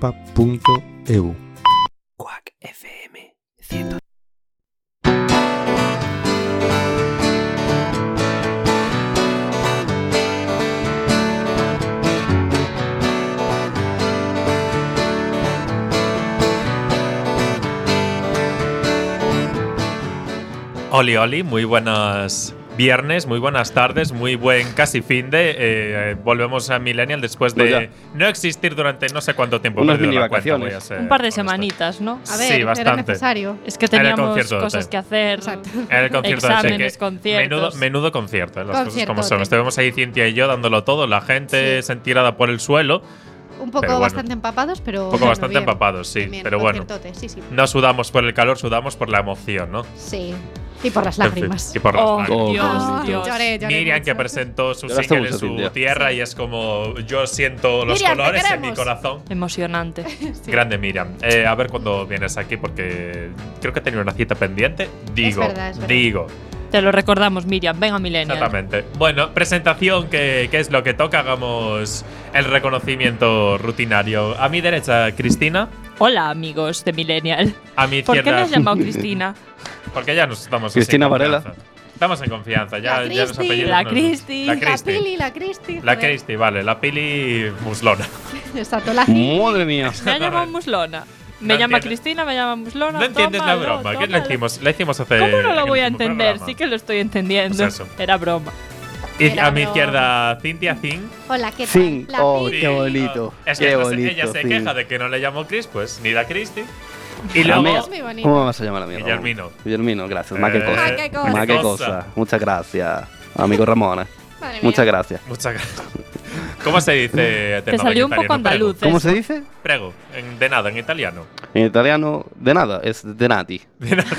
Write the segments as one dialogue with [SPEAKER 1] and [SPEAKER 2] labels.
[SPEAKER 1] acampa.eu.
[SPEAKER 2] Quack FM 100.
[SPEAKER 3] Oli, Oli, muy buenas viernes, muy buenas tardes, muy buen casi fin de. eh, eh, volvemos a Millennial después de
[SPEAKER 4] Pues ya.
[SPEAKER 3] no existir durante no sé cuánto tiempo. he
[SPEAKER 4] Unas
[SPEAKER 3] perdido
[SPEAKER 4] mini
[SPEAKER 3] la cuenta,
[SPEAKER 4] vacaciones.
[SPEAKER 3] voy a ser
[SPEAKER 5] Un par de
[SPEAKER 3] honesto.
[SPEAKER 5] semanitas, ¿no?
[SPEAKER 6] A
[SPEAKER 3] Sí,
[SPEAKER 6] ver, era
[SPEAKER 3] bastante.
[SPEAKER 6] necesario.
[SPEAKER 5] Es que
[SPEAKER 3] Era el
[SPEAKER 5] teníamos
[SPEAKER 3] concierto de
[SPEAKER 5] cosas
[SPEAKER 3] Ted.
[SPEAKER 5] que hacer.
[SPEAKER 6] Exacto.
[SPEAKER 3] Era el concierto de
[SPEAKER 5] Exámenes,
[SPEAKER 3] Cheque.
[SPEAKER 5] conciertos.
[SPEAKER 3] Menudo, menudo concierto, eh, las cosas como
[SPEAKER 6] Conciertote.
[SPEAKER 3] son. Estuvimos ahí Cintia y yo dándolo todo, la gente se sentirada por el suelo,
[SPEAKER 6] Un poco
[SPEAKER 3] Pero bueno.
[SPEAKER 6] bastante empapados,
[SPEAKER 3] un
[SPEAKER 6] pero.
[SPEAKER 3] poco
[SPEAKER 6] bueno,
[SPEAKER 3] bastante
[SPEAKER 6] bien.
[SPEAKER 3] empapados, sí,
[SPEAKER 6] También,
[SPEAKER 3] pero bueno. Mm.
[SPEAKER 6] conciertote, Sí, sí.
[SPEAKER 3] No sudamos por el calor, sudamos por la emoción, ¿no?
[SPEAKER 6] Sí. Y por las
[SPEAKER 3] En fin,
[SPEAKER 6] lágrimas.
[SPEAKER 3] y por las
[SPEAKER 5] Oh,
[SPEAKER 3] lágrimas.
[SPEAKER 6] Ah,
[SPEAKER 5] Dios, Dios.
[SPEAKER 6] lloré, lloré
[SPEAKER 3] Miriam que
[SPEAKER 6] mucho.
[SPEAKER 3] presentó su
[SPEAKER 4] Lloraste
[SPEAKER 3] single en
[SPEAKER 4] mucho,
[SPEAKER 3] su
[SPEAKER 4] Cintia.
[SPEAKER 3] tierra y es como yo siento los
[SPEAKER 6] Miriam, te
[SPEAKER 3] colores en mi
[SPEAKER 6] queremos.
[SPEAKER 3] corazón.
[SPEAKER 5] Emocionante.
[SPEAKER 3] Grande Miriam. Eh, a ver cuándo vienes aquí porque creo que tenía una cita pendiente. Digo,
[SPEAKER 6] verdad, es verdad.
[SPEAKER 3] digo.
[SPEAKER 5] Te lo recordamos, Miriam. Venga, Millennial.
[SPEAKER 3] Exactamente. Bueno, presentación que, que es lo que toca. Hagamos el reconocimiento rutinario. A mi derecha, Cristina.
[SPEAKER 5] Hola, amigos de Millennial.
[SPEAKER 3] A mi
[SPEAKER 5] ¿Por qué me
[SPEAKER 3] izquierda,
[SPEAKER 5] has llamado Cristina?
[SPEAKER 3] porque ya nos estamos así
[SPEAKER 4] Cristina
[SPEAKER 3] en
[SPEAKER 4] Varela.
[SPEAKER 3] confianza. Estamos en confianza. Ya,
[SPEAKER 6] La
[SPEAKER 3] ya los
[SPEAKER 6] Cristi,
[SPEAKER 3] apellidos
[SPEAKER 5] la
[SPEAKER 3] no-
[SPEAKER 5] Cristi,
[SPEAKER 3] La
[SPEAKER 5] la
[SPEAKER 6] La
[SPEAKER 3] Cristi.
[SPEAKER 6] Pili, la Cristi.
[SPEAKER 3] La
[SPEAKER 6] joder.
[SPEAKER 3] Cristi, vale. La Pili Muslona.
[SPEAKER 6] Exacto, la
[SPEAKER 4] Madre mía.
[SPEAKER 5] Me ha llamado Muslona. Me
[SPEAKER 3] No
[SPEAKER 5] llama
[SPEAKER 3] entiendes.
[SPEAKER 5] Cristina, me llama Muslona.
[SPEAKER 3] No entiendes la
[SPEAKER 5] tómalo,
[SPEAKER 3] broma. ¿Qué le
[SPEAKER 5] tómalo.
[SPEAKER 3] hicimos? La hicimos hace.
[SPEAKER 5] ¿Cómo no
[SPEAKER 3] en
[SPEAKER 5] lo
[SPEAKER 3] el
[SPEAKER 5] voy a
[SPEAKER 3] último
[SPEAKER 5] entender?
[SPEAKER 3] programa.
[SPEAKER 5] Sí que lo estoy entendiendo.
[SPEAKER 3] Pues eso.
[SPEAKER 5] Era broma.
[SPEAKER 3] Y a
[SPEAKER 6] Era
[SPEAKER 3] mi
[SPEAKER 6] broma.
[SPEAKER 3] izquierda, Cintia Zin.
[SPEAKER 6] Hola, ¿qué tal?
[SPEAKER 4] Fin.
[SPEAKER 6] La
[SPEAKER 4] Oh,
[SPEAKER 6] Pili.
[SPEAKER 4] qué bonito.
[SPEAKER 3] Es que
[SPEAKER 4] qué
[SPEAKER 3] ella se-
[SPEAKER 4] bonito.
[SPEAKER 3] ella se
[SPEAKER 4] sí.
[SPEAKER 3] queja de que no le llamo Chris, pues ni la Christie. Y
[SPEAKER 4] La
[SPEAKER 6] mía.
[SPEAKER 3] luego.
[SPEAKER 6] Es muy bonito.
[SPEAKER 4] ¿Cómo me vas a llamar a mí? Ramón?
[SPEAKER 3] Guillermino.
[SPEAKER 4] Guillermino, gracias. Más que
[SPEAKER 3] Eh,
[SPEAKER 4] cosa.
[SPEAKER 6] Ma que cosa.
[SPEAKER 4] Más que cosa. Muchas gracias. Amigo Ramona.
[SPEAKER 6] Madre mía.
[SPEAKER 4] Muchas gracias.
[SPEAKER 3] Muchas gracias. ¿Cómo se dice?
[SPEAKER 5] Te salió un poco andaluz. eh.
[SPEAKER 4] ¿Cómo
[SPEAKER 5] eso.
[SPEAKER 4] se dice?
[SPEAKER 3] Prego, en- de nada, en italiano.
[SPEAKER 4] En italiano, de nada, es de nati.
[SPEAKER 3] De nada.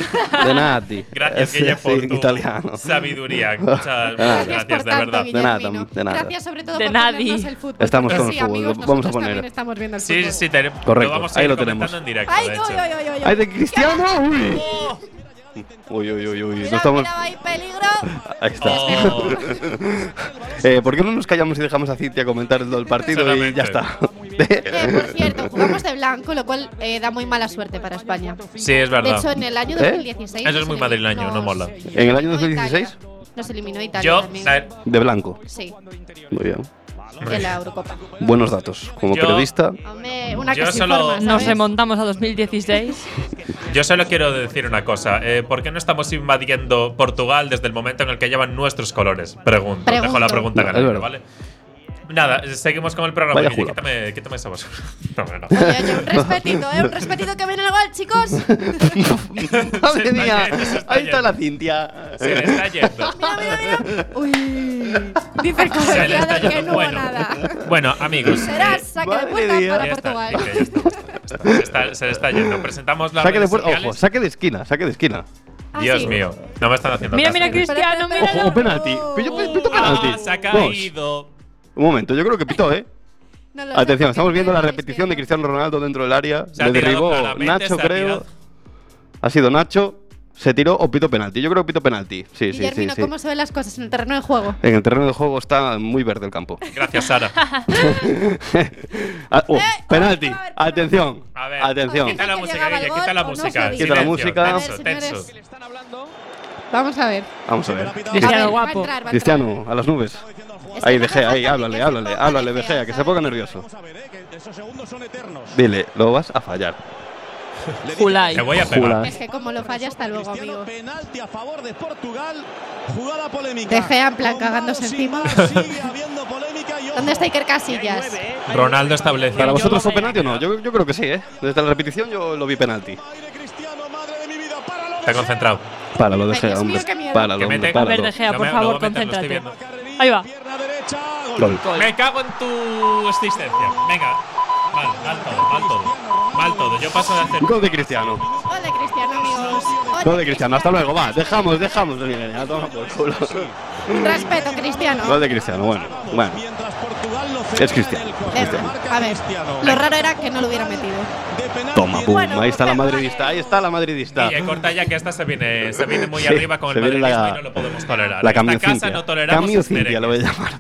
[SPEAKER 4] De nati.
[SPEAKER 3] Gracias,
[SPEAKER 4] es,
[SPEAKER 3] Guille,
[SPEAKER 4] así
[SPEAKER 3] por
[SPEAKER 4] en
[SPEAKER 3] tu
[SPEAKER 4] italiano. Ah.
[SPEAKER 3] sabiduría. Muchas, muchas
[SPEAKER 6] Gracias,
[SPEAKER 3] gracias,
[SPEAKER 6] por
[SPEAKER 3] de
[SPEAKER 6] tanto,
[SPEAKER 3] verdad.
[SPEAKER 6] Guillermino.
[SPEAKER 4] De nada, de nada.
[SPEAKER 6] Gracias sobre todo
[SPEAKER 5] De
[SPEAKER 6] por
[SPEAKER 5] nadie.
[SPEAKER 6] ponernos el fútbol.
[SPEAKER 4] Estamos
[SPEAKER 6] porque
[SPEAKER 4] con el
[SPEAKER 6] sí,
[SPEAKER 4] fútbol,
[SPEAKER 6] amigos,
[SPEAKER 4] lo vamos a
[SPEAKER 6] nosotros también
[SPEAKER 4] poner.
[SPEAKER 6] Estamos viendo el
[SPEAKER 3] Sí, sí,
[SPEAKER 6] fútbol.
[SPEAKER 3] sí, te- lo
[SPEAKER 4] Correcto,
[SPEAKER 3] vamos a
[SPEAKER 4] ahí
[SPEAKER 3] ir
[SPEAKER 4] lo
[SPEAKER 3] comentando
[SPEAKER 4] tenemos.
[SPEAKER 3] en directo.
[SPEAKER 6] Ay,
[SPEAKER 3] de
[SPEAKER 6] uy,
[SPEAKER 3] hecho.
[SPEAKER 6] uy, uy, uy.
[SPEAKER 4] ¡Ay, de Cristiano! ¡Uy! Uy, uy, uy, uy. No
[SPEAKER 6] Cuidado,
[SPEAKER 4] estamos...
[SPEAKER 6] cuidado, hay peligro.
[SPEAKER 4] Ahí está.
[SPEAKER 3] Oh,
[SPEAKER 4] Eh, ¿Por qué no nos callamos y dejamos a Cintia comentar el partido y ya está?
[SPEAKER 6] Eh, por cierto, jugamos de blanco, lo cual eh, da muy mala suerte para España.
[SPEAKER 3] sí, es
[SPEAKER 6] De hecho,
[SPEAKER 3] verdad.
[SPEAKER 6] en el año
[SPEAKER 4] ¿Eh?
[SPEAKER 3] Eso
[SPEAKER 6] 2016.
[SPEAKER 3] es
[SPEAKER 6] nos
[SPEAKER 3] muy
[SPEAKER 6] eliminó-
[SPEAKER 3] madrileño, no mola.
[SPEAKER 4] ¿En el año
[SPEAKER 6] eliminó
[SPEAKER 4] 2016?
[SPEAKER 6] Italia. Nos eliminó Italia.
[SPEAKER 3] Yo, eh,
[SPEAKER 6] también.
[SPEAKER 3] a ver,
[SPEAKER 4] De blanco.
[SPEAKER 6] Sí,
[SPEAKER 4] Muy bien.
[SPEAKER 6] de la Eurocopa.
[SPEAKER 4] Buenos datos. Como
[SPEAKER 3] Yo-
[SPEAKER 4] periodista,
[SPEAKER 6] Hombre, una
[SPEAKER 3] Yo
[SPEAKER 6] que se
[SPEAKER 3] solo-
[SPEAKER 6] informa,
[SPEAKER 5] Nos
[SPEAKER 6] ¿sabes?
[SPEAKER 5] remontamos a 2016.
[SPEAKER 3] Yo solo quiero decir una cosa. eh, ¿Por qué no estamos invadiendo Portugal desde el momento en el que llevan nuestros colores? Pregunto.
[SPEAKER 6] Pregunto.
[SPEAKER 3] Dejo la pregunta
[SPEAKER 4] No, es
[SPEAKER 3] ganando,
[SPEAKER 4] verdad.
[SPEAKER 3] ¿vale? Nada, seguimos con el programa.
[SPEAKER 4] Vaya
[SPEAKER 3] Guille,
[SPEAKER 4] jula.
[SPEAKER 3] quítame, quítame esa basura. No, hombre, no.
[SPEAKER 6] Oye, oye, un respetito, ¿eh? Un respetito que viene el gol, chicos.
[SPEAKER 4] ¡Madre mía!
[SPEAKER 3] yendo, se está
[SPEAKER 4] Ahí está
[SPEAKER 3] yendo.
[SPEAKER 4] la Cintia.
[SPEAKER 3] Se le está yendo.
[SPEAKER 6] Mira, mira, mira. Uy.
[SPEAKER 3] Se le está
[SPEAKER 6] Dice Colegiado que
[SPEAKER 3] yendo.
[SPEAKER 6] no hubo
[SPEAKER 3] Bueno,
[SPEAKER 6] nada.
[SPEAKER 3] bueno, amigos.
[SPEAKER 6] Será
[SPEAKER 3] eh,
[SPEAKER 6] saque de
[SPEAKER 4] Madre
[SPEAKER 6] puerta
[SPEAKER 4] mía.
[SPEAKER 6] para
[SPEAKER 3] ya está,
[SPEAKER 6] Portugal.
[SPEAKER 3] Guille, ya está, basta, basta. Se está- Se le está yendo. Presentamos la.
[SPEAKER 4] Saque de puerta. Ojo, saque de esquina, saque de esquina.
[SPEAKER 6] Ah,
[SPEAKER 3] Dios
[SPEAKER 6] sí.
[SPEAKER 3] mío. No me están haciendo
[SPEAKER 5] Mira,
[SPEAKER 3] caso.
[SPEAKER 5] mira, Cristiano,
[SPEAKER 6] Espera, espera,
[SPEAKER 5] mira.
[SPEAKER 4] Ojo, penalti. Pero yo pito penalti.
[SPEAKER 3] Ah, se ha
[SPEAKER 4] Vamos.
[SPEAKER 3] caído.
[SPEAKER 4] Un momento, yo creo que pitó, ¿eh?
[SPEAKER 6] No lo sé,
[SPEAKER 4] Atención,
[SPEAKER 6] porque
[SPEAKER 4] estamos
[SPEAKER 6] no
[SPEAKER 4] viendo la
[SPEAKER 6] tenéis
[SPEAKER 4] repetición de
[SPEAKER 6] que-
[SPEAKER 4] Cristiano Ronaldo dentro del área.
[SPEAKER 3] Se ha
[SPEAKER 4] Le
[SPEAKER 3] tirado
[SPEAKER 4] derribó
[SPEAKER 3] claramente,
[SPEAKER 4] Nacho,
[SPEAKER 3] se ha
[SPEAKER 4] creo.
[SPEAKER 3] tirado.
[SPEAKER 4] Ha sido Nacho. Se tiró o pito penalti. Yo creo que pito penalti. Sí, sí, sí.
[SPEAKER 6] Guillermino,
[SPEAKER 4] sí.
[SPEAKER 6] ¿cómo se ven las cosas en el terreno de juego?
[SPEAKER 4] En el terreno de juego está muy verde el campo.
[SPEAKER 3] Gracias, Sara.
[SPEAKER 4] Ah,
[SPEAKER 6] Eh,
[SPEAKER 4] oh, penalti.
[SPEAKER 6] otra vez,
[SPEAKER 4] Atención.
[SPEAKER 3] A ver.
[SPEAKER 4] Atención.
[SPEAKER 3] Quita la
[SPEAKER 6] Ojo, que
[SPEAKER 3] música,
[SPEAKER 6] llegaba
[SPEAKER 3] Guille,
[SPEAKER 6] el
[SPEAKER 3] quita la
[SPEAKER 6] gol, o no se
[SPEAKER 3] música.
[SPEAKER 6] dice.
[SPEAKER 4] Quita la
[SPEAKER 3] Silencio,
[SPEAKER 4] música.
[SPEAKER 3] Tenso,
[SPEAKER 6] A ver,
[SPEAKER 3] tenso.
[SPEAKER 6] señores. Vamos a ver.
[SPEAKER 4] Vamos a ver.
[SPEAKER 6] A
[SPEAKER 5] Cristiano
[SPEAKER 6] ver, va a
[SPEAKER 5] guapo.
[SPEAKER 6] entrar, va a entrar.
[SPEAKER 4] Cristiano, a las nubes. Ahí,
[SPEAKER 6] no hace
[SPEAKER 4] Dejea, ahí,
[SPEAKER 6] falta ni
[SPEAKER 4] háblale,
[SPEAKER 6] que se
[SPEAKER 4] háblale,
[SPEAKER 6] ponga
[SPEAKER 4] háblale,
[SPEAKER 6] De Gea,
[SPEAKER 4] Dejea, que se
[SPEAKER 6] ¿sabes?
[SPEAKER 4] ponga nervioso.
[SPEAKER 7] Vamos a ver, eh, que esos segundos son eternos.
[SPEAKER 4] Dile, lo vas a fallar.
[SPEAKER 7] Le dice
[SPEAKER 5] Julai.
[SPEAKER 3] Te voy a pegar.
[SPEAKER 4] Jura.
[SPEAKER 6] Es que como lo falla, hasta luego,
[SPEAKER 7] Cristiano,
[SPEAKER 6] amigo.
[SPEAKER 7] Penalti a favor de Portugal. Jugada polémica.
[SPEAKER 6] De Gea, en plan,
[SPEAKER 7] Con
[SPEAKER 6] cagándose
[SPEAKER 7] manos
[SPEAKER 6] encima.
[SPEAKER 7] y más, sigue habiendo polémica y ojo.
[SPEAKER 6] ¿Dónde está Iker Casillas?
[SPEAKER 3] Ronaldo establece.
[SPEAKER 4] ¿Para vosotros fue
[SPEAKER 5] lo veo.
[SPEAKER 4] penalti o no? Yo, yo creo que sí, ¿eh? Desde la repetición yo lo vi penalti.
[SPEAKER 7] Aire Cristiano, madre de mi vida, páralo,
[SPEAKER 3] Está
[SPEAKER 7] De Gea.
[SPEAKER 3] concentrado.
[SPEAKER 4] Para lo
[SPEAKER 6] Ay,
[SPEAKER 4] Dejea,
[SPEAKER 6] Dios mío,
[SPEAKER 4] hombre.
[SPEAKER 6] qué miedo.
[SPEAKER 4] Para
[SPEAKER 3] Que
[SPEAKER 4] lo
[SPEAKER 3] mete-
[SPEAKER 4] hombre.
[SPEAKER 5] A ver,
[SPEAKER 4] Páralo.
[SPEAKER 5] De Gea,
[SPEAKER 3] No
[SPEAKER 5] por
[SPEAKER 3] me- no
[SPEAKER 5] favor,
[SPEAKER 3] voy a meter, lo estoy
[SPEAKER 5] concéntrate.
[SPEAKER 3] viendo.
[SPEAKER 7] Carrerilla,
[SPEAKER 5] Ahí va.
[SPEAKER 7] Pierna derecha. gol.
[SPEAKER 4] Gol.
[SPEAKER 5] Gol.
[SPEAKER 3] Me cago en tu existencia. Venga. Mal, mal todo, mal todo. Mal todo. Yo paso de hacer.
[SPEAKER 4] Gol de Cristiano.
[SPEAKER 6] Hola, Cristiano, amigos. Ole,
[SPEAKER 4] Gol de Cristiano. Hasta luego, va. Dejamos, dejamos. Mira, ya, toma por culo.
[SPEAKER 6] Respeto, Cristiano.
[SPEAKER 4] Gol de Cristiano, bueno. Bueno.
[SPEAKER 7] Mientras Portugal
[SPEAKER 4] Es Cristiano.
[SPEAKER 6] Eh, A ver, lo raro era que no lo hubiera metido.
[SPEAKER 4] Toma, pum.
[SPEAKER 6] Bueno,
[SPEAKER 4] ahí está la
[SPEAKER 6] pero-
[SPEAKER 4] madridista. Ahí está la madridista.
[SPEAKER 3] Oye, eh, corta ya que esta se viene, se viene muy
[SPEAKER 4] Sí,
[SPEAKER 3] arriba con
[SPEAKER 4] se
[SPEAKER 3] el
[SPEAKER 4] viene
[SPEAKER 3] madridismo
[SPEAKER 4] la-
[SPEAKER 3] y no lo podemos tolerar.
[SPEAKER 4] La
[SPEAKER 3] en esta casa
[SPEAKER 4] camiocintia.
[SPEAKER 3] no toleramos este
[SPEAKER 4] Camiocintia
[SPEAKER 3] estereo.
[SPEAKER 4] lo voy a llamar.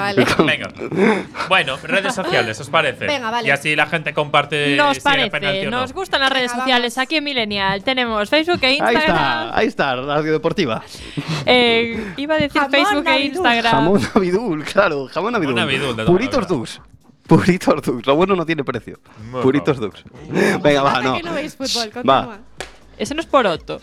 [SPEAKER 6] vale.
[SPEAKER 3] Venga. Bueno, redes sociales, ¿os parece?
[SPEAKER 6] Venga, vale.
[SPEAKER 3] Y así la gente comparte
[SPEAKER 5] Nos
[SPEAKER 3] si Eh, era penalti
[SPEAKER 5] parece,
[SPEAKER 3] o no.
[SPEAKER 5] nos gustan las redes
[SPEAKER 6] Venga,
[SPEAKER 5] sociales
[SPEAKER 6] vamos.
[SPEAKER 5] aquí en Millennial. Tenemos Facebook e
[SPEAKER 4] Ahí
[SPEAKER 5] Instagram.
[SPEAKER 4] está, ahí está, Radio Deportiva.
[SPEAKER 5] Eh, iba a decir
[SPEAKER 6] Jamón,
[SPEAKER 5] Facebook e
[SPEAKER 6] Navidú.
[SPEAKER 5] Instagram.
[SPEAKER 4] Jamón Abidul, claro, jamón Abidul.
[SPEAKER 3] Abidul, de toda la
[SPEAKER 4] Puritos
[SPEAKER 3] vida.
[SPEAKER 4] Dux. Puritos Dux, lo bueno no tiene precio.
[SPEAKER 3] Muy
[SPEAKER 4] Puritos
[SPEAKER 3] bueno.
[SPEAKER 4] Dux. Venga, va,
[SPEAKER 6] Nota
[SPEAKER 4] no.
[SPEAKER 6] que no veis fútbol,
[SPEAKER 4] Va.
[SPEAKER 6] continúa.
[SPEAKER 5] Ese no es poroto.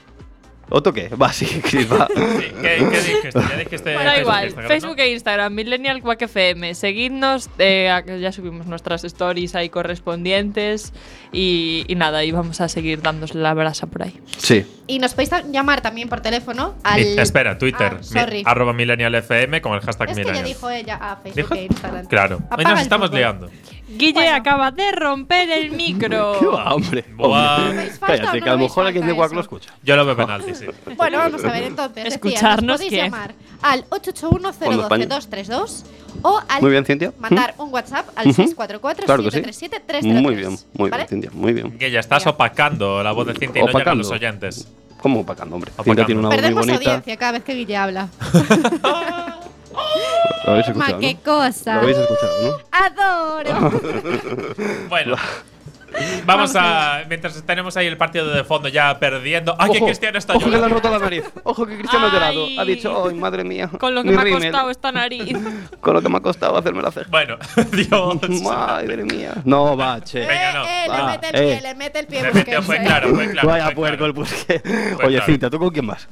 [SPEAKER 4] ¿Otro qué? Va, sí, Chris, va.
[SPEAKER 3] Sí, ¿Qué, qué dijiste? Ya dijiste
[SPEAKER 5] Bueno,
[SPEAKER 3] Facebook
[SPEAKER 5] da igual.
[SPEAKER 3] e Instagram, ¿no?
[SPEAKER 5] Facebook e Instagram, Millennial Quack FM. Seguidnos, eh, a- ya subimos nuestras stories ahí correspondientes. Y, y nada, y vamos a seguir dándose la brasa por ahí.
[SPEAKER 4] Sí.
[SPEAKER 6] Y nos podéis ta- llamar también por teléfono al.
[SPEAKER 3] Mi- espera, Twitter.
[SPEAKER 6] Ah, sorry.
[SPEAKER 3] mi- arroba millennial FM con el hashtag
[SPEAKER 6] Es que ya
[SPEAKER 3] millennial.
[SPEAKER 6] dijo ella a Facebook
[SPEAKER 3] ¿Dijo?
[SPEAKER 6] e Instagram.
[SPEAKER 3] Claro. Hoy
[SPEAKER 6] Apaga
[SPEAKER 3] nos
[SPEAKER 6] el
[SPEAKER 3] estamos
[SPEAKER 6] fútbol.
[SPEAKER 3] liando.
[SPEAKER 5] Guille acaba de romper el micro.
[SPEAKER 4] ¿Qué va, hombre?
[SPEAKER 3] Buah.
[SPEAKER 4] Hombre,
[SPEAKER 6] ¿Veis falta o
[SPEAKER 4] Cállate,
[SPEAKER 6] no
[SPEAKER 4] que a lo
[SPEAKER 6] veis
[SPEAKER 4] mejor alguien de
[SPEAKER 6] falta
[SPEAKER 4] Guac
[SPEAKER 6] eso?
[SPEAKER 4] lo escucha.
[SPEAKER 3] Yo lo veo penalti, sí.
[SPEAKER 6] Bueno, vamos a ver entonces. decía,
[SPEAKER 5] Escucharnos,
[SPEAKER 6] nos podéis
[SPEAKER 5] ¿qué?
[SPEAKER 6] llamar al
[SPEAKER 4] Cuando España-
[SPEAKER 6] 881-012-232 o al
[SPEAKER 4] Muy bien, Cintia.
[SPEAKER 6] mandar un WhatsApp al
[SPEAKER 4] Ujú.
[SPEAKER 6] 644
[SPEAKER 4] Claro que sí.
[SPEAKER 6] 737 333
[SPEAKER 4] Muy bien, muy
[SPEAKER 6] ¿vale?
[SPEAKER 4] bien, Cintia, muy bien.
[SPEAKER 3] Que ya estás opacando la voz de Cintia y no llegan
[SPEAKER 4] Opacando.
[SPEAKER 3] los oyentes.
[SPEAKER 4] ¿Cómo opacando, hombre?
[SPEAKER 3] Opacando.
[SPEAKER 4] Cintia tiene una voz muy
[SPEAKER 6] Perdemos
[SPEAKER 4] bonita.
[SPEAKER 6] audiencia cada vez que Guille habla.
[SPEAKER 4] Lo habéis
[SPEAKER 6] Ma,
[SPEAKER 4] escuchado,
[SPEAKER 6] qué
[SPEAKER 4] ¿no? Lo
[SPEAKER 6] cosa.
[SPEAKER 4] habéis escuchado, ¿no?
[SPEAKER 6] Adoro.
[SPEAKER 3] Bueno. Vamos a. Mientras tenemos ahí el partido de fondo ya perdiendo. ¡Ay, que
[SPEAKER 4] Ojo,
[SPEAKER 3] Cristiano está
[SPEAKER 4] Ojo que le han
[SPEAKER 3] llorando!
[SPEAKER 4] roto la nariz. Ojo que Cristiano ha llorado.
[SPEAKER 5] Ay.
[SPEAKER 4] Ha dicho, ay, madre mía.
[SPEAKER 5] Con lo que
[SPEAKER 4] mi
[SPEAKER 5] me ha
[SPEAKER 4] rímel,
[SPEAKER 5] costado esta nariz.
[SPEAKER 4] Con lo que me ha costado hacerme la ceja.
[SPEAKER 3] Bueno, Dios.
[SPEAKER 4] Madre mía. No, va, che.
[SPEAKER 3] Venga, no.
[SPEAKER 6] Eh, eh, le
[SPEAKER 4] Va,
[SPEAKER 6] mete el
[SPEAKER 4] eh.
[SPEAKER 6] pie, le mete el pie.
[SPEAKER 3] Me
[SPEAKER 6] Busquets,
[SPEAKER 3] metió, fue
[SPEAKER 6] eh.
[SPEAKER 3] claro, fue claro.
[SPEAKER 4] Vaya
[SPEAKER 3] fue
[SPEAKER 4] puerco
[SPEAKER 3] claro.
[SPEAKER 4] el busque.
[SPEAKER 3] Pues
[SPEAKER 4] Oye,
[SPEAKER 3] claro.
[SPEAKER 4] Cita, ¿tú con quién más?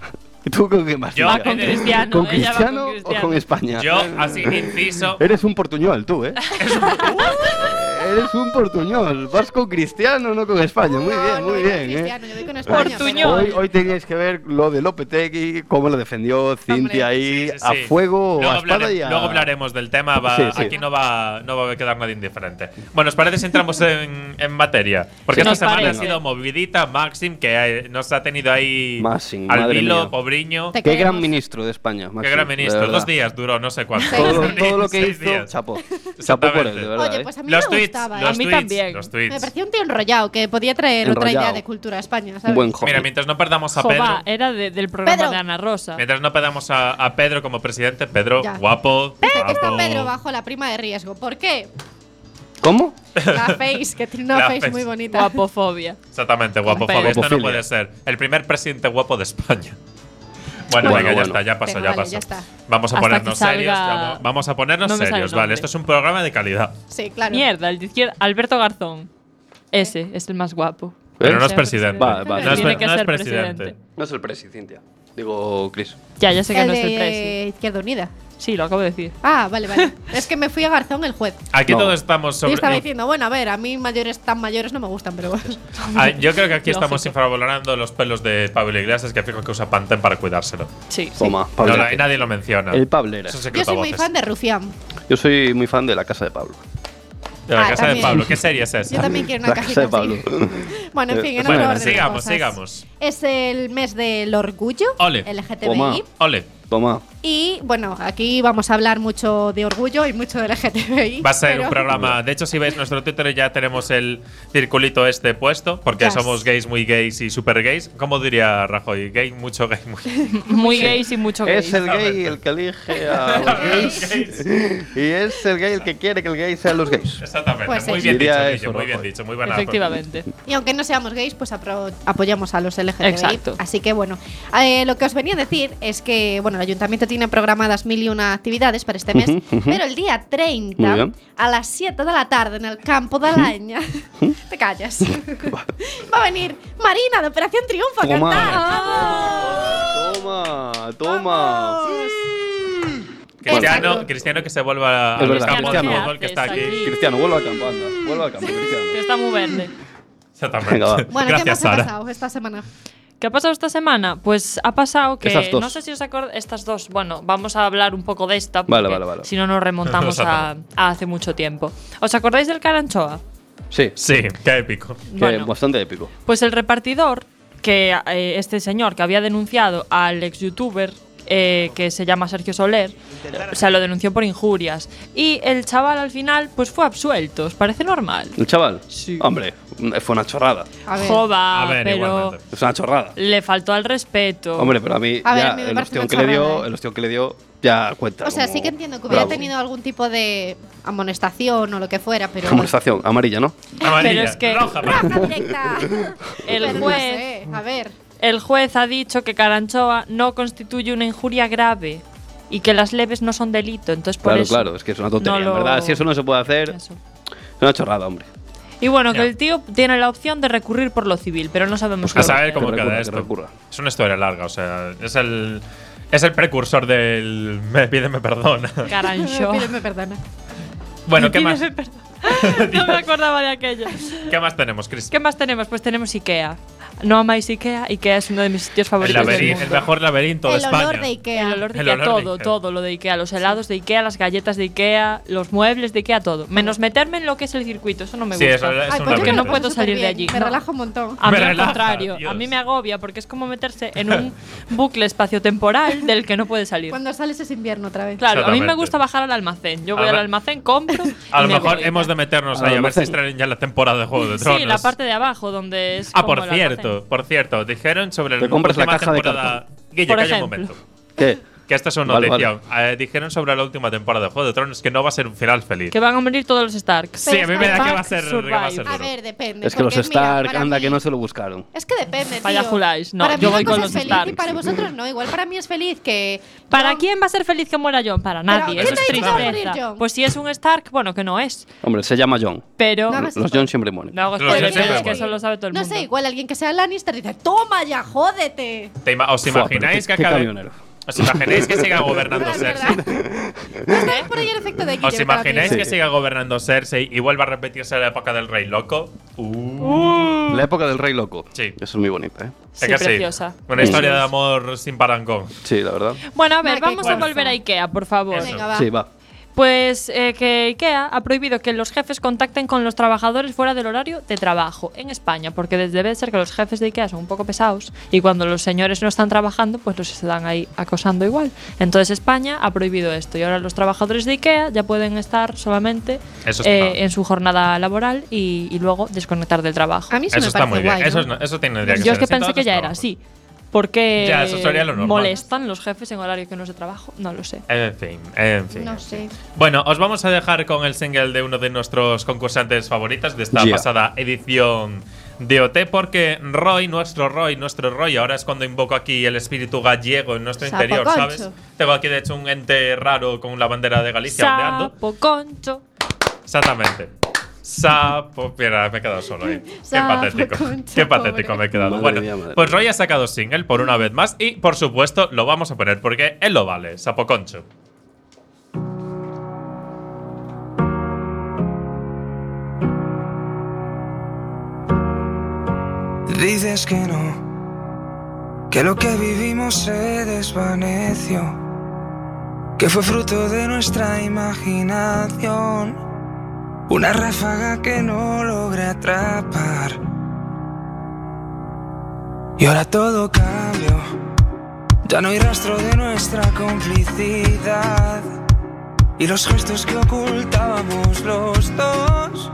[SPEAKER 4] ¿Tú con quién más?
[SPEAKER 3] Yo-
[SPEAKER 4] Cinta?
[SPEAKER 5] Va con Cristiano,
[SPEAKER 4] ¿Con
[SPEAKER 5] ella va
[SPEAKER 4] Cristiano
[SPEAKER 5] con
[SPEAKER 4] o
[SPEAKER 5] Cristiano.
[SPEAKER 4] con España?
[SPEAKER 3] Yo, así, inciso.
[SPEAKER 4] Eres un portuñol, tú, ¿eh? Eres un portuñol. Vas con Cristiano, no con España. Muy
[SPEAKER 6] No,
[SPEAKER 4] bien,
[SPEAKER 6] no
[SPEAKER 4] muy
[SPEAKER 6] voy con
[SPEAKER 4] bien, ¿eh?
[SPEAKER 6] Cristiano, yo voy con España, pero-
[SPEAKER 5] Portuñol.
[SPEAKER 4] Hoy, hoy teníais que ver lo de Lopetegui, cómo lo defendió Cintia ahí
[SPEAKER 3] Sí, sí, sí.
[SPEAKER 4] a fuego,
[SPEAKER 3] luego
[SPEAKER 4] a espada
[SPEAKER 3] hablare-
[SPEAKER 4] y a...
[SPEAKER 3] Luego hablaremos del tema, va-
[SPEAKER 4] Sí, sí.
[SPEAKER 3] aquí no va, no va a quedar nadie indiferente. Bueno, ¿os parece si entramos en, en materia? Porque
[SPEAKER 4] Sí.
[SPEAKER 3] esta
[SPEAKER 4] Nos
[SPEAKER 3] semana
[SPEAKER 5] parece.
[SPEAKER 3] ha sido movidita, Maxim, que eh, nos ha tenido ahí
[SPEAKER 4] Maxim,
[SPEAKER 3] al
[SPEAKER 4] madre
[SPEAKER 3] vilo,
[SPEAKER 4] mía.
[SPEAKER 3] pobriño.
[SPEAKER 6] Te-
[SPEAKER 4] Qué
[SPEAKER 6] queremos.
[SPEAKER 4] gran ministro de España, Maxi,
[SPEAKER 3] Qué gran
[SPEAKER 4] de
[SPEAKER 3] ministro. Dos
[SPEAKER 4] verdad.
[SPEAKER 3] días duró, no sé cuánto.
[SPEAKER 4] Todo, todo lo que
[SPEAKER 3] Seis
[SPEAKER 4] hizo,
[SPEAKER 3] días.
[SPEAKER 4] chapó. Chapó por él,
[SPEAKER 3] Exactamente.
[SPEAKER 4] de verdad.
[SPEAKER 6] Oye,
[SPEAKER 4] ¿eh?
[SPEAKER 6] pues a mí
[SPEAKER 3] Los
[SPEAKER 6] me
[SPEAKER 3] tweets,
[SPEAKER 6] gustaba.
[SPEAKER 3] los
[SPEAKER 5] A mí
[SPEAKER 3] tweets,
[SPEAKER 5] también.
[SPEAKER 3] los
[SPEAKER 6] Me
[SPEAKER 3] tweets.
[SPEAKER 6] parecía un tío enrollado que podía traer otra idea
[SPEAKER 4] Enrollado.
[SPEAKER 6] de cultura a España,
[SPEAKER 4] Un
[SPEAKER 6] ¿sabes?
[SPEAKER 4] buen joven.
[SPEAKER 3] Mira, mientras no perdamos a
[SPEAKER 5] Jova,
[SPEAKER 3] Pedro,
[SPEAKER 5] era de- del programa
[SPEAKER 6] Pedro.
[SPEAKER 5] de Ana Rosa.
[SPEAKER 3] mientras no perdamos a, a Pedro como presidente, Pedro,
[SPEAKER 6] Ya.
[SPEAKER 3] guapo,
[SPEAKER 6] Dice que está
[SPEAKER 3] guapo.
[SPEAKER 6] Pedro bajo la prima de riesgo. ¿Por qué?
[SPEAKER 4] ¿Cómo?
[SPEAKER 6] La face, que tiene una
[SPEAKER 3] La
[SPEAKER 6] face,
[SPEAKER 3] face.
[SPEAKER 6] muy bonita.
[SPEAKER 5] Guapofobia.
[SPEAKER 3] Exactamente, guapo
[SPEAKER 5] Pedro.
[SPEAKER 3] Esto no
[SPEAKER 4] Guapofilia.
[SPEAKER 3] puede ser. El primer presidente guapo de España. Bueno,
[SPEAKER 4] Bueno,
[SPEAKER 3] venga, ya
[SPEAKER 4] bueno.
[SPEAKER 3] está, ya pasó,
[SPEAKER 6] Venga,
[SPEAKER 3] ya
[SPEAKER 6] vale,
[SPEAKER 3] pasó.
[SPEAKER 6] ya está.
[SPEAKER 3] Vamos a
[SPEAKER 5] Hasta
[SPEAKER 3] ponernos
[SPEAKER 5] que salga-
[SPEAKER 3] serios. ya, Vamos a ponernos
[SPEAKER 5] No me sale
[SPEAKER 3] serios,
[SPEAKER 5] el
[SPEAKER 3] vale.
[SPEAKER 5] nombre.
[SPEAKER 3] Esto es un programa de calidad.
[SPEAKER 6] Sí, claro. Eh.
[SPEAKER 5] Mierda, el de izquierda. Alberto Garzón. Ese es el más guapo.
[SPEAKER 4] ¿Eh?
[SPEAKER 3] Pero no es
[SPEAKER 5] Ser
[SPEAKER 3] presidente.
[SPEAKER 4] presidente. Vale, vale.
[SPEAKER 3] No es,
[SPEAKER 4] Tiene
[SPEAKER 3] pre-
[SPEAKER 5] que
[SPEAKER 3] no es
[SPEAKER 5] ser
[SPEAKER 3] presidente.
[SPEAKER 5] presidente.
[SPEAKER 4] No es el presi, Cintia. Digo, Chris.
[SPEAKER 5] Ya, ya sé que
[SPEAKER 6] El
[SPEAKER 5] no es el presi.
[SPEAKER 6] de Izquierda Unida.
[SPEAKER 5] Sí, lo acabo de decir.
[SPEAKER 6] Ah, vale, vale. es que me fui a Garzón el juez.
[SPEAKER 3] Aquí
[SPEAKER 4] No.
[SPEAKER 3] todos estamos
[SPEAKER 6] Yo
[SPEAKER 3] sobre.
[SPEAKER 6] estaba diciendo, bueno, a ver, a mí mayores tan mayores no me gustan, pero bueno.
[SPEAKER 3] Ah, yo creo que aquí estamos
[SPEAKER 5] Lógico.
[SPEAKER 3] infravalorando los pelos de Pablo Iglesias, que fijo que usa Pantene para cuidárselo.
[SPEAKER 5] Sí. sí.
[SPEAKER 4] Toma, Pablo.
[SPEAKER 3] No, no, y nadie lo menciona.
[SPEAKER 4] El Pablo era.
[SPEAKER 3] Eso es
[SPEAKER 6] Yo
[SPEAKER 3] secreto
[SPEAKER 6] soy
[SPEAKER 3] a
[SPEAKER 6] muy
[SPEAKER 3] voces.
[SPEAKER 6] fan de Rufián.
[SPEAKER 4] Yo soy muy fan de la casa de Pablo.
[SPEAKER 3] De la
[SPEAKER 6] Ah,
[SPEAKER 3] casa de
[SPEAKER 6] también.
[SPEAKER 3] Pablo. ¿Qué serie es esa?
[SPEAKER 6] Yo también quiero una
[SPEAKER 4] la casa
[SPEAKER 6] cajita
[SPEAKER 4] de Pablo.
[SPEAKER 6] así. Bueno, en fin, en
[SPEAKER 4] Bueno,
[SPEAKER 6] otro orden de
[SPEAKER 3] sigamos,
[SPEAKER 6] cosas.
[SPEAKER 3] sigamos.
[SPEAKER 6] Es el mes del orgullo
[SPEAKER 3] Ole.
[SPEAKER 6] LGTBI.
[SPEAKER 4] Toma.
[SPEAKER 3] Ole,
[SPEAKER 4] Toma.
[SPEAKER 6] Y bueno, aquí vamos a hablar mucho de orgullo y mucho del LGTBI.
[SPEAKER 3] va a ser un
[SPEAKER 6] pero-
[SPEAKER 3] programa. De hecho, si veis nuestro Twitter, ya tenemos el circulito este puesto, porque
[SPEAKER 6] Yes.
[SPEAKER 3] somos gays, muy gays y super gays. ¿Cómo diría Rajoy? Gay, mucho gay, muy
[SPEAKER 5] Muy gays y mucho gays.
[SPEAKER 4] Es el gay el que elige a los gays. y es el gay el que quiere que el gay sea los gays.
[SPEAKER 3] Exactamente,
[SPEAKER 6] Pues
[SPEAKER 3] muy
[SPEAKER 6] sí.
[SPEAKER 3] bien dicho,
[SPEAKER 4] Diría
[SPEAKER 3] Guille,
[SPEAKER 4] eso,
[SPEAKER 3] muy bien
[SPEAKER 4] Rajoy.
[SPEAKER 3] dicho, muy buena.
[SPEAKER 5] Efectivamente.
[SPEAKER 6] Y aunque no seamos gays, pues apro- apoyamos a los LGTBI.
[SPEAKER 5] Exacto.
[SPEAKER 6] Así que bueno, eh, lo que os venía a decir es que bueno, el ayuntamiento tiene programadas mil y una actividades para este mes,
[SPEAKER 4] Ujú, ujú.
[SPEAKER 6] pero el día
[SPEAKER 4] Muy
[SPEAKER 6] 30
[SPEAKER 4] bien.
[SPEAKER 6] a las 7 de la tarde en el campo de Alaña, te callas, va a venir Marina de Operación Triunfo a
[SPEAKER 4] Toma.
[SPEAKER 6] cantar.
[SPEAKER 4] Toma, toma.
[SPEAKER 3] Cristiano,
[SPEAKER 6] Exacto.
[SPEAKER 3] Cristiano que se vuelva
[SPEAKER 4] Es
[SPEAKER 3] al
[SPEAKER 4] verdad,
[SPEAKER 3] campo de
[SPEAKER 4] Cristiano.
[SPEAKER 3] fútbol que está
[SPEAKER 5] ¿Qué haces
[SPEAKER 3] aquí.
[SPEAKER 5] aquí?
[SPEAKER 4] Cristiano, vuelva al campo, anda. Vuelva al campo, Cristiano.
[SPEAKER 5] Que está muy verde.
[SPEAKER 3] Exactamente.
[SPEAKER 4] Venga, va.
[SPEAKER 6] Bueno, ¿qué
[SPEAKER 3] Gracias,
[SPEAKER 6] más ha
[SPEAKER 3] Sara.
[SPEAKER 6] pasado esta semana?
[SPEAKER 5] ¿Qué ha pasado esta semana? Pues ha pasado que.
[SPEAKER 4] Esas dos.
[SPEAKER 5] No sé si os acordáis. Estas dos. Bueno, vamos a hablar un poco de esta.
[SPEAKER 4] Vale,
[SPEAKER 5] porque
[SPEAKER 4] vale, vale.
[SPEAKER 5] Si no, nos remontamos a, a hace mucho tiempo. ¿Os acordáis del Caranchoa?
[SPEAKER 4] Sí, que
[SPEAKER 3] Sí, qué épico.
[SPEAKER 4] bastante épico.
[SPEAKER 5] Pues el repartidor, que eh, este señor que había denunciado al ex youtuber eh, que se llama Sergio Soler, o sea, lo denunció por injurias. Y el chaval al final, pues fue absuelto, os parece normal.
[SPEAKER 4] ¿El chaval?
[SPEAKER 5] Sí.
[SPEAKER 4] Hombre, fue una chorrada.
[SPEAKER 6] A ver.
[SPEAKER 5] Joda,
[SPEAKER 3] A ver,
[SPEAKER 5] pero
[SPEAKER 3] igualmente.
[SPEAKER 4] Es una chorrada.
[SPEAKER 5] le faltó al respeto.
[SPEAKER 4] Hombre, pero a mí,
[SPEAKER 6] A ver,
[SPEAKER 4] ya
[SPEAKER 6] a mí me
[SPEAKER 4] el,
[SPEAKER 6] parece
[SPEAKER 4] ostión
[SPEAKER 6] una
[SPEAKER 4] que le dio,
[SPEAKER 6] chorrada, ¿eh?
[SPEAKER 4] el ostión que le dio ya cuenta.
[SPEAKER 6] O sea,
[SPEAKER 4] como
[SPEAKER 6] sí que entiendo que hubiera
[SPEAKER 4] bravo.
[SPEAKER 6] tenido algún tipo de amonestación o lo que fuera, pero.
[SPEAKER 4] Amonestación, amarilla, ¿no?
[SPEAKER 3] Amarilla,
[SPEAKER 5] es que-
[SPEAKER 3] roja,
[SPEAKER 6] ¡Rafa directa! Pero
[SPEAKER 5] el
[SPEAKER 6] no
[SPEAKER 5] juez
[SPEAKER 6] sé, A ver.
[SPEAKER 5] El juez ha dicho que Caranchoa no constituye una injuria grave y que las leves no son delito, entonces por
[SPEAKER 4] Claro,
[SPEAKER 5] eso-
[SPEAKER 4] claro, es que es una tontería,
[SPEAKER 5] no lo-
[SPEAKER 4] ¿verdad? Si eso no se puede hacer, es
[SPEAKER 5] eso.
[SPEAKER 4] una chorrada, hombre.
[SPEAKER 5] Y bueno,
[SPEAKER 3] Ya. Pues
[SPEAKER 5] que el tío tiene la opción de recurrir por lo civil, pero no sabemos
[SPEAKER 3] A
[SPEAKER 5] cómo.
[SPEAKER 3] saber cómo
[SPEAKER 4] recurra,
[SPEAKER 3] queda
[SPEAKER 4] que
[SPEAKER 3] esto.
[SPEAKER 4] recurra.
[SPEAKER 3] Es una historia larga, o sea, es el, es el precursor del me pídeme perdón.
[SPEAKER 5] Caranchoa.
[SPEAKER 6] Pídeme perdona.
[SPEAKER 3] bueno, ¿qué más,
[SPEAKER 5] Pídeme perdón. no me acordaba de aquello.
[SPEAKER 3] ¿qué más tenemos, Chris?
[SPEAKER 5] ¿Qué más tenemos? Pues tenemos Ikea. No amáis Ikea, Ikea es uno de mis sitios
[SPEAKER 3] El,
[SPEAKER 5] favoritos del
[SPEAKER 3] laberin-
[SPEAKER 5] mundo.
[SPEAKER 3] el mejor laberinto de
[SPEAKER 6] El
[SPEAKER 3] España.
[SPEAKER 6] olor de Ikea.
[SPEAKER 5] El olor de
[SPEAKER 3] El
[SPEAKER 5] Ikea,
[SPEAKER 3] olor de
[SPEAKER 5] todo,
[SPEAKER 3] Ikea.
[SPEAKER 5] todo lo de Ikea, los helados de Ikea, las galletas de Ikea, los muebles de Ikea, todo. Menos meterme en lo que es el circuito, eso no me
[SPEAKER 3] Ah. Sí,
[SPEAKER 5] gusta.
[SPEAKER 3] eso es
[SPEAKER 6] Ay,
[SPEAKER 3] un
[SPEAKER 6] pues yo
[SPEAKER 5] Porque
[SPEAKER 6] me
[SPEAKER 5] no
[SPEAKER 6] lo
[SPEAKER 3] laberinto.
[SPEAKER 5] puedo
[SPEAKER 6] paso
[SPEAKER 5] salir de
[SPEAKER 6] superbién,
[SPEAKER 5] allí,
[SPEAKER 6] Me
[SPEAKER 5] no.
[SPEAKER 6] relaja un montón.
[SPEAKER 5] A mí
[SPEAKER 3] Me
[SPEAKER 5] al
[SPEAKER 3] relaja,
[SPEAKER 5] contrario, a
[SPEAKER 3] Dios.
[SPEAKER 5] mí me agobia porque es como meterse en un bucle espaciotemporal del que no puede salir.
[SPEAKER 6] Cuando sales es invierno otra vez.
[SPEAKER 5] Claro, a mí me
[SPEAKER 3] Exactamente.
[SPEAKER 5] gusta bajar al almacén. Yo voy
[SPEAKER 3] A
[SPEAKER 5] al
[SPEAKER 3] ver-
[SPEAKER 5] almacén, compro.
[SPEAKER 3] A
[SPEAKER 5] y
[SPEAKER 3] lo
[SPEAKER 5] me
[SPEAKER 3] mejor
[SPEAKER 5] voy.
[SPEAKER 3] hemos de meternos
[SPEAKER 4] Al
[SPEAKER 3] ahí a ver si
[SPEAKER 4] almacén.
[SPEAKER 3] extraen ya la temporada de Juego de Tronos.
[SPEAKER 5] Sí, la parte de abajo donde es.
[SPEAKER 3] ah,
[SPEAKER 5] como
[SPEAKER 3] por
[SPEAKER 5] el almacén.
[SPEAKER 3] cierto, por cierto, dijeron sobre
[SPEAKER 4] Te
[SPEAKER 3] la
[SPEAKER 4] compras la
[SPEAKER 3] última
[SPEAKER 4] caja de
[SPEAKER 3] temporada. Guille,
[SPEAKER 5] Por
[SPEAKER 3] calla un
[SPEAKER 5] ejemplo.
[SPEAKER 3] momento.
[SPEAKER 4] ¿Qué?
[SPEAKER 3] Que esta es una
[SPEAKER 4] Vale,
[SPEAKER 3] noticia. Eh, dijeron sobre la última temporada de Juego de Tronos que no va a ser un final feliz.
[SPEAKER 5] Que van a morir todos los Starks.
[SPEAKER 3] Sí, a mí me da que va a
[SPEAKER 5] Back
[SPEAKER 3] ser.
[SPEAKER 5] survive.
[SPEAKER 3] que va a ser
[SPEAKER 6] A
[SPEAKER 3] duro.
[SPEAKER 6] ver, depende.
[SPEAKER 4] Es que los
[SPEAKER 6] porque, mira,
[SPEAKER 4] Stark,
[SPEAKER 6] para
[SPEAKER 4] anda,
[SPEAKER 6] mí-
[SPEAKER 4] que no se lo buscaron.
[SPEAKER 6] Es que depende, tío.
[SPEAKER 5] Vaya juláis. No,
[SPEAKER 6] para mí
[SPEAKER 5] yo
[SPEAKER 6] una
[SPEAKER 5] voy
[SPEAKER 6] cosa
[SPEAKER 5] con
[SPEAKER 6] es
[SPEAKER 5] los
[SPEAKER 6] feliz
[SPEAKER 5] Stark.
[SPEAKER 6] y para vosotros no. Igual para mí es feliz que.
[SPEAKER 5] ¿Para
[SPEAKER 6] No,
[SPEAKER 5] quién va a ser feliz que muera John? Para nadie.
[SPEAKER 3] ¿quién
[SPEAKER 5] Eso
[SPEAKER 3] te
[SPEAKER 5] es
[SPEAKER 3] ha dicho que va a
[SPEAKER 5] tristeza.
[SPEAKER 6] morir Jon?
[SPEAKER 5] Pues si es un Stark, bueno, que no es.
[SPEAKER 4] Hombre, se llama John.
[SPEAKER 5] Pero.
[SPEAKER 6] No,
[SPEAKER 5] No,
[SPEAKER 6] no
[SPEAKER 4] Los John siempre mueren.
[SPEAKER 5] hago
[SPEAKER 3] Pero
[SPEAKER 5] spoilers,
[SPEAKER 3] yo siempre
[SPEAKER 5] es que
[SPEAKER 3] muero.
[SPEAKER 5] eso lo sabe todo el
[SPEAKER 6] No
[SPEAKER 5] mundo.
[SPEAKER 6] sé, igual alguien que sea Lannister dice: ¡Toma ya, jódete!
[SPEAKER 3] Te ima- ¿Os
[SPEAKER 4] Fua,
[SPEAKER 3] imagináis que
[SPEAKER 4] pero qué- qué
[SPEAKER 3] acabe?
[SPEAKER 4] camionero.
[SPEAKER 3] ¿Os imagináis que siga
[SPEAKER 6] No,
[SPEAKER 3] gobernando
[SPEAKER 6] es
[SPEAKER 3] Cersei?
[SPEAKER 6] verdad. Está por ahí el efecto de Guillermo.
[SPEAKER 3] ¿Os imagináis
[SPEAKER 4] Sí.
[SPEAKER 3] que siga gobernando Cersei y vuelva a repetirse la época del Rey Loco? Uh.
[SPEAKER 4] La época del Rey Loco.
[SPEAKER 3] Sí.
[SPEAKER 4] Eso es muy bonita, ¿eh?
[SPEAKER 5] Sí,
[SPEAKER 3] Eh que sí.
[SPEAKER 5] preciosa.
[SPEAKER 3] Una
[SPEAKER 4] Sí.
[SPEAKER 3] historia de amor sin parangón.
[SPEAKER 4] Sí, la verdad.
[SPEAKER 5] Bueno, a ver,
[SPEAKER 6] Nada, que
[SPEAKER 5] vamos a
[SPEAKER 6] cuarzo.
[SPEAKER 5] volver a Ikea, por favor.
[SPEAKER 3] Eso.
[SPEAKER 6] Venga, va.
[SPEAKER 4] Sí, va.
[SPEAKER 5] Pues eh, que IKEA ha prohibido que los jefes contacten con los trabajadores fuera del horario de trabajo en España, porque desde- debe ser que los jefes de IKEA son un poco pesados y cuando los señores no están trabajando, pues los están ahí acosando igual. Entonces España ha prohibido esto y ahora los trabajadores de IKEA ya pueden estar solamente
[SPEAKER 3] Eso
[SPEAKER 5] eh,
[SPEAKER 3] está.
[SPEAKER 5] en su jornada laboral y, y luego desconectar del trabajo.
[SPEAKER 6] A mí se
[SPEAKER 3] Eso
[SPEAKER 6] me
[SPEAKER 3] está
[SPEAKER 6] parece
[SPEAKER 3] muy bien.
[SPEAKER 6] guay.
[SPEAKER 3] Eso,
[SPEAKER 6] ¿no?
[SPEAKER 3] es, eso tendría que
[SPEAKER 5] Yo
[SPEAKER 3] ser
[SPEAKER 5] es que
[SPEAKER 3] así en
[SPEAKER 5] pensé
[SPEAKER 3] todos
[SPEAKER 5] que
[SPEAKER 3] los
[SPEAKER 5] ya era
[SPEAKER 3] trabajos.
[SPEAKER 5] así. Porque
[SPEAKER 3] Ya, eso sería lo normal.
[SPEAKER 5] molestan los jefes en horario que no es de trabajo, no lo sé.
[SPEAKER 3] En fin, en fin.
[SPEAKER 6] No sé.
[SPEAKER 3] Bueno, os vamos a dejar con el single de uno de nuestros concursantes favoritos de esta
[SPEAKER 4] Yeah.
[SPEAKER 3] pasada edición de OT, porque Roy, nuestro Roy, nuestro Roy, ahora es cuando invoco aquí el espíritu gallego en nuestro
[SPEAKER 6] Sapo
[SPEAKER 3] interior,
[SPEAKER 6] concho.
[SPEAKER 3] ¿sabes? Tengo aquí de hecho un ente raro con la bandera de Galicia ondeando.
[SPEAKER 5] Sapo concho.
[SPEAKER 3] Exactamente. Sapo. Mira, me he quedado solo ahí. Qué
[SPEAKER 6] Sapo
[SPEAKER 3] patético.
[SPEAKER 6] concha,
[SPEAKER 3] Qué patético
[SPEAKER 6] pobre.
[SPEAKER 3] me he quedado.
[SPEAKER 4] Madre
[SPEAKER 3] bueno,
[SPEAKER 4] mía, madre
[SPEAKER 3] pues
[SPEAKER 4] mía.
[SPEAKER 3] Roy ha sacado single por una vez más y, por supuesto, lo vamos a poner porque él lo vale. Sapo Concho.
[SPEAKER 2] Dices que no, que lo que vivimos se desvaneció, que fue fruto de nuestra imaginación, una ráfaga que no logré atrapar. Y ahora todo cambió, ya no hay rastro de nuestra complicidad y los gestos que ocultábamos los dos.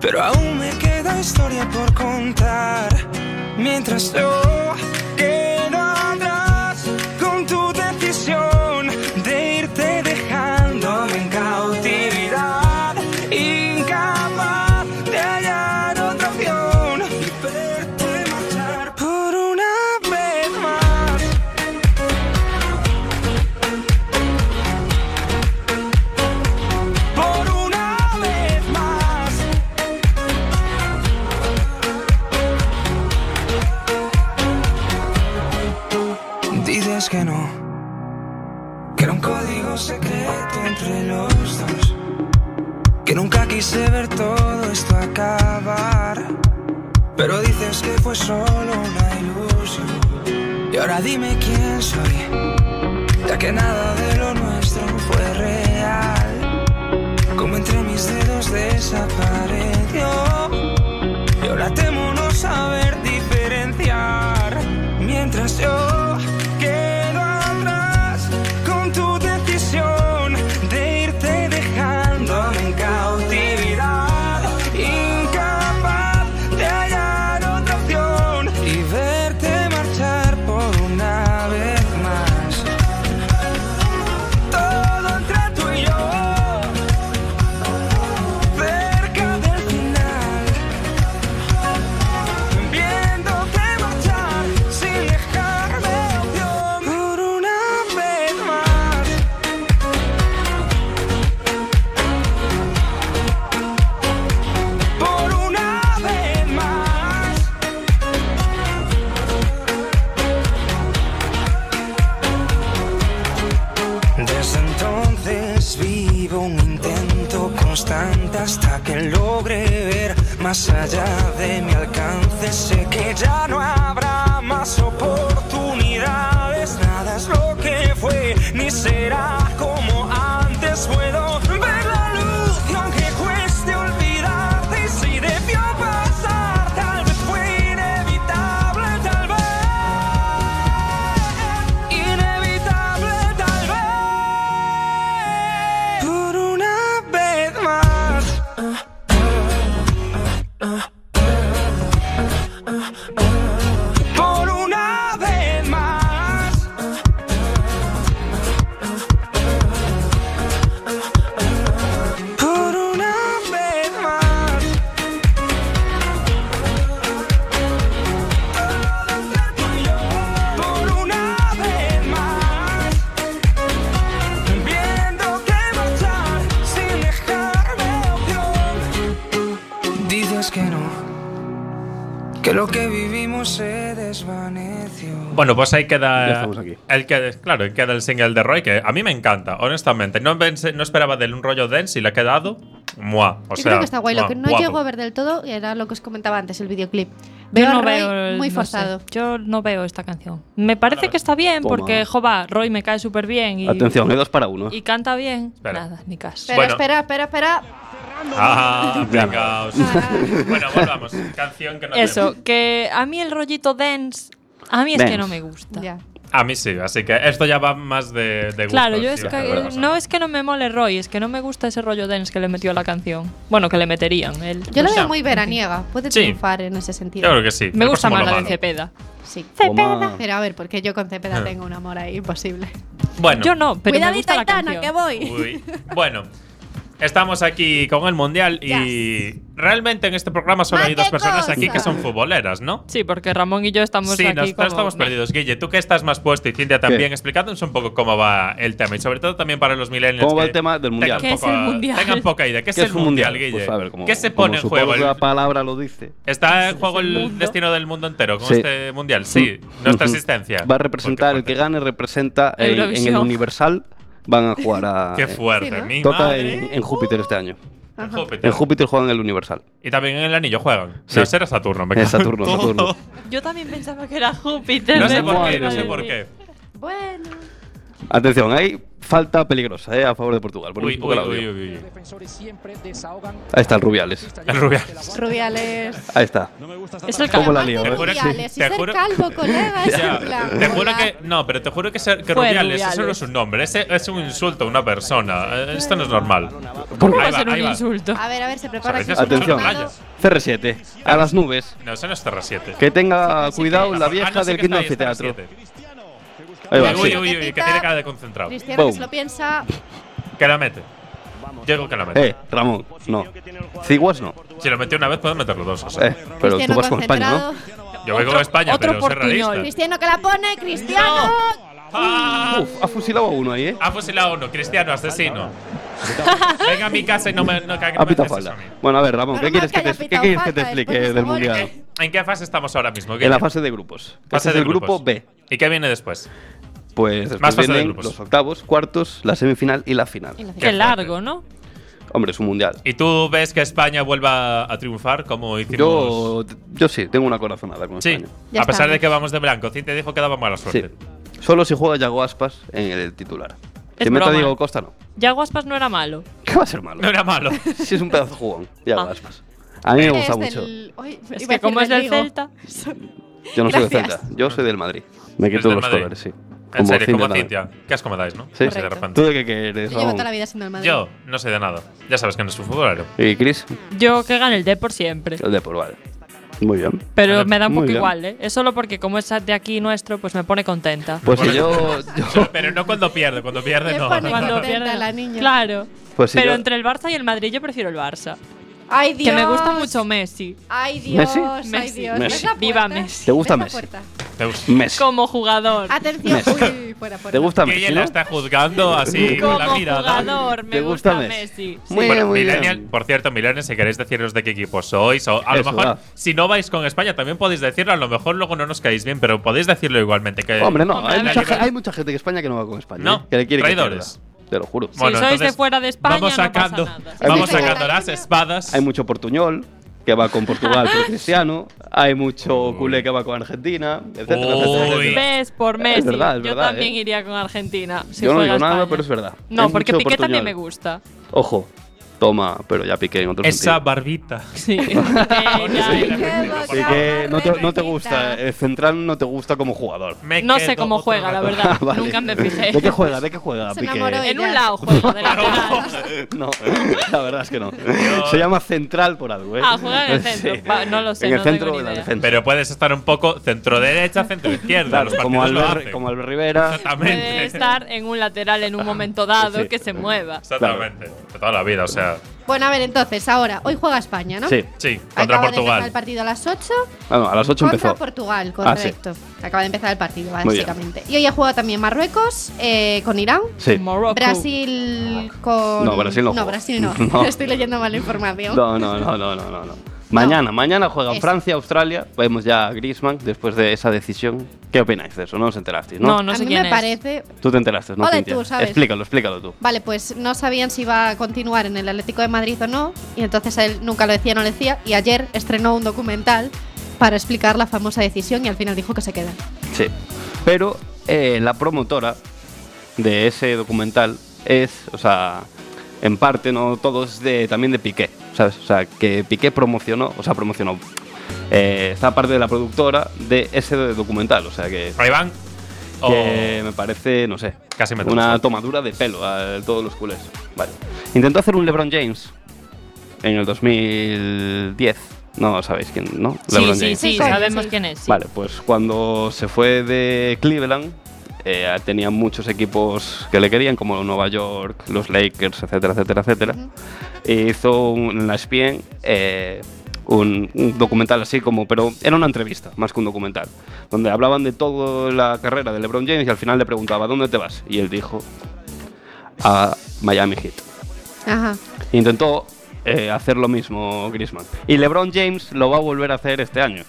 [SPEAKER 2] Pero aún me queda historia por contar. Mientras yo quedo atrás con tu decisión de irte dejándome en cautividad. Incapaz de hallar otra opción y verte marchar por una vez más. Por una vez más. Dices que no, que era un código secreto entre los dos, que nunca quise ver todo esto acabar, pero dices que fue solo una ilusión. Y ahora dime quién soy, ya que nada de lo nuestro fue real, como entre mis dedos desapareció. Y ahora temo no saber diferenciar Mientras yo quedo atrás podré ver más allá de mi alcance. Sé que ya no habrá más oportunidades. Nada es lo que fue, ni será como antes. Puedo ver la luz y aunque cueste olvidarte, si debió pasar, tal vez fue inevitable, tal vez. Inevitable, tal vez. Por una vez más. Por una vez más. Por una vez más. Por una vez más. Viendo que marchar sin dejarme opción. Dices que no. Que lo que vivimos se desvaneció.
[SPEAKER 3] Bueno, pues ahí
[SPEAKER 4] Ya
[SPEAKER 3] queda.
[SPEAKER 4] estamos aquí.
[SPEAKER 3] El que, claro, ahí queda el single de Roy, que a mí me encanta, honestamente. No, pensé- no esperaba de él un rollo dance y le ha quedado. ¡Mua! O
[SPEAKER 6] Yo
[SPEAKER 3] sea,
[SPEAKER 6] creo que está guay. Lo
[SPEAKER 3] ¡mua!
[SPEAKER 6] que no
[SPEAKER 3] guapo.
[SPEAKER 6] llego a ver del todo era lo que os comentaba antes, el videoclip.
[SPEAKER 5] Yo
[SPEAKER 6] Veo a
[SPEAKER 5] no
[SPEAKER 6] Roy
[SPEAKER 5] veo el-
[SPEAKER 6] muy
[SPEAKER 5] no
[SPEAKER 6] forzado.
[SPEAKER 5] sé. Yo no veo esta canción. Me parece que está bien
[SPEAKER 4] Toma.
[SPEAKER 5] porque, jova, Roy me cae súper bien y,
[SPEAKER 4] Atención, hay dos para uno.
[SPEAKER 5] y canta bien.
[SPEAKER 3] Espera.
[SPEAKER 5] Nada, ni caso.
[SPEAKER 6] Espera,
[SPEAKER 3] Bueno.
[SPEAKER 6] espera, espera, espera.
[SPEAKER 3] Ah, venga, os-
[SPEAKER 6] Ah.
[SPEAKER 3] Bueno, volvamos. Canción que no
[SPEAKER 5] Eso,
[SPEAKER 3] tenemos.
[SPEAKER 5] que a mí el rollito dance, a mí es
[SPEAKER 4] Dance.
[SPEAKER 5] que no me gusta.
[SPEAKER 6] Ya.
[SPEAKER 3] A mí sí, así que esto ya va más de, de
[SPEAKER 5] Claro,
[SPEAKER 3] gustos,
[SPEAKER 5] yo
[SPEAKER 3] sí,
[SPEAKER 5] es
[SPEAKER 3] la
[SPEAKER 5] que
[SPEAKER 3] verdad.
[SPEAKER 5] no es que no me mole Roy, es que no me gusta ese rollo dance que le metió a la canción. Bueno, que le meterían él.
[SPEAKER 6] Yo lo
[SPEAKER 3] O sea,
[SPEAKER 6] veo muy veraniega. Puede
[SPEAKER 3] sí.
[SPEAKER 6] triunfar en ese sentido.
[SPEAKER 3] Yo creo que sí.
[SPEAKER 5] Me gusta
[SPEAKER 3] Como
[SPEAKER 5] más
[SPEAKER 3] lo
[SPEAKER 5] la de
[SPEAKER 3] malo.
[SPEAKER 5] Cepeda.
[SPEAKER 6] Sí.
[SPEAKER 4] Toma.
[SPEAKER 6] Pero a ver, porque yo con Cepeda
[SPEAKER 3] Ah.
[SPEAKER 6] tengo un amor ahí imposible.
[SPEAKER 3] Bueno.
[SPEAKER 5] Yo no, pero me
[SPEAKER 6] Cuidadito,
[SPEAKER 5] gusta la
[SPEAKER 6] Aitana,
[SPEAKER 5] canción.
[SPEAKER 6] que voy.
[SPEAKER 3] Uy. Bueno, estamos aquí con el Mundial y realmente en este programa solo hay dos
[SPEAKER 6] Ma, qué
[SPEAKER 3] personas aquí
[SPEAKER 6] cosa.
[SPEAKER 3] que son futboleras, ¿no?
[SPEAKER 5] Sí, porque Ramón y yo estamos
[SPEAKER 3] sí,
[SPEAKER 5] aquí
[SPEAKER 3] nos-
[SPEAKER 5] como-
[SPEAKER 3] no estamos perdidos. Guille, tú que estás más puesto y Cintia también,
[SPEAKER 4] ¿Qué?
[SPEAKER 3] explicándonos un poco cómo va el tema y sobre todo también para los millennials.
[SPEAKER 4] ¿Cómo va
[SPEAKER 3] que
[SPEAKER 4] el tema del
[SPEAKER 3] tengan
[SPEAKER 4] Mundial?
[SPEAKER 5] ¿Qué es el
[SPEAKER 3] poca-
[SPEAKER 5] Mundial?
[SPEAKER 3] Tengan poca idea. ¿Qué, es el Mundial, Guille?
[SPEAKER 4] Pues a ver, como,
[SPEAKER 3] ¿Qué se
[SPEAKER 4] como
[SPEAKER 3] pone en
[SPEAKER 4] supongo
[SPEAKER 3] juego?
[SPEAKER 4] que
[SPEAKER 3] El-
[SPEAKER 4] La palabra lo dice.
[SPEAKER 3] ¿Está en juego el
[SPEAKER 5] mundo.
[SPEAKER 3] destino del mundo entero con
[SPEAKER 4] Sí.
[SPEAKER 3] este Mundial? Sí, nuestra
[SPEAKER 4] Ujú.
[SPEAKER 3] existencia.
[SPEAKER 4] Va a representar, el
[SPEAKER 3] Porque-
[SPEAKER 4] que gane representa en, en el
[SPEAKER 5] Eurovisión.
[SPEAKER 4] Universal. Van a jugar a.
[SPEAKER 3] Qué
[SPEAKER 4] eh,
[SPEAKER 3] fuerte,
[SPEAKER 6] Sí, ¿no?
[SPEAKER 3] mi
[SPEAKER 4] Toca
[SPEAKER 3] madre.
[SPEAKER 4] en, en Júpiter este año.
[SPEAKER 3] En
[SPEAKER 4] En
[SPEAKER 3] Júpiter.
[SPEAKER 4] Júpiter juegan en el Universal.
[SPEAKER 3] Y también en el anillo juegan.
[SPEAKER 4] Sí.
[SPEAKER 3] No, será Saturno. Me cago
[SPEAKER 4] En
[SPEAKER 3] en
[SPEAKER 4] Saturno,
[SPEAKER 3] todo.
[SPEAKER 4] Saturno.
[SPEAKER 5] Yo también pensaba que era Júpiter.
[SPEAKER 3] No sé por
[SPEAKER 5] ¿verdad?
[SPEAKER 3] qué,
[SPEAKER 4] Madre
[SPEAKER 3] no sé
[SPEAKER 4] mía.
[SPEAKER 3] por qué.
[SPEAKER 6] Bueno.
[SPEAKER 4] Atención, hay falta peligrosa eh, a favor de Portugal. por un
[SPEAKER 3] Uy, uy,
[SPEAKER 4] poco el audio.
[SPEAKER 3] uy, uy, uy.
[SPEAKER 4] Ahí está el Rubiales.
[SPEAKER 3] El Rubiales.
[SPEAKER 6] Rubiales.
[SPEAKER 4] Ahí está.
[SPEAKER 7] No me gusta esta
[SPEAKER 5] Es el
[SPEAKER 4] ¿Cómo la
[SPEAKER 5] calvo.
[SPEAKER 4] lío?
[SPEAKER 6] Antes
[SPEAKER 4] eh?
[SPEAKER 3] juro-
[SPEAKER 6] Rubiales
[SPEAKER 3] te
[SPEAKER 6] y ser
[SPEAKER 3] juro-
[SPEAKER 6] calvo,
[SPEAKER 5] Ah,
[SPEAKER 6] colega, es
[SPEAKER 3] Ya,
[SPEAKER 6] en plan,
[SPEAKER 3] te juro
[SPEAKER 6] hola.
[SPEAKER 3] que. No, pero te juro que, ser, que
[SPEAKER 5] Fue
[SPEAKER 3] Rubiales, eso no
[SPEAKER 5] Rubiales.
[SPEAKER 3] es un nombre, ese es un insulto a una persona. eh, Esto no es normal. Ahí
[SPEAKER 5] ¿Cómo va Ah, a
[SPEAKER 3] va,
[SPEAKER 5] ser un
[SPEAKER 3] ahí va.
[SPEAKER 5] insulto?
[SPEAKER 6] A ver, a ver, se prepara.
[SPEAKER 3] O sea,
[SPEAKER 6] aquí un
[SPEAKER 4] Atención.
[SPEAKER 6] tornado.
[SPEAKER 4] CR7. A las nubes.
[SPEAKER 3] No, eso no es Terra 7.
[SPEAKER 4] Que tenga cuidado la
[SPEAKER 3] Ah,
[SPEAKER 4] vieja
[SPEAKER 3] no sé
[SPEAKER 4] del
[SPEAKER 3] qué está
[SPEAKER 4] quinto
[SPEAKER 3] ahí, Terra
[SPEAKER 4] anfiteatro.
[SPEAKER 3] 7.
[SPEAKER 4] Ahí va.
[SPEAKER 3] Uy,
[SPEAKER 4] sí.
[SPEAKER 3] uy, uy, que tiene cara de concentrado.
[SPEAKER 6] Cristiano que
[SPEAKER 4] Boom.
[SPEAKER 6] se lo piensa.
[SPEAKER 3] Que la mete. Diego que la mete.
[SPEAKER 4] Eh, Ramón, no. Ciguas no.
[SPEAKER 3] Si lo metió una vez, puedo meterlo dos. o sea.
[SPEAKER 4] Eh, pero tú
[SPEAKER 6] Cristiano
[SPEAKER 4] vas con España,
[SPEAKER 6] concentrado.
[SPEAKER 4] ¿no?
[SPEAKER 3] Yo voy con España,
[SPEAKER 5] otro
[SPEAKER 3] pero soy
[SPEAKER 5] portuñol.
[SPEAKER 3] realista.
[SPEAKER 6] Cristiano que la pone, Cristiano.
[SPEAKER 3] ¡Ah!
[SPEAKER 4] Uf, ha fusilado a uno ahí, ¿eh?
[SPEAKER 3] Ha fusilado uno, Cristiano, asesino. Venga a mi casa y no me. No, que no
[SPEAKER 4] Ha
[SPEAKER 3] me
[SPEAKER 4] pitado
[SPEAKER 3] haces eso
[SPEAKER 4] falta.
[SPEAKER 3] a mí.
[SPEAKER 4] Bueno, a ver, Ramón, ¿qué
[SPEAKER 6] Normal
[SPEAKER 4] quieres
[SPEAKER 6] que
[SPEAKER 4] que te,
[SPEAKER 6] haya
[SPEAKER 4] ¿qué
[SPEAKER 6] pitado
[SPEAKER 4] quieres que te
[SPEAKER 6] falta
[SPEAKER 4] explique
[SPEAKER 6] después de
[SPEAKER 4] del
[SPEAKER 6] gol.
[SPEAKER 4] Mundial?
[SPEAKER 3] Eh, ¿En qué fase estamos ahora mismo?
[SPEAKER 4] En la
[SPEAKER 3] Guille?
[SPEAKER 4] fase de grupos.
[SPEAKER 3] Fase
[SPEAKER 4] Este es
[SPEAKER 3] de
[SPEAKER 4] el grupo
[SPEAKER 3] grupos.
[SPEAKER 4] B.
[SPEAKER 3] ¿Y qué viene después?
[SPEAKER 4] Pues después
[SPEAKER 3] Más fase de
[SPEAKER 4] vienen
[SPEAKER 3] grupos.
[SPEAKER 4] los octavos, cuartos, la semifinal y la final.
[SPEAKER 5] Qué largo, ¿no?
[SPEAKER 4] Hombre, es un mundial.
[SPEAKER 3] ¿Y tú ves que España vuelva a triunfar como hicimos?
[SPEAKER 4] Yo, yo sí, tengo una corazonada con
[SPEAKER 3] Sí, Pues
[SPEAKER 4] España.
[SPEAKER 6] Ya
[SPEAKER 3] a pesar
[SPEAKER 6] estamos.
[SPEAKER 3] de que vamos de blanco. Cintia dijo que daba mala
[SPEAKER 4] Sí.
[SPEAKER 3] suerte.
[SPEAKER 4] Solo si juega Yago Aspas en el titular.
[SPEAKER 5] Es
[SPEAKER 4] Si meta
[SPEAKER 5] broma.
[SPEAKER 6] ¿eh?
[SPEAKER 4] Diego Costa, no.
[SPEAKER 5] Ya Guaspas no era malo.
[SPEAKER 4] ¿Qué va a ser malo?
[SPEAKER 3] No era malo.
[SPEAKER 4] Si es un pedazo de jugón, Yago
[SPEAKER 5] Ah.
[SPEAKER 4] Aspas. A mí me
[SPEAKER 6] Es
[SPEAKER 4] gusta
[SPEAKER 6] del-
[SPEAKER 4] mucho.
[SPEAKER 6] Ay, iba a
[SPEAKER 5] Es
[SPEAKER 6] decir
[SPEAKER 5] que como es del
[SPEAKER 6] Vigo.
[SPEAKER 5] Celta,
[SPEAKER 4] Yo no soy del
[SPEAKER 6] Gracias.
[SPEAKER 4] Celta, yo soy del Madrid. Me
[SPEAKER 3] Eres
[SPEAKER 4] quito
[SPEAKER 3] del
[SPEAKER 4] los
[SPEAKER 3] Madrid.
[SPEAKER 4] colores, sí.
[SPEAKER 3] En serio, como
[SPEAKER 4] también.
[SPEAKER 3] Cintia. Qué asco me dais, ¿no?
[SPEAKER 4] Sí.
[SPEAKER 3] de
[SPEAKER 6] Correcto.
[SPEAKER 4] ¿Tú
[SPEAKER 3] repente.
[SPEAKER 4] de qué que eres,
[SPEAKER 6] Yo llevo
[SPEAKER 4] Ramón?
[SPEAKER 6] toda la vida siendo el Madrid.
[SPEAKER 3] Yo no sé de nada. Ya sabes que no soy futbolero.
[SPEAKER 4] ¿Y Eh, Chris?
[SPEAKER 5] yo que gane el D por siempre.
[SPEAKER 4] El de por vale. Muy bien.
[SPEAKER 5] Pero me da un
[SPEAKER 4] Muy
[SPEAKER 5] poco
[SPEAKER 4] bien.
[SPEAKER 5] igual, ¿eh? Es solo porque como es de aquí nuestro, pues me pone contenta.
[SPEAKER 4] Pues si
[SPEAKER 3] Bueno,
[SPEAKER 4] yo, yo-
[SPEAKER 3] Pero no cuando pierde, cuando pierde
[SPEAKER 6] Le
[SPEAKER 3] no.
[SPEAKER 6] pone
[SPEAKER 5] Cuando
[SPEAKER 6] contenta
[SPEAKER 5] pierde
[SPEAKER 6] la niña.
[SPEAKER 5] Claro.
[SPEAKER 4] Pues si
[SPEAKER 5] Pero
[SPEAKER 4] yo-
[SPEAKER 5] entre el Barça y el Madrid yo prefiero el Barça.
[SPEAKER 6] Ay, Dios.
[SPEAKER 5] Que me gusta mucho Messi.
[SPEAKER 6] Ay, Dios.
[SPEAKER 4] ¿Messi?
[SPEAKER 6] Ay,
[SPEAKER 5] Messi.
[SPEAKER 6] Dios.
[SPEAKER 4] Messi.
[SPEAKER 6] ¿Ves la
[SPEAKER 5] Viva
[SPEAKER 6] puerta?
[SPEAKER 5] Messi.
[SPEAKER 4] ¿Te gusta
[SPEAKER 6] ¿Ves la
[SPEAKER 4] Messi?
[SPEAKER 6] puerta?
[SPEAKER 3] Te gusta.
[SPEAKER 4] Messi.
[SPEAKER 5] Como jugador.
[SPEAKER 6] Atención.
[SPEAKER 4] Messi.
[SPEAKER 6] Uy, fuera, fuera.
[SPEAKER 4] ¿Te gusta
[SPEAKER 3] Que
[SPEAKER 4] Messi?
[SPEAKER 3] ella
[SPEAKER 4] no?
[SPEAKER 3] la está juzgando así con la
[SPEAKER 5] Como
[SPEAKER 3] mirada.
[SPEAKER 5] jugador me
[SPEAKER 4] ¿Te
[SPEAKER 5] gusta
[SPEAKER 4] gusta
[SPEAKER 5] Messi.
[SPEAKER 4] Muy
[SPEAKER 3] Bueno,
[SPEAKER 4] bien, muy
[SPEAKER 3] Millennial,
[SPEAKER 4] bien.
[SPEAKER 3] por cierto, Millennial, si queréis decirnos de qué equipo sois, o a lo
[SPEAKER 4] Eso,
[SPEAKER 3] mejor,
[SPEAKER 4] va.
[SPEAKER 3] si no vais con España, también podéis decirlo, a lo mejor luego no nos caéis bien, pero podéis decirlo igualmente. Que
[SPEAKER 4] Hombre, no,
[SPEAKER 5] Hombre,
[SPEAKER 4] hay
[SPEAKER 5] la
[SPEAKER 4] mucha,
[SPEAKER 5] liber-
[SPEAKER 4] hay mucha gente que España que no va con España.
[SPEAKER 3] No,
[SPEAKER 4] ¿eh? que le quiere que
[SPEAKER 3] traidores.
[SPEAKER 4] pierda. te lo juro.
[SPEAKER 5] Si sois de fuera de España,
[SPEAKER 3] vamos
[SPEAKER 5] no
[SPEAKER 3] sacando,
[SPEAKER 5] pasa nada.
[SPEAKER 4] Hay
[SPEAKER 3] vamos
[SPEAKER 4] mucho-
[SPEAKER 3] sacando las espadas.
[SPEAKER 4] Hay mucho portuñol que va con Portugal por Cristiano, hay mucho culé que va con Argentina, etcétera, etcétera,
[SPEAKER 3] Uy.
[SPEAKER 4] etcétera.
[SPEAKER 5] Ves por
[SPEAKER 4] Es
[SPEAKER 5] Messi.
[SPEAKER 4] verdad, es
[SPEAKER 5] Yo
[SPEAKER 4] verdad,
[SPEAKER 5] también
[SPEAKER 4] ¿eh?
[SPEAKER 5] iría con Argentina. si
[SPEAKER 4] Yo no
[SPEAKER 5] juega
[SPEAKER 4] digo nada,
[SPEAKER 5] España.
[SPEAKER 4] pero es verdad.
[SPEAKER 5] No,
[SPEAKER 4] Hay
[SPEAKER 5] porque
[SPEAKER 4] mucho
[SPEAKER 5] Piqué también
[SPEAKER 4] portuñol.
[SPEAKER 5] me gusta.
[SPEAKER 4] Ojo, toma, pero ya piqué en otro
[SPEAKER 3] Esa
[SPEAKER 4] sentido.
[SPEAKER 3] barbita.
[SPEAKER 5] Sí. Piqué, ya,
[SPEAKER 3] Sí,
[SPEAKER 5] ya.
[SPEAKER 4] Así que no te, no te gusta, eh,
[SPEAKER 5] eh.
[SPEAKER 4] el central no te gusta como jugador.
[SPEAKER 3] Me
[SPEAKER 5] No sé
[SPEAKER 3] quedo
[SPEAKER 5] cómo
[SPEAKER 3] otro
[SPEAKER 5] juega, la
[SPEAKER 3] rato.
[SPEAKER 5] verdad.
[SPEAKER 6] Ah,
[SPEAKER 4] Ah, Vale.
[SPEAKER 5] Nunca me fijé.
[SPEAKER 4] ¿De qué juega? ¿De qué juega?
[SPEAKER 6] Se
[SPEAKER 4] Piqué?
[SPEAKER 6] enamoró de-
[SPEAKER 5] En un lado juego de lateral.
[SPEAKER 4] No, la verdad es que no. Se llama central por algo, ¿eh?
[SPEAKER 5] Ah, juega en el centro. Va, no lo sé,
[SPEAKER 4] En el
[SPEAKER 5] no tengo
[SPEAKER 4] centro
[SPEAKER 5] ni
[SPEAKER 4] o en la
[SPEAKER 5] idea.
[SPEAKER 4] defensa.
[SPEAKER 3] Pero puedes estar un poco centro derecha, centro izquierda.
[SPEAKER 4] Claro,
[SPEAKER 3] los partidos
[SPEAKER 4] como
[SPEAKER 3] lo
[SPEAKER 4] Albert,
[SPEAKER 3] hacen.
[SPEAKER 4] como Albert Rivera.
[SPEAKER 5] Puede
[SPEAKER 3] Exactamente.
[SPEAKER 5] estar en un lateral en un momento dado
[SPEAKER 4] Sí.
[SPEAKER 5] que se mueva.
[SPEAKER 3] Exactamente. De toda la vida, o sea.
[SPEAKER 6] Bueno, a ver, entonces, ahora, hoy juega España, ¿no?
[SPEAKER 4] Sí,
[SPEAKER 3] Sí, contra
[SPEAKER 6] Acaba de empezar
[SPEAKER 3] Portugal.
[SPEAKER 6] el partido a las 8
[SPEAKER 4] Ah, no, a las 8
[SPEAKER 6] contra
[SPEAKER 4] empezó.
[SPEAKER 6] Portugal,
[SPEAKER 4] Ah, sí.
[SPEAKER 6] correcto. Acaba de empezar el partido,
[SPEAKER 4] Muy bien.
[SPEAKER 6] básicamente. Y hoy ha jugado también Marruecos eh, con Irán.
[SPEAKER 4] Sí.
[SPEAKER 5] Morocco.
[SPEAKER 6] Brasil con.
[SPEAKER 4] No, Brasil no
[SPEAKER 6] No,
[SPEAKER 4] jugó.
[SPEAKER 6] Brasil no.
[SPEAKER 4] No.
[SPEAKER 6] Estoy leyendo mal la información.
[SPEAKER 4] No, no, no, no, no, no. no. Mañana, mañana juegan
[SPEAKER 6] Eso.
[SPEAKER 4] Francia, Australia. Vemos ya a Griezmann después de esa decisión. ¿Qué opináis de eso? No os enterasteis, ¿no?
[SPEAKER 5] No, no
[SPEAKER 6] a
[SPEAKER 5] sé
[SPEAKER 6] mí
[SPEAKER 5] quién
[SPEAKER 6] me
[SPEAKER 5] es.
[SPEAKER 6] parece.
[SPEAKER 4] Tú te enteraste, ¿no?
[SPEAKER 6] Ole,
[SPEAKER 4] Cintia?
[SPEAKER 6] tú sabes.
[SPEAKER 4] Explícalo, explícalo tú.
[SPEAKER 6] Vale, pues no sabían si iba a continuar en el Atlético de Madrid o no, y entonces él nunca lo decía, no lo decía, y ayer estrenó un documental para explicar la famosa decisión y al final dijo que se queda.
[SPEAKER 4] Sí. Pero eh, la promotora de ese documental es, o sea, en parte, no todos, de, también de Piqué, ¿sabes? O sea, que Piqué promocionó, o sea, promocionó. eh, está parte de la productora de ese documental, o sea que,
[SPEAKER 3] Ahí van. Oh,
[SPEAKER 4] que me parece, no sé,
[SPEAKER 3] Casi me
[SPEAKER 4] una
[SPEAKER 3] tomas.
[SPEAKER 4] tomadura de pelo a todos los culés. Vale. Intentó hacer un LeBron James en el 2010. No sabéis quién, ¿no?
[SPEAKER 5] Sí,
[SPEAKER 4] LeBron
[SPEAKER 5] sí,
[SPEAKER 4] James.
[SPEAKER 5] sí,
[SPEAKER 6] Sí,
[SPEAKER 5] sabemos
[SPEAKER 6] sí.
[SPEAKER 5] quién es. sí.
[SPEAKER 4] Vale, pues cuando se fue de Cleveland, eh, tenía muchos equipos que le querían, como Nueva York, los Lakers, etcétera, etcétera, etcétera. E hizo un- en la ESPN eh, un, un documental así como, pero era una entrevista más que un documental, donde hablaban de toda la carrera de LeBron James y al final le preguntaba, ¿dónde te vas? Y él dijo, a Miami Heat.
[SPEAKER 6] Ajá.
[SPEAKER 4] Intentó eh, hacer lo mismo Griezmann. Y LeBron James lo va a volver a hacer este año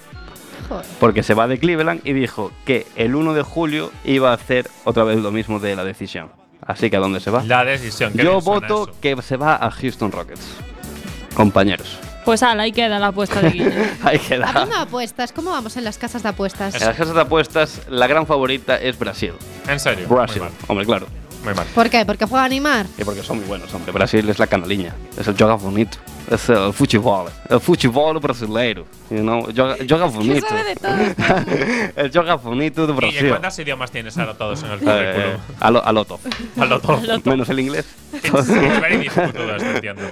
[SPEAKER 6] Joder.
[SPEAKER 4] porque se va de Cleveland y dijo que el 1 de julio iba a hacer otra vez lo mismo de la decisión. Así que ¿a dónde se va?
[SPEAKER 3] La decisión. qué
[SPEAKER 4] Yo
[SPEAKER 3] bien suena
[SPEAKER 4] voto
[SPEAKER 3] eso.
[SPEAKER 4] que se va a Houston Rockets. Compañeros,
[SPEAKER 5] Pues ala, ahí queda la apuesta de Guille.
[SPEAKER 4] hay que dar.
[SPEAKER 6] Hablando de apuestas, ¿cómo vamos en las casas de apuestas?
[SPEAKER 4] En las casas de apuestas, la gran favorita es Brasil.
[SPEAKER 3] En serio.
[SPEAKER 4] Brasil,
[SPEAKER 3] Muy mal.
[SPEAKER 4] hombre, claro.
[SPEAKER 3] Muy mal.
[SPEAKER 6] ¿Por qué? ¿Porque juega a animar?
[SPEAKER 4] Y porque son muy buenos, hombre. Brasil es la canaliña, es el joga bonito, es el fútbol, el fútbol brasileiro. You know? joga, joga bonito.
[SPEAKER 6] sabe de todo.
[SPEAKER 4] el joga bonito de
[SPEAKER 3] ¿Y
[SPEAKER 4] Brasil.
[SPEAKER 3] cuántos idiomas tienes anotados en el
[SPEAKER 4] Eh,
[SPEAKER 3] currículum?
[SPEAKER 4] a lo, a lo top.
[SPEAKER 3] A lo todo.
[SPEAKER 4] Menos el inglés.
[SPEAKER 3] Es very disputudo, esto entiendo.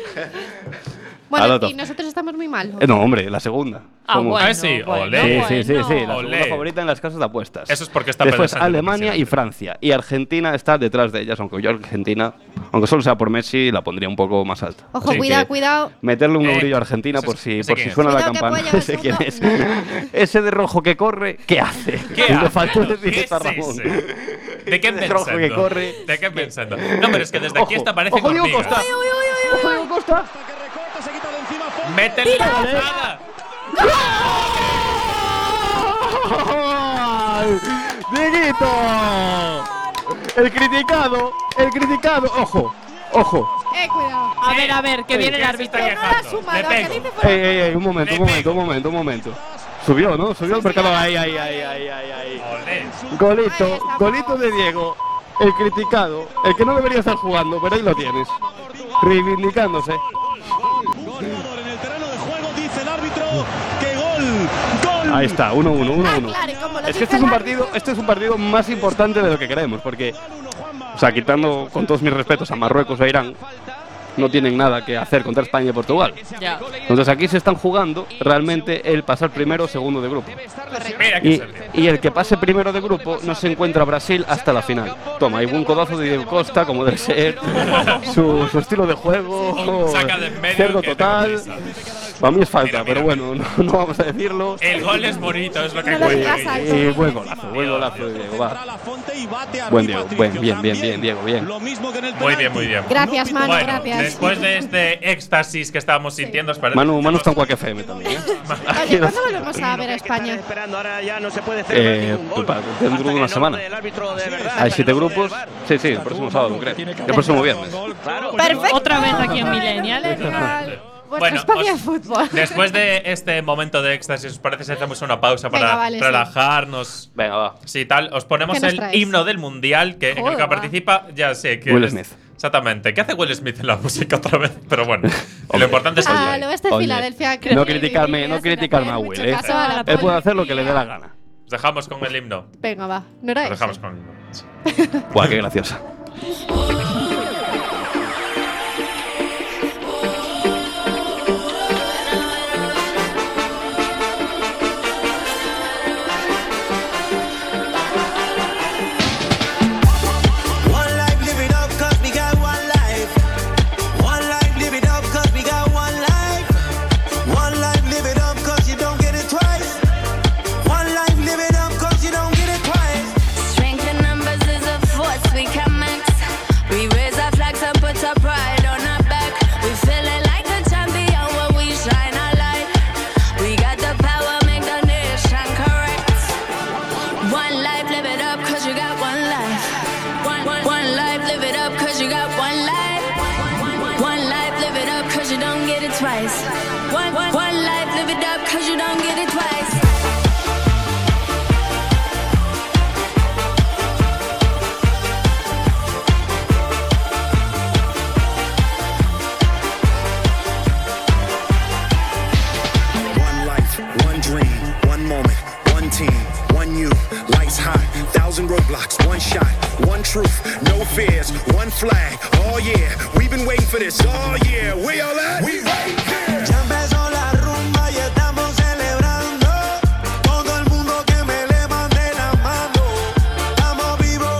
[SPEAKER 6] Bueno,
[SPEAKER 4] Anoto.
[SPEAKER 6] y nosotros estamos muy mal.
[SPEAKER 4] Eh, No, hombre, la segunda.
[SPEAKER 5] Ah,
[SPEAKER 4] Somos-
[SPEAKER 5] bueno.
[SPEAKER 3] Ah, sí,
[SPEAKER 5] bueno,
[SPEAKER 3] olé.
[SPEAKER 4] Sí, sí,
[SPEAKER 5] bueno.
[SPEAKER 4] sí, sí, la segunda
[SPEAKER 3] Olé.
[SPEAKER 4] favorita en las casas de apuestas.
[SPEAKER 3] Eso es porque está
[SPEAKER 4] Después
[SPEAKER 3] Pedro Sánchez
[SPEAKER 4] Alemania y
[SPEAKER 3] presidente.
[SPEAKER 4] Francia. Y Argentina está detrás de ellas, aunque yo Argentina, aunque solo sea por Messi, la pondría un poco más alta.
[SPEAKER 6] Ojo,
[SPEAKER 4] Así
[SPEAKER 6] cuidado,
[SPEAKER 4] que
[SPEAKER 6] cuidado.
[SPEAKER 4] Meterle un
[SPEAKER 3] Eh,
[SPEAKER 4] eurillo a Argentina
[SPEAKER 3] ese-
[SPEAKER 4] por si,
[SPEAKER 3] ese
[SPEAKER 4] por
[SPEAKER 3] quién
[SPEAKER 4] si
[SPEAKER 3] es.
[SPEAKER 4] suena la
[SPEAKER 6] Cuidado que
[SPEAKER 4] campana.
[SPEAKER 6] puede
[SPEAKER 4] Ese quién
[SPEAKER 6] llegar
[SPEAKER 4] es.
[SPEAKER 6] segundo.
[SPEAKER 4] Ese de rojo que corre, ¿qué hace?
[SPEAKER 3] ¿Qué
[SPEAKER 4] Le
[SPEAKER 3] hace? ¿Qué
[SPEAKER 4] faltó decir
[SPEAKER 3] es
[SPEAKER 4] a Ramón.
[SPEAKER 3] ese? ¿De qué
[SPEAKER 4] Ese
[SPEAKER 3] pensando?
[SPEAKER 4] rojo que corre.
[SPEAKER 3] ¿De qué pensando? No, pero es que desde aquí
[SPEAKER 4] Ojo,
[SPEAKER 3] esta parece
[SPEAKER 4] ojo, Diego
[SPEAKER 3] hormigas.
[SPEAKER 4] Costa. Ojo, Diego Costa.
[SPEAKER 7] Hasta que recorta, se quita de encima Fon.
[SPEAKER 3] ¡Mete la gozada!
[SPEAKER 4] ¡Gol! ¡Dieguito! El criticado, el criticado, ojo, ojo.
[SPEAKER 6] Eh, cuidado.
[SPEAKER 5] A ver, a ver, que viene el
[SPEAKER 3] ¿Quién se
[SPEAKER 5] árbitro.
[SPEAKER 3] está
[SPEAKER 6] Que no la
[SPEAKER 3] quejando?
[SPEAKER 6] suma,
[SPEAKER 3] Le
[SPEAKER 6] la que
[SPEAKER 3] pego.
[SPEAKER 6] dice
[SPEAKER 4] Ey,
[SPEAKER 6] fuera.
[SPEAKER 4] ey, ey, un momento, un momento, un momento, un momento. Subió, ¿no? Subió el mercado. Ahí, ahí, ahí, ahí, ahí, ahí.
[SPEAKER 3] Olé.
[SPEAKER 4] Golito, golito de Diego. El criticado, el que no debería estar jugando, pero ahí lo tienes. Reivindicándose.
[SPEAKER 7] Gol, Ecuador en el terreno de juego, dice el árbitro que gol, gol.
[SPEAKER 4] Ahí está, 1-1, 1-1.
[SPEAKER 6] Ah, claro, como lo
[SPEAKER 4] Es que
[SPEAKER 6] dice
[SPEAKER 4] este es un
[SPEAKER 6] el
[SPEAKER 4] partido, este es un partido más importante de lo que creemos, porque, o sea, quitando con todos mis respetos a Marruecos e Irán, no tienen nada que hacer contra España y Portugal.
[SPEAKER 5] Ya.
[SPEAKER 4] Entonces aquí se están jugando realmente el pasar primero o segundo de grupo.
[SPEAKER 3] Mira qué
[SPEAKER 4] Y,
[SPEAKER 3] suerte.
[SPEAKER 4] y el que pase primero de grupo no se encuentra a Brasil hasta la final. Toma, hay un codazo de Diego Costa, como debe ser, su, su estilo de juego,
[SPEAKER 3] Saca de en medio
[SPEAKER 4] cerdo
[SPEAKER 3] que tengo
[SPEAKER 4] total.
[SPEAKER 3] prisa.
[SPEAKER 4] Para mí es
[SPEAKER 3] Mira,
[SPEAKER 4] falta,
[SPEAKER 3] mira,
[SPEAKER 4] pero
[SPEAKER 3] mira.
[SPEAKER 4] bueno, no, no vamos a decirlo.
[SPEAKER 3] El gol es bonito, es lo que
[SPEAKER 6] No lo
[SPEAKER 3] cuenta.
[SPEAKER 6] digas, Alex.
[SPEAKER 4] Eh, buen golazo, buen golazo de Diego, va. Buen Diego, buen, bien, bien, bien, Diego, bien.
[SPEAKER 3] Muy bien, muy bien.
[SPEAKER 6] Gracias, Manu,
[SPEAKER 3] bueno,
[SPEAKER 6] gracias.
[SPEAKER 3] después de este éxtasis que estábamos sintiendo, os parece.
[SPEAKER 4] Manu, Manu está en Quack FM también, ¿eh?
[SPEAKER 6] Oye, ¿cuándo volvemos a ver a España?
[SPEAKER 8] Esperando, ahora ya no se puede
[SPEAKER 4] Eh,
[SPEAKER 8] celebrar ningún gol.
[SPEAKER 4] pa- dentro de
[SPEAKER 8] Hasta que
[SPEAKER 4] una
[SPEAKER 8] no
[SPEAKER 4] semana.
[SPEAKER 8] lo dé el árbitro de verdad, hasta
[SPEAKER 4] Hay
[SPEAKER 8] que
[SPEAKER 4] siete
[SPEAKER 8] no lo dé el
[SPEAKER 4] grupos.
[SPEAKER 8] VAR.
[SPEAKER 4] Sí, sí, el próximo sábado, creo. El próximo viernes.
[SPEAKER 8] Claro.
[SPEAKER 6] Perfecto.
[SPEAKER 5] Otra vez aquí en Millennial.
[SPEAKER 6] Vuestra
[SPEAKER 3] Bueno,
[SPEAKER 6] España
[SPEAKER 3] os-
[SPEAKER 6] de fútbol.
[SPEAKER 3] Después de este momento de éxtasis, ¿os parece si hacemos una pausa para
[SPEAKER 6] Venga, vale, sí.
[SPEAKER 3] relajarnos?
[SPEAKER 4] Venga, va.
[SPEAKER 3] Sí, tal. Os ponemos
[SPEAKER 6] ¿Qué nos
[SPEAKER 3] el
[SPEAKER 6] traes?
[SPEAKER 3] himno del mundial que, en el
[SPEAKER 5] Joder,
[SPEAKER 3] que
[SPEAKER 5] va.
[SPEAKER 3] participa, ya sé que.
[SPEAKER 4] Will
[SPEAKER 3] es-
[SPEAKER 4] Smith.
[SPEAKER 3] Exactamente. ¿Qué hace Will Smith en la música otra vez? Pero bueno, lo
[SPEAKER 4] Hombre.
[SPEAKER 3] importante es que.
[SPEAKER 6] Al oeste de
[SPEAKER 4] Oye,
[SPEAKER 6] Filadelfia.
[SPEAKER 4] no criticarme- no criticarme a Will, ¿eh? Él puede hacer lo que le dé la gana.
[SPEAKER 3] Os dejamos con el himno.
[SPEAKER 6] Venga, va. No era
[SPEAKER 3] Os
[SPEAKER 6] eso.
[SPEAKER 3] dejamos con el himno. Sí.
[SPEAKER 4] Buah, qué graciosa.
[SPEAKER 9] One life, live it up, cause we got one life. One life, live it up, cause we got one life. One life, live it up, cause you don't get it twice. One life, live it up, cause you don't get it twice.
[SPEAKER 10] Strength in numbers is a force we can max. We raise our flags and put our pride on our back. We feel it like a champion when we shine our light. We got the power, make the nation correct. One life, live it up, cause you got one life. One, one, one life, live it up, cause you got one life. One life, live it up, cause you don't get it twice. One, one, one life, live it up, cause you don't get it twice.
[SPEAKER 11] One life, one dream, one moment, one team, one you. Lights high, thousand roadblocks, one shot, one truth, no fears, one flag. Oh yeah, we've been waiting for this all year. We all at? We right here.
[SPEAKER 9] Ya empezó la rumba y estamos celebrando. Todo el mundo que me levante la mano. Estamos vivos,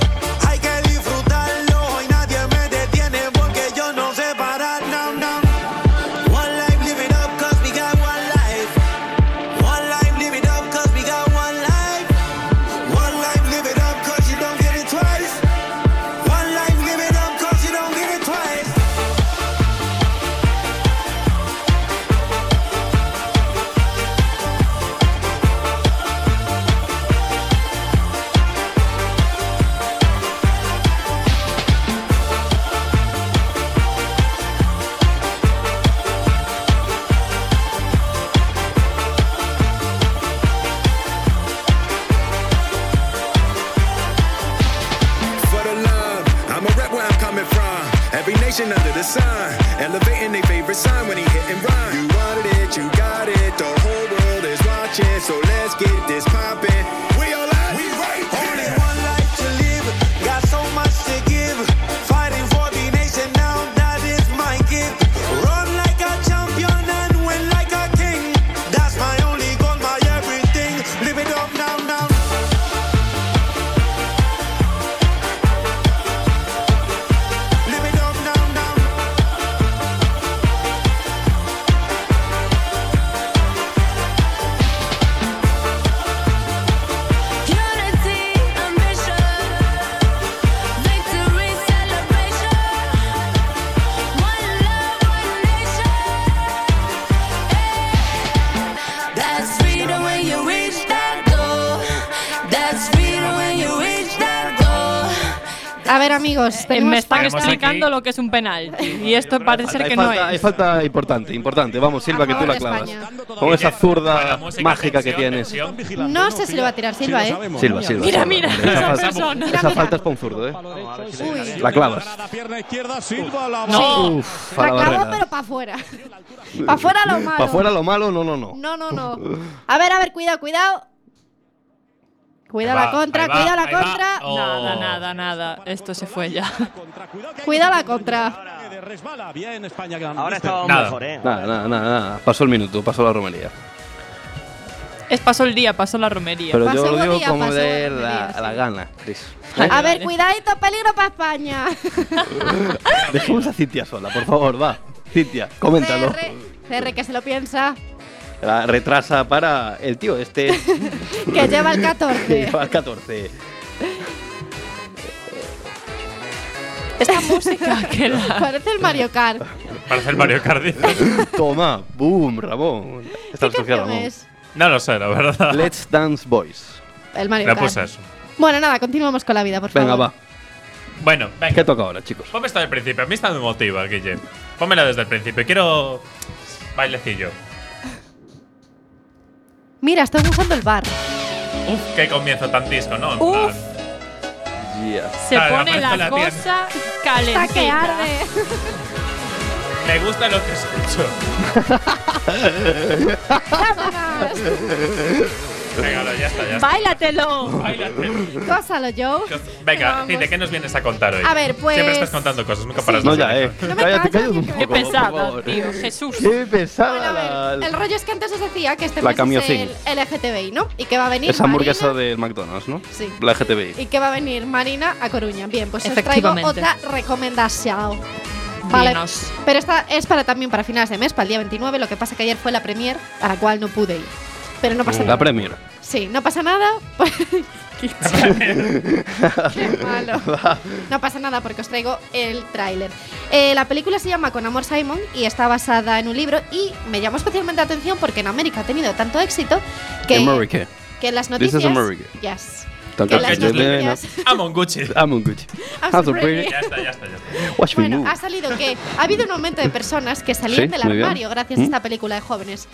[SPEAKER 9] hay que disfrutarlo. Hoy nadie me detiene porque yo no sé parar. No, no. One life, live it up, cause we got one life. One life, live it up, cause we got one life. One life, live it up, cause you don't get it twice. One life, live it up, cause you don't get it twice.
[SPEAKER 11] For the love, I'ma rap where I'm coming from. Every nation under the sun, elevating their favorite sign when he hit and run. You wanted it, you got it. The whole world is watching, so let's get this poppin'. We all at? We right
[SPEAKER 9] Only one life to live, got so much to give. Fighting for the nation now, that is my gift. Run like a champion and win like a king. That's my only goal, my everything. Live it up now, now. Live it up now, now.
[SPEAKER 10] Unity, ambition, victory, celebration. One love, one nation. That's freedom when you reach that goal. That's freedom when you reach that goal.
[SPEAKER 6] A ver, amigos,
[SPEAKER 5] Eh, Me
[SPEAKER 6] tenemos
[SPEAKER 5] están
[SPEAKER 3] Tenemos
[SPEAKER 5] explicando
[SPEAKER 3] aquí-
[SPEAKER 5] lo que es un penalti. Y esto parece ser
[SPEAKER 4] Hay
[SPEAKER 5] que no
[SPEAKER 4] falta, hay
[SPEAKER 5] es.
[SPEAKER 4] falta importante, importante. Vamos, Silva,
[SPEAKER 6] A
[SPEAKER 4] que tú
[SPEAKER 6] favor
[SPEAKER 4] la
[SPEAKER 6] de
[SPEAKER 4] clavas.
[SPEAKER 6] España.
[SPEAKER 4] Con esa
[SPEAKER 3] Con la
[SPEAKER 4] zurda
[SPEAKER 3] música,
[SPEAKER 4] mágica que
[SPEAKER 3] tensión,
[SPEAKER 4] tienes.
[SPEAKER 3] tensión.
[SPEAKER 6] No sé si lo va a tirar Silva, ¿eh?
[SPEAKER 4] Silva, Silva.
[SPEAKER 5] Mira,
[SPEAKER 4] Silva.
[SPEAKER 5] mira, esa
[SPEAKER 4] Esa, falta,
[SPEAKER 5] persona.
[SPEAKER 4] esa falta es pa' un zurdo, ¿eh?
[SPEAKER 6] Uy.
[SPEAKER 4] La clavas.
[SPEAKER 12] Pierna izquierda, Silva, la
[SPEAKER 5] No.
[SPEAKER 4] Uf, a
[SPEAKER 6] La
[SPEAKER 4] la
[SPEAKER 6] clavo,
[SPEAKER 4] barrera.
[SPEAKER 6] pero para afuera. para afuera lo malo.
[SPEAKER 4] Para afuera lo malo, no, no, no.
[SPEAKER 6] No, no, no. A ver, a ver, cuidado, cuidado. Cuidado
[SPEAKER 3] Ahí
[SPEAKER 6] la
[SPEAKER 3] va,
[SPEAKER 6] contra,
[SPEAKER 3] ahí va,
[SPEAKER 6] cuidado la
[SPEAKER 3] ahí va.
[SPEAKER 6] contra.
[SPEAKER 3] Oh.
[SPEAKER 5] Nada, nada, nada. Esto se fue ya.
[SPEAKER 6] Cuidado la contra.
[SPEAKER 12] Resbala, bien España. gran
[SPEAKER 8] Ahora
[SPEAKER 12] mister.
[SPEAKER 8] estábamos
[SPEAKER 3] Nada.
[SPEAKER 8] mejor, ¿eh?
[SPEAKER 4] Nada, nada, nada, nada. Pasó el minuto, pasó la romería.
[SPEAKER 5] Es pasó el día, pasó la romería.
[SPEAKER 4] Pero
[SPEAKER 6] Pasó
[SPEAKER 4] yo lo
[SPEAKER 6] buen
[SPEAKER 4] digo
[SPEAKER 6] día,
[SPEAKER 4] como
[SPEAKER 6] pasó
[SPEAKER 4] de
[SPEAKER 6] buen
[SPEAKER 4] la,
[SPEAKER 6] día, sí.
[SPEAKER 4] la gana, Cris. ¿Eh?
[SPEAKER 6] A ver,
[SPEAKER 5] Vale,
[SPEAKER 3] eh.
[SPEAKER 5] vale.
[SPEAKER 6] cuidadito, peligro para España.
[SPEAKER 4] Dejemos a Cintia sola, por favor, va. Cintia, coméntalo.
[SPEAKER 6] Ferre- CR que se lo piensa,
[SPEAKER 4] La retrasa para el tío este
[SPEAKER 6] que lleva el
[SPEAKER 4] que
[SPEAKER 6] 14.
[SPEAKER 4] lleva el 14.
[SPEAKER 5] Esta música que la...
[SPEAKER 6] Parece el Mario Kart.
[SPEAKER 4] Pues
[SPEAKER 3] Parece el Mario Kart.
[SPEAKER 4] Toma, boom, Ramón. Está
[SPEAKER 6] ¿Qué
[SPEAKER 4] asociado,
[SPEAKER 6] canción
[SPEAKER 4] Ramón.
[SPEAKER 6] es?
[SPEAKER 3] No lo sé, la verdad.
[SPEAKER 4] Let's Dance Boys.
[SPEAKER 6] El Mario
[SPEAKER 3] Le
[SPEAKER 6] Kart.
[SPEAKER 3] puse eso.
[SPEAKER 6] Bueno, nada, continuamos con la vida, por
[SPEAKER 4] Venga,
[SPEAKER 6] favor.
[SPEAKER 4] va.
[SPEAKER 3] Bueno,
[SPEAKER 4] ¿Qué
[SPEAKER 3] venga.
[SPEAKER 4] toca ahora, chicos?
[SPEAKER 3] Ponme esta del principio. A mí esta me motiva, Guille. Pónmela desde el principio. Quiero. Bailecillo.
[SPEAKER 6] Mira, están usando el bar.
[SPEAKER 3] Uf, que comienzo tan disco, ¿no? En
[SPEAKER 5] Uf.
[SPEAKER 3] plan,
[SPEAKER 4] Yeah.
[SPEAKER 5] Se
[SPEAKER 3] Claro,
[SPEAKER 5] pone
[SPEAKER 3] aparece
[SPEAKER 5] la,
[SPEAKER 3] la tía.
[SPEAKER 5] cosa
[SPEAKER 6] Está que
[SPEAKER 5] calentita.
[SPEAKER 6] arde.
[SPEAKER 3] Me gusta lo que escucho.
[SPEAKER 6] Vámonos.
[SPEAKER 3] Venga, no, ya está, ya está.
[SPEAKER 5] ¡Báilatelo!
[SPEAKER 3] Bailate.
[SPEAKER 6] Gózalo, Joe.
[SPEAKER 3] Venga,
[SPEAKER 6] Vamos.
[SPEAKER 3] Cinde, ¿qué nos vienes a contar hoy?
[SPEAKER 6] A ver, pues-
[SPEAKER 3] Siempre estás contando cosas, nunca paras
[SPEAKER 4] No,
[SPEAKER 3] de
[SPEAKER 4] ya,
[SPEAKER 3] hacer
[SPEAKER 4] eh.
[SPEAKER 6] No me
[SPEAKER 4] cállate,
[SPEAKER 6] calles,
[SPEAKER 4] cállate un
[SPEAKER 6] que-
[SPEAKER 4] poco.
[SPEAKER 5] ¡Qué
[SPEAKER 4] por
[SPEAKER 5] pesada,
[SPEAKER 4] favor.
[SPEAKER 5] tío! ¡Jesús!
[SPEAKER 4] Qué pesada.
[SPEAKER 6] Bueno, a ver,
[SPEAKER 4] la-
[SPEAKER 6] el rollo es que antes os decía que este
[SPEAKER 4] La
[SPEAKER 6] mes es
[SPEAKER 4] camiocín.
[SPEAKER 6] el LGTBI, ¿no? Y que va a venir
[SPEAKER 4] Esa hamburguesa
[SPEAKER 6] Marina-
[SPEAKER 4] del McDonald's, ¿no?
[SPEAKER 6] Sí.
[SPEAKER 4] La GTBI.
[SPEAKER 6] Y que va a venir Marina a Coruña. Bien, pues os traigo
[SPEAKER 5] Efectivamente.
[SPEAKER 6] otra recomendación. Vale.
[SPEAKER 5] Dinos.
[SPEAKER 6] Pero esta es para también para finales de mes, para el día 29. Lo que pasa que ayer fue la premier a la cual no pude ir. Pero no pasa
[SPEAKER 4] Uh, La
[SPEAKER 6] nada.
[SPEAKER 4] Premier.
[SPEAKER 6] Sí, no pasa nada. Qué chido. Qué malo. No pasa nada porque os traigo el tráiler. Eh, la película se llama Con Amor Simon y está basada en un libro y me llamó especialmente la atención porque en América ha tenido tanto éxito que,
[SPEAKER 4] America.
[SPEAKER 6] que en las
[SPEAKER 4] This is
[SPEAKER 6] noticias...
[SPEAKER 4] America.
[SPEAKER 6] Yes.
[SPEAKER 4] Don't
[SPEAKER 6] Que en
[SPEAKER 4] get
[SPEAKER 6] las
[SPEAKER 4] me started.
[SPEAKER 6] noticias...
[SPEAKER 3] Amon Gucci.
[SPEAKER 4] I'm on Gucci.
[SPEAKER 6] I'm
[SPEAKER 4] I'm
[SPEAKER 6] so
[SPEAKER 4] so
[SPEAKER 6] pretty.
[SPEAKER 4] pretty.
[SPEAKER 3] Ya está, ya está, ya está.
[SPEAKER 4] Watch me
[SPEAKER 6] Bueno,
[SPEAKER 4] move.
[SPEAKER 6] ha salido que ha habido un aumento de personas que salían
[SPEAKER 4] Sí,
[SPEAKER 6] del
[SPEAKER 4] muy bien.
[SPEAKER 6] armario gracias a
[SPEAKER 4] ¿Mm?
[SPEAKER 6] esta película de jóvenes.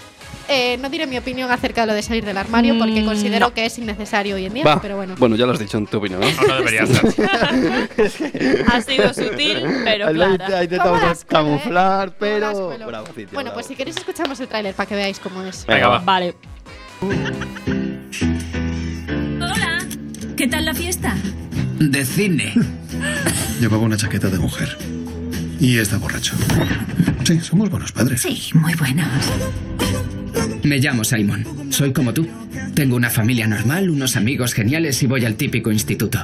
[SPEAKER 6] Eh, no diré mi opinión acerca de lo de salir del armario porque
[SPEAKER 5] Mm,
[SPEAKER 6] considero que es innecesario hoy en día,
[SPEAKER 4] Va.
[SPEAKER 6] pero bueno.
[SPEAKER 4] Bueno, ya lo has dicho en tu opinión, ¿no?
[SPEAKER 3] O no debería ser.
[SPEAKER 5] Ha sido sutil, pero
[SPEAKER 4] Ahí lo he-
[SPEAKER 5] clara.
[SPEAKER 4] ahí intentamos
[SPEAKER 6] Como la escuela, ¿eh?
[SPEAKER 4] camuflar,
[SPEAKER 6] Como
[SPEAKER 4] pero.
[SPEAKER 6] la escuela.
[SPEAKER 4] Bravo, sí, tío,
[SPEAKER 6] bueno,
[SPEAKER 4] bravo.
[SPEAKER 6] pues si queréis escuchamos el tráiler para que veáis cómo es.
[SPEAKER 3] Venga, va.
[SPEAKER 5] Vale.
[SPEAKER 13] Hola, ¿qué tal la fiesta?
[SPEAKER 14] de cine.
[SPEAKER 10] Llevaba una chaqueta de mujer. Y está borracho. Sí, somos buenos padres.
[SPEAKER 13] Sí, muy buenos.
[SPEAKER 14] Me llamo Simon. Soy como tú. Tengo una familia normal, unos amigos geniales y voy al típico instituto.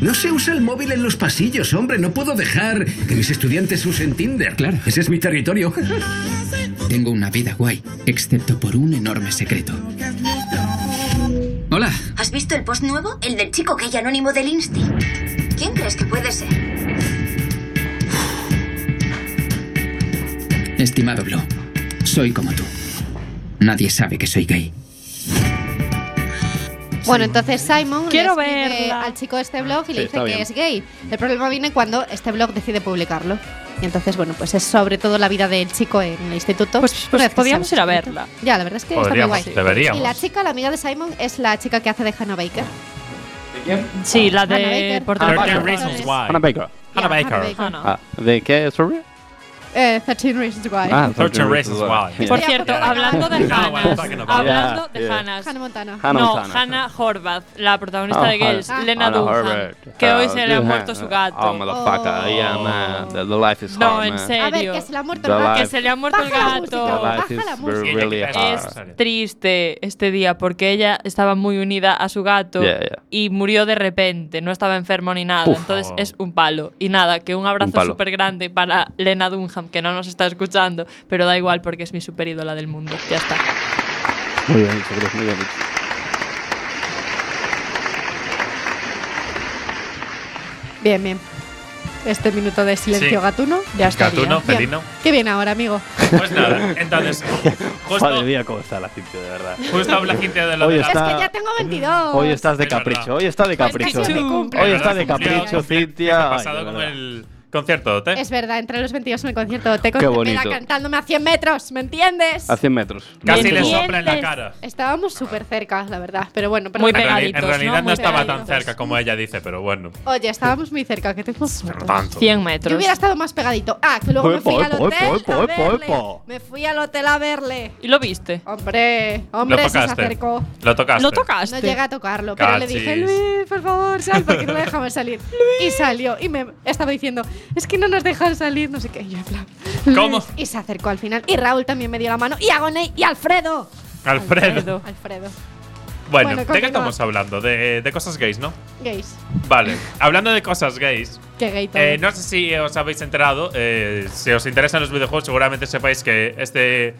[SPEAKER 15] No se usa el móvil en los pasillos, hombre. No puedo dejar que mis estudiantes usen Tinder.
[SPEAKER 14] Claro.
[SPEAKER 15] Ese es mi territorio.
[SPEAKER 14] Tengo una vida guay, excepto por un enorme secreto. Hola.
[SPEAKER 13] ¿Has visto el post nuevo? El del chico gay anónimo del Insti. ¿Quién crees que puede ser?
[SPEAKER 14] Estimado Blue, soy como tú. Nadie sabe que soy gay.
[SPEAKER 6] Bueno, entonces Simon le
[SPEAKER 5] Quiero
[SPEAKER 6] escribe
[SPEAKER 5] verla.
[SPEAKER 6] al chico de este blog y
[SPEAKER 4] Sí,
[SPEAKER 6] le dice
[SPEAKER 4] está
[SPEAKER 6] que
[SPEAKER 4] bien.
[SPEAKER 6] es gay. El problema viene cuando este blog decide publicarlo. Y entonces, bueno, pues es sobre todo la vida del chico en el instituto.
[SPEAKER 5] Pues- pues
[SPEAKER 6] Una vez que
[SPEAKER 5] podíamos
[SPEAKER 6] sales.
[SPEAKER 5] ir a verla.
[SPEAKER 6] Ya, la verdad es que
[SPEAKER 3] Podríamos,
[SPEAKER 6] está muy guay.
[SPEAKER 3] deberíamos.
[SPEAKER 6] Y la chica, la amiga de Simon, es la chica que hace de Hannah Baker.
[SPEAKER 5] Sí, la
[SPEAKER 6] Hannah
[SPEAKER 5] de
[SPEAKER 6] Baker.
[SPEAKER 5] por
[SPEAKER 6] Hannah
[SPEAKER 3] 13
[SPEAKER 5] teléfono.
[SPEAKER 6] Baker.
[SPEAKER 3] Reasons Why.
[SPEAKER 4] Hannah Baker.
[SPEAKER 3] Hannah
[SPEAKER 6] Yeah,
[SPEAKER 3] Baker.
[SPEAKER 5] Hannah.
[SPEAKER 4] Ah, ¿De qué? Sorry.
[SPEAKER 6] Eh, 13 Reasons Why.
[SPEAKER 4] Ah,
[SPEAKER 3] 13 Reasons Why.
[SPEAKER 4] Yeah.
[SPEAKER 5] Por
[SPEAKER 6] Yeah.
[SPEAKER 5] cierto,
[SPEAKER 6] Yeah.
[SPEAKER 5] hablando de
[SPEAKER 3] Yeah.
[SPEAKER 5] Hanas,
[SPEAKER 3] Yeah.
[SPEAKER 5] hablando de
[SPEAKER 4] Yeah.
[SPEAKER 5] Hanas.
[SPEAKER 6] Hannah Montana.
[SPEAKER 4] Hannah
[SPEAKER 5] no,
[SPEAKER 4] Montana.
[SPEAKER 5] Hannah Horvath, la protagonista
[SPEAKER 4] Ah,
[SPEAKER 5] de Girls,
[SPEAKER 6] Hannah-
[SPEAKER 5] Lena
[SPEAKER 4] Hannah
[SPEAKER 5] Dunham,
[SPEAKER 4] Herbert.
[SPEAKER 5] que hoy se le ha
[SPEAKER 4] Ah,
[SPEAKER 5] muerto su gato.
[SPEAKER 4] Oh, motherfucker. Yeah, man. The, the life is
[SPEAKER 5] No,
[SPEAKER 4] hard,
[SPEAKER 5] en
[SPEAKER 4] man.
[SPEAKER 5] serio.
[SPEAKER 6] A ver, que se le ha muerto
[SPEAKER 4] The
[SPEAKER 6] el gato.
[SPEAKER 5] que
[SPEAKER 4] Life.
[SPEAKER 5] se le ha muerto el
[SPEAKER 6] Baja la
[SPEAKER 4] The
[SPEAKER 5] gato.
[SPEAKER 6] música.
[SPEAKER 4] life
[SPEAKER 6] Baja la
[SPEAKER 4] is
[SPEAKER 6] música.
[SPEAKER 4] very, really
[SPEAKER 3] Es-
[SPEAKER 4] hard.
[SPEAKER 5] Triste este día porque ella estaba muy unida a su gato
[SPEAKER 4] Yeah, yeah.
[SPEAKER 5] y murió de repente, no estaba enfermo ni nada,
[SPEAKER 4] Uf.
[SPEAKER 5] entonces es un palo. Y nada, que un
[SPEAKER 4] Un
[SPEAKER 5] abrazo
[SPEAKER 4] palo.
[SPEAKER 5] súper grande para Lena Dunham, que no nos está escuchando, pero da igual porque es mi super ídola del mundo. Ya está.
[SPEAKER 4] Muy bien dicho, Cruz, muy bien dicho.
[SPEAKER 6] Bien, bien. Este minuto de silencio
[SPEAKER 3] Sí.
[SPEAKER 6] gatuno. Ya está.
[SPEAKER 3] Gatuno,
[SPEAKER 6] Bien.
[SPEAKER 3] felino.
[SPEAKER 6] Qué bien ahora, amigo.
[SPEAKER 3] Pues nada, entonces,
[SPEAKER 4] Madre
[SPEAKER 3] justo,
[SPEAKER 4] mía, cómo está la cintia, de verdad.
[SPEAKER 3] justo habla Cintia de lo
[SPEAKER 4] Hoy
[SPEAKER 3] de
[SPEAKER 6] Es
[SPEAKER 3] la.
[SPEAKER 4] está-
[SPEAKER 6] que ya tengo 22.
[SPEAKER 4] Hoy estás de
[SPEAKER 3] es verdad.
[SPEAKER 4] capricho, hoy está de capricho.
[SPEAKER 6] Pues Es que se me cumple.
[SPEAKER 4] Hoy está de
[SPEAKER 3] Cumplió-
[SPEAKER 4] capricho,
[SPEAKER 3] cumplió-
[SPEAKER 4] Cintia.
[SPEAKER 3] Ha
[SPEAKER 4] Ay,
[SPEAKER 3] pasado
[SPEAKER 4] de
[SPEAKER 3] con
[SPEAKER 4] verdad.
[SPEAKER 3] el concierto, ¿eh? ¿te?
[SPEAKER 6] Es verdad, entre los 22 en el concierto te
[SPEAKER 4] Qué
[SPEAKER 6] contemplé
[SPEAKER 4] bonito.
[SPEAKER 6] cantándome a 100 metros, ¿me entiendes?
[SPEAKER 4] A 100 metros.
[SPEAKER 3] Casi
[SPEAKER 5] ¿Me
[SPEAKER 3] le sopla en la
[SPEAKER 5] entiendes?
[SPEAKER 3] cara.
[SPEAKER 6] Estábamos súper cerca, la verdad. Pero bueno, pero
[SPEAKER 5] Muy
[SPEAKER 3] En reali-
[SPEAKER 5] pegaditos,
[SPEAKER 3] En realidad
[SPEAKER 5] ¿no?
[SPEAKER 3] no,
[SPEAKER 5] Muy
[SPEAKER 3] estaba tan
[SPEAKER 5] pegaditos.
[SPEAKER 3] cerca como ella dice, pero bueno.
[SPEAKER 6] Oye, estábamos muy cerca, que te
[SPEAKER 3] Pero tanto.
[SPEAKER 5] 100 metros.
[SPEAKER 6] Yo hubiera estado más pegadito. Ah, que luego me
[SPEAKER 4] Opa,
[SPEAKER 6] fui al
[SPEAKER 4] opa,
[SPEAKER 6] hotel
[SPEAKER 4] opa,
[SPEAKER 6] a
[SPEAKER 4] opa,
[SPEAKER 6] verle.
[SPEAKER 4] opa.
[SPEAKER 6] Me fui al hotel a verle.
[SPEAKER 5] ¿Y lo viste?
[SPEAKER 6] Hombre, hombre,
[SPEAKER 3] lo
[SPEAKER 6] se, se
[SPEAKER 3] tocaste.
[SPEAKER 6] acercó.
[SPEAKER 3] Lo tocaste.
[SPEAKER 5] ¿Lo
[SPEAKER 6] No
[SPEAKER 5] tocaste?
[SPEAKER 6] llegué a tocarlo, pero le dije,
[SPEAKER 3] Cachis.
[SPEAKER 6] Luis, por favor, sal, porque no dejamos salir. Y salió, y me estaba diciendo, es que no nos dejan salir, no sé qué. Y yo, en plan, "Luis".
[SPEAKER 3] ¿Cómo?
[SPEAKER 6] Y se acercó al final. Y Raúl también me dio la mano. Y Agoné y Alfredo.
[SPEAKER 3] Alfredo.
[SPEAKER 5] Alfredo.
[SPEAKER 6] Alfredo.
[SPEAKER 3] Bueno,
[SPEAKER 6] Bueno,
[SPEAKER 3] ¿de qué
[SPEAKER 6] continúa.
[SPEAKER 3] estamos hablando? De, de cosas gays, ¿no?
[SPEAKER 6] Gays.
[SPEAKER 3] Vale. Hablando de cosas gays,
[SPEAKER 6] Qué gay todo.
[SPEAKER 3] Eh, no sé si os habéis enterado, eh, si os interesan los videojuegos seguramente sepáis que este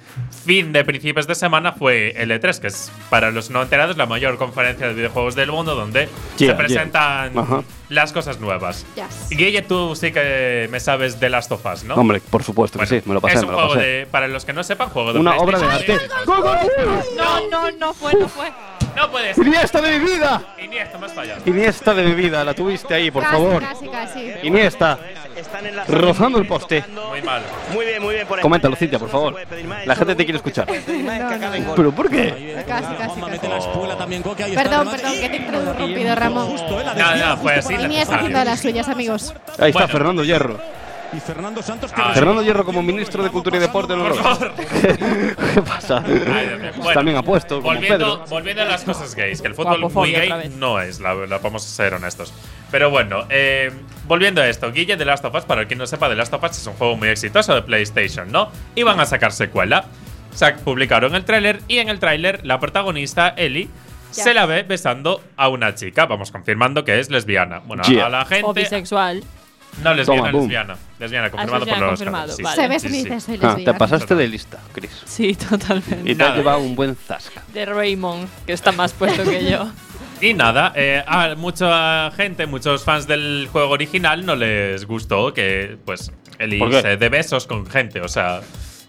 [SPEAKER 3] fin de principios de semana fue el E3, que es para los no enterados la mayor conferencia de videojuegos del mundo donde
[SPEAKER 4] Yeah,
[SPEAKER 3] se presentan
[SPEAKER 4] yeah. Ajá.
[SPEAKER 3] las cosas nuevas.
[SPEAKER 6] Yes.
[SPEAKER 3] Y Guille, tú sí que me sabes de Last of Us, ¿no?
[SPEAKER 4] Hombre, por supuesto que sí, me lo pasé,
[SPEAKER 3] es un
[SPEAKER 4] me lo
[SPEAKER 3] juego
[SPEAKER 4] pasé.
[SPEAKER 3] de, para los que no sepan, juego de
[SPEAKER 4] Una obra de
[SPEAKER 3] PlayStation.
[SPEAKER 4] arte.
[SPEAKER 5] No, no, no fue, no fue.
[SPEAKER 3] No puede ser.
[SPEAKER 4] Iniesta de mi vida.
[SPEAKER 3] Iniesta, me has fallado.
[SPEAKER 4] Iniesta de mi vida, la tuviste ahí, por favor.
[SPEAKER 6] Casi, casi.
[SPEAKER 4] Iniesta, rozando el poste.
[SPEAKER 3] Muy mal.
[SPEAKER 1] Muy bien, muy bien por ahí.
[SPEAKER 4] Coméntalo, Cintia, por favor. La gente te quiere escuchar. ¿Pero por qué?
[SPEAKER 6] Casi, casi, casi.
[SPEAKER 7] la espuela también, Coque, ahí
[SPEAKER 6] Perdón, perdón, que te he interrumpido, Ramón.
[SPEAKER 3] No, no, fue así.
[SPEAKER 6] Iniesta haciendo las suyas, amigos.
[SPEAKER 4] Ahí está
[SPEAKER 3] Bueno.
[SPEAKER 4] Fernando Hierro.
[SPEAKER 7] Y Fernando Santos
[SPEAKER 3] Ay.
[SPEAKER 4] Fernando Hierro como ministro de Cultura y Deporte no lo
[SPEAKER 3] Por favor.
[SPEAKER 4] ¿Qué pasa?
[SPEAKER 3] Ay, Dios mío. Bueno,
[SPEAKER 4] También ha puesto, como
[SPEAKER 3] Volviendo,
[SPEAKER 4] Pedro.
[SPEAKER 3] volviendo a las cosas gays, que el fútbol
[SPEAKER 5] Guapofobia
[SPEAKER 3] muy
[SPEAKER 5] otra
[SPEAKER 3] gay
[SPEAKER 5] vez.
[SPEAKER 3] no es, la, la vamos a ser honestos. Pero bueno, eh, volviendo a esto, Guille de Last of Us, para quien no sepa, The Last of Us es un juego muy exitoso de PlayStation, ¿no? Y van a sacar secuela. Sa- publicaron el tráiler y en el tráiler la protagonista, Ellie,
[SPEAKER 6] Ya.
[SPEAKER 3] se la ve besando a una chica. Vamos confirmando que es lesbiana. Bueno,
[SPEAKER 4] Yeah.
[SPEAKER 3] a la
[SPEAKER 5] O
[SPEAKER 3] gente.
[SPEAKER 5] bisexual.
[SPEAKER 3] No, lesbiana,
[SPEAKER 4] Toma, boom.
[SPEAKER 3] lesbiana.
[SPEAKER 5] Ah,
[SPEAKER 3] Lesbiana, confirmado por
[SPEAKER 5] lesbiana
[SPEAKER 3] los
[SPEAKER 5] confirmado,
[SPEAKER 3] canales.
[SPEAKER 5] vale.
[SPEAKER 6] Se ve y
[SPEAKER 3] sí.
[SPEAKER 6] dice, soy
[SPEAKER 4] Ah, te
[SPEAKER 6] lesbiana.
[SPEAKER 4] pasaste de lista, Chris.
[SPEAKER 5] Sí, totalmente.
[SPEAKER 4] Y te has
[SPEAKER 3] Nada.
[SPEAKER 4] llevado un buen zasca.
[SPEAKER 5] De Raymond, que está más puesto que yo.
[SPEAKER 3] Y nada, eh, a mucha gente, muchos fans del juego original no les gustó que, pues, el
[SPEAKER 4] ¿Por qué?
[SPEAKER 3] irse de besos con gente, o sea,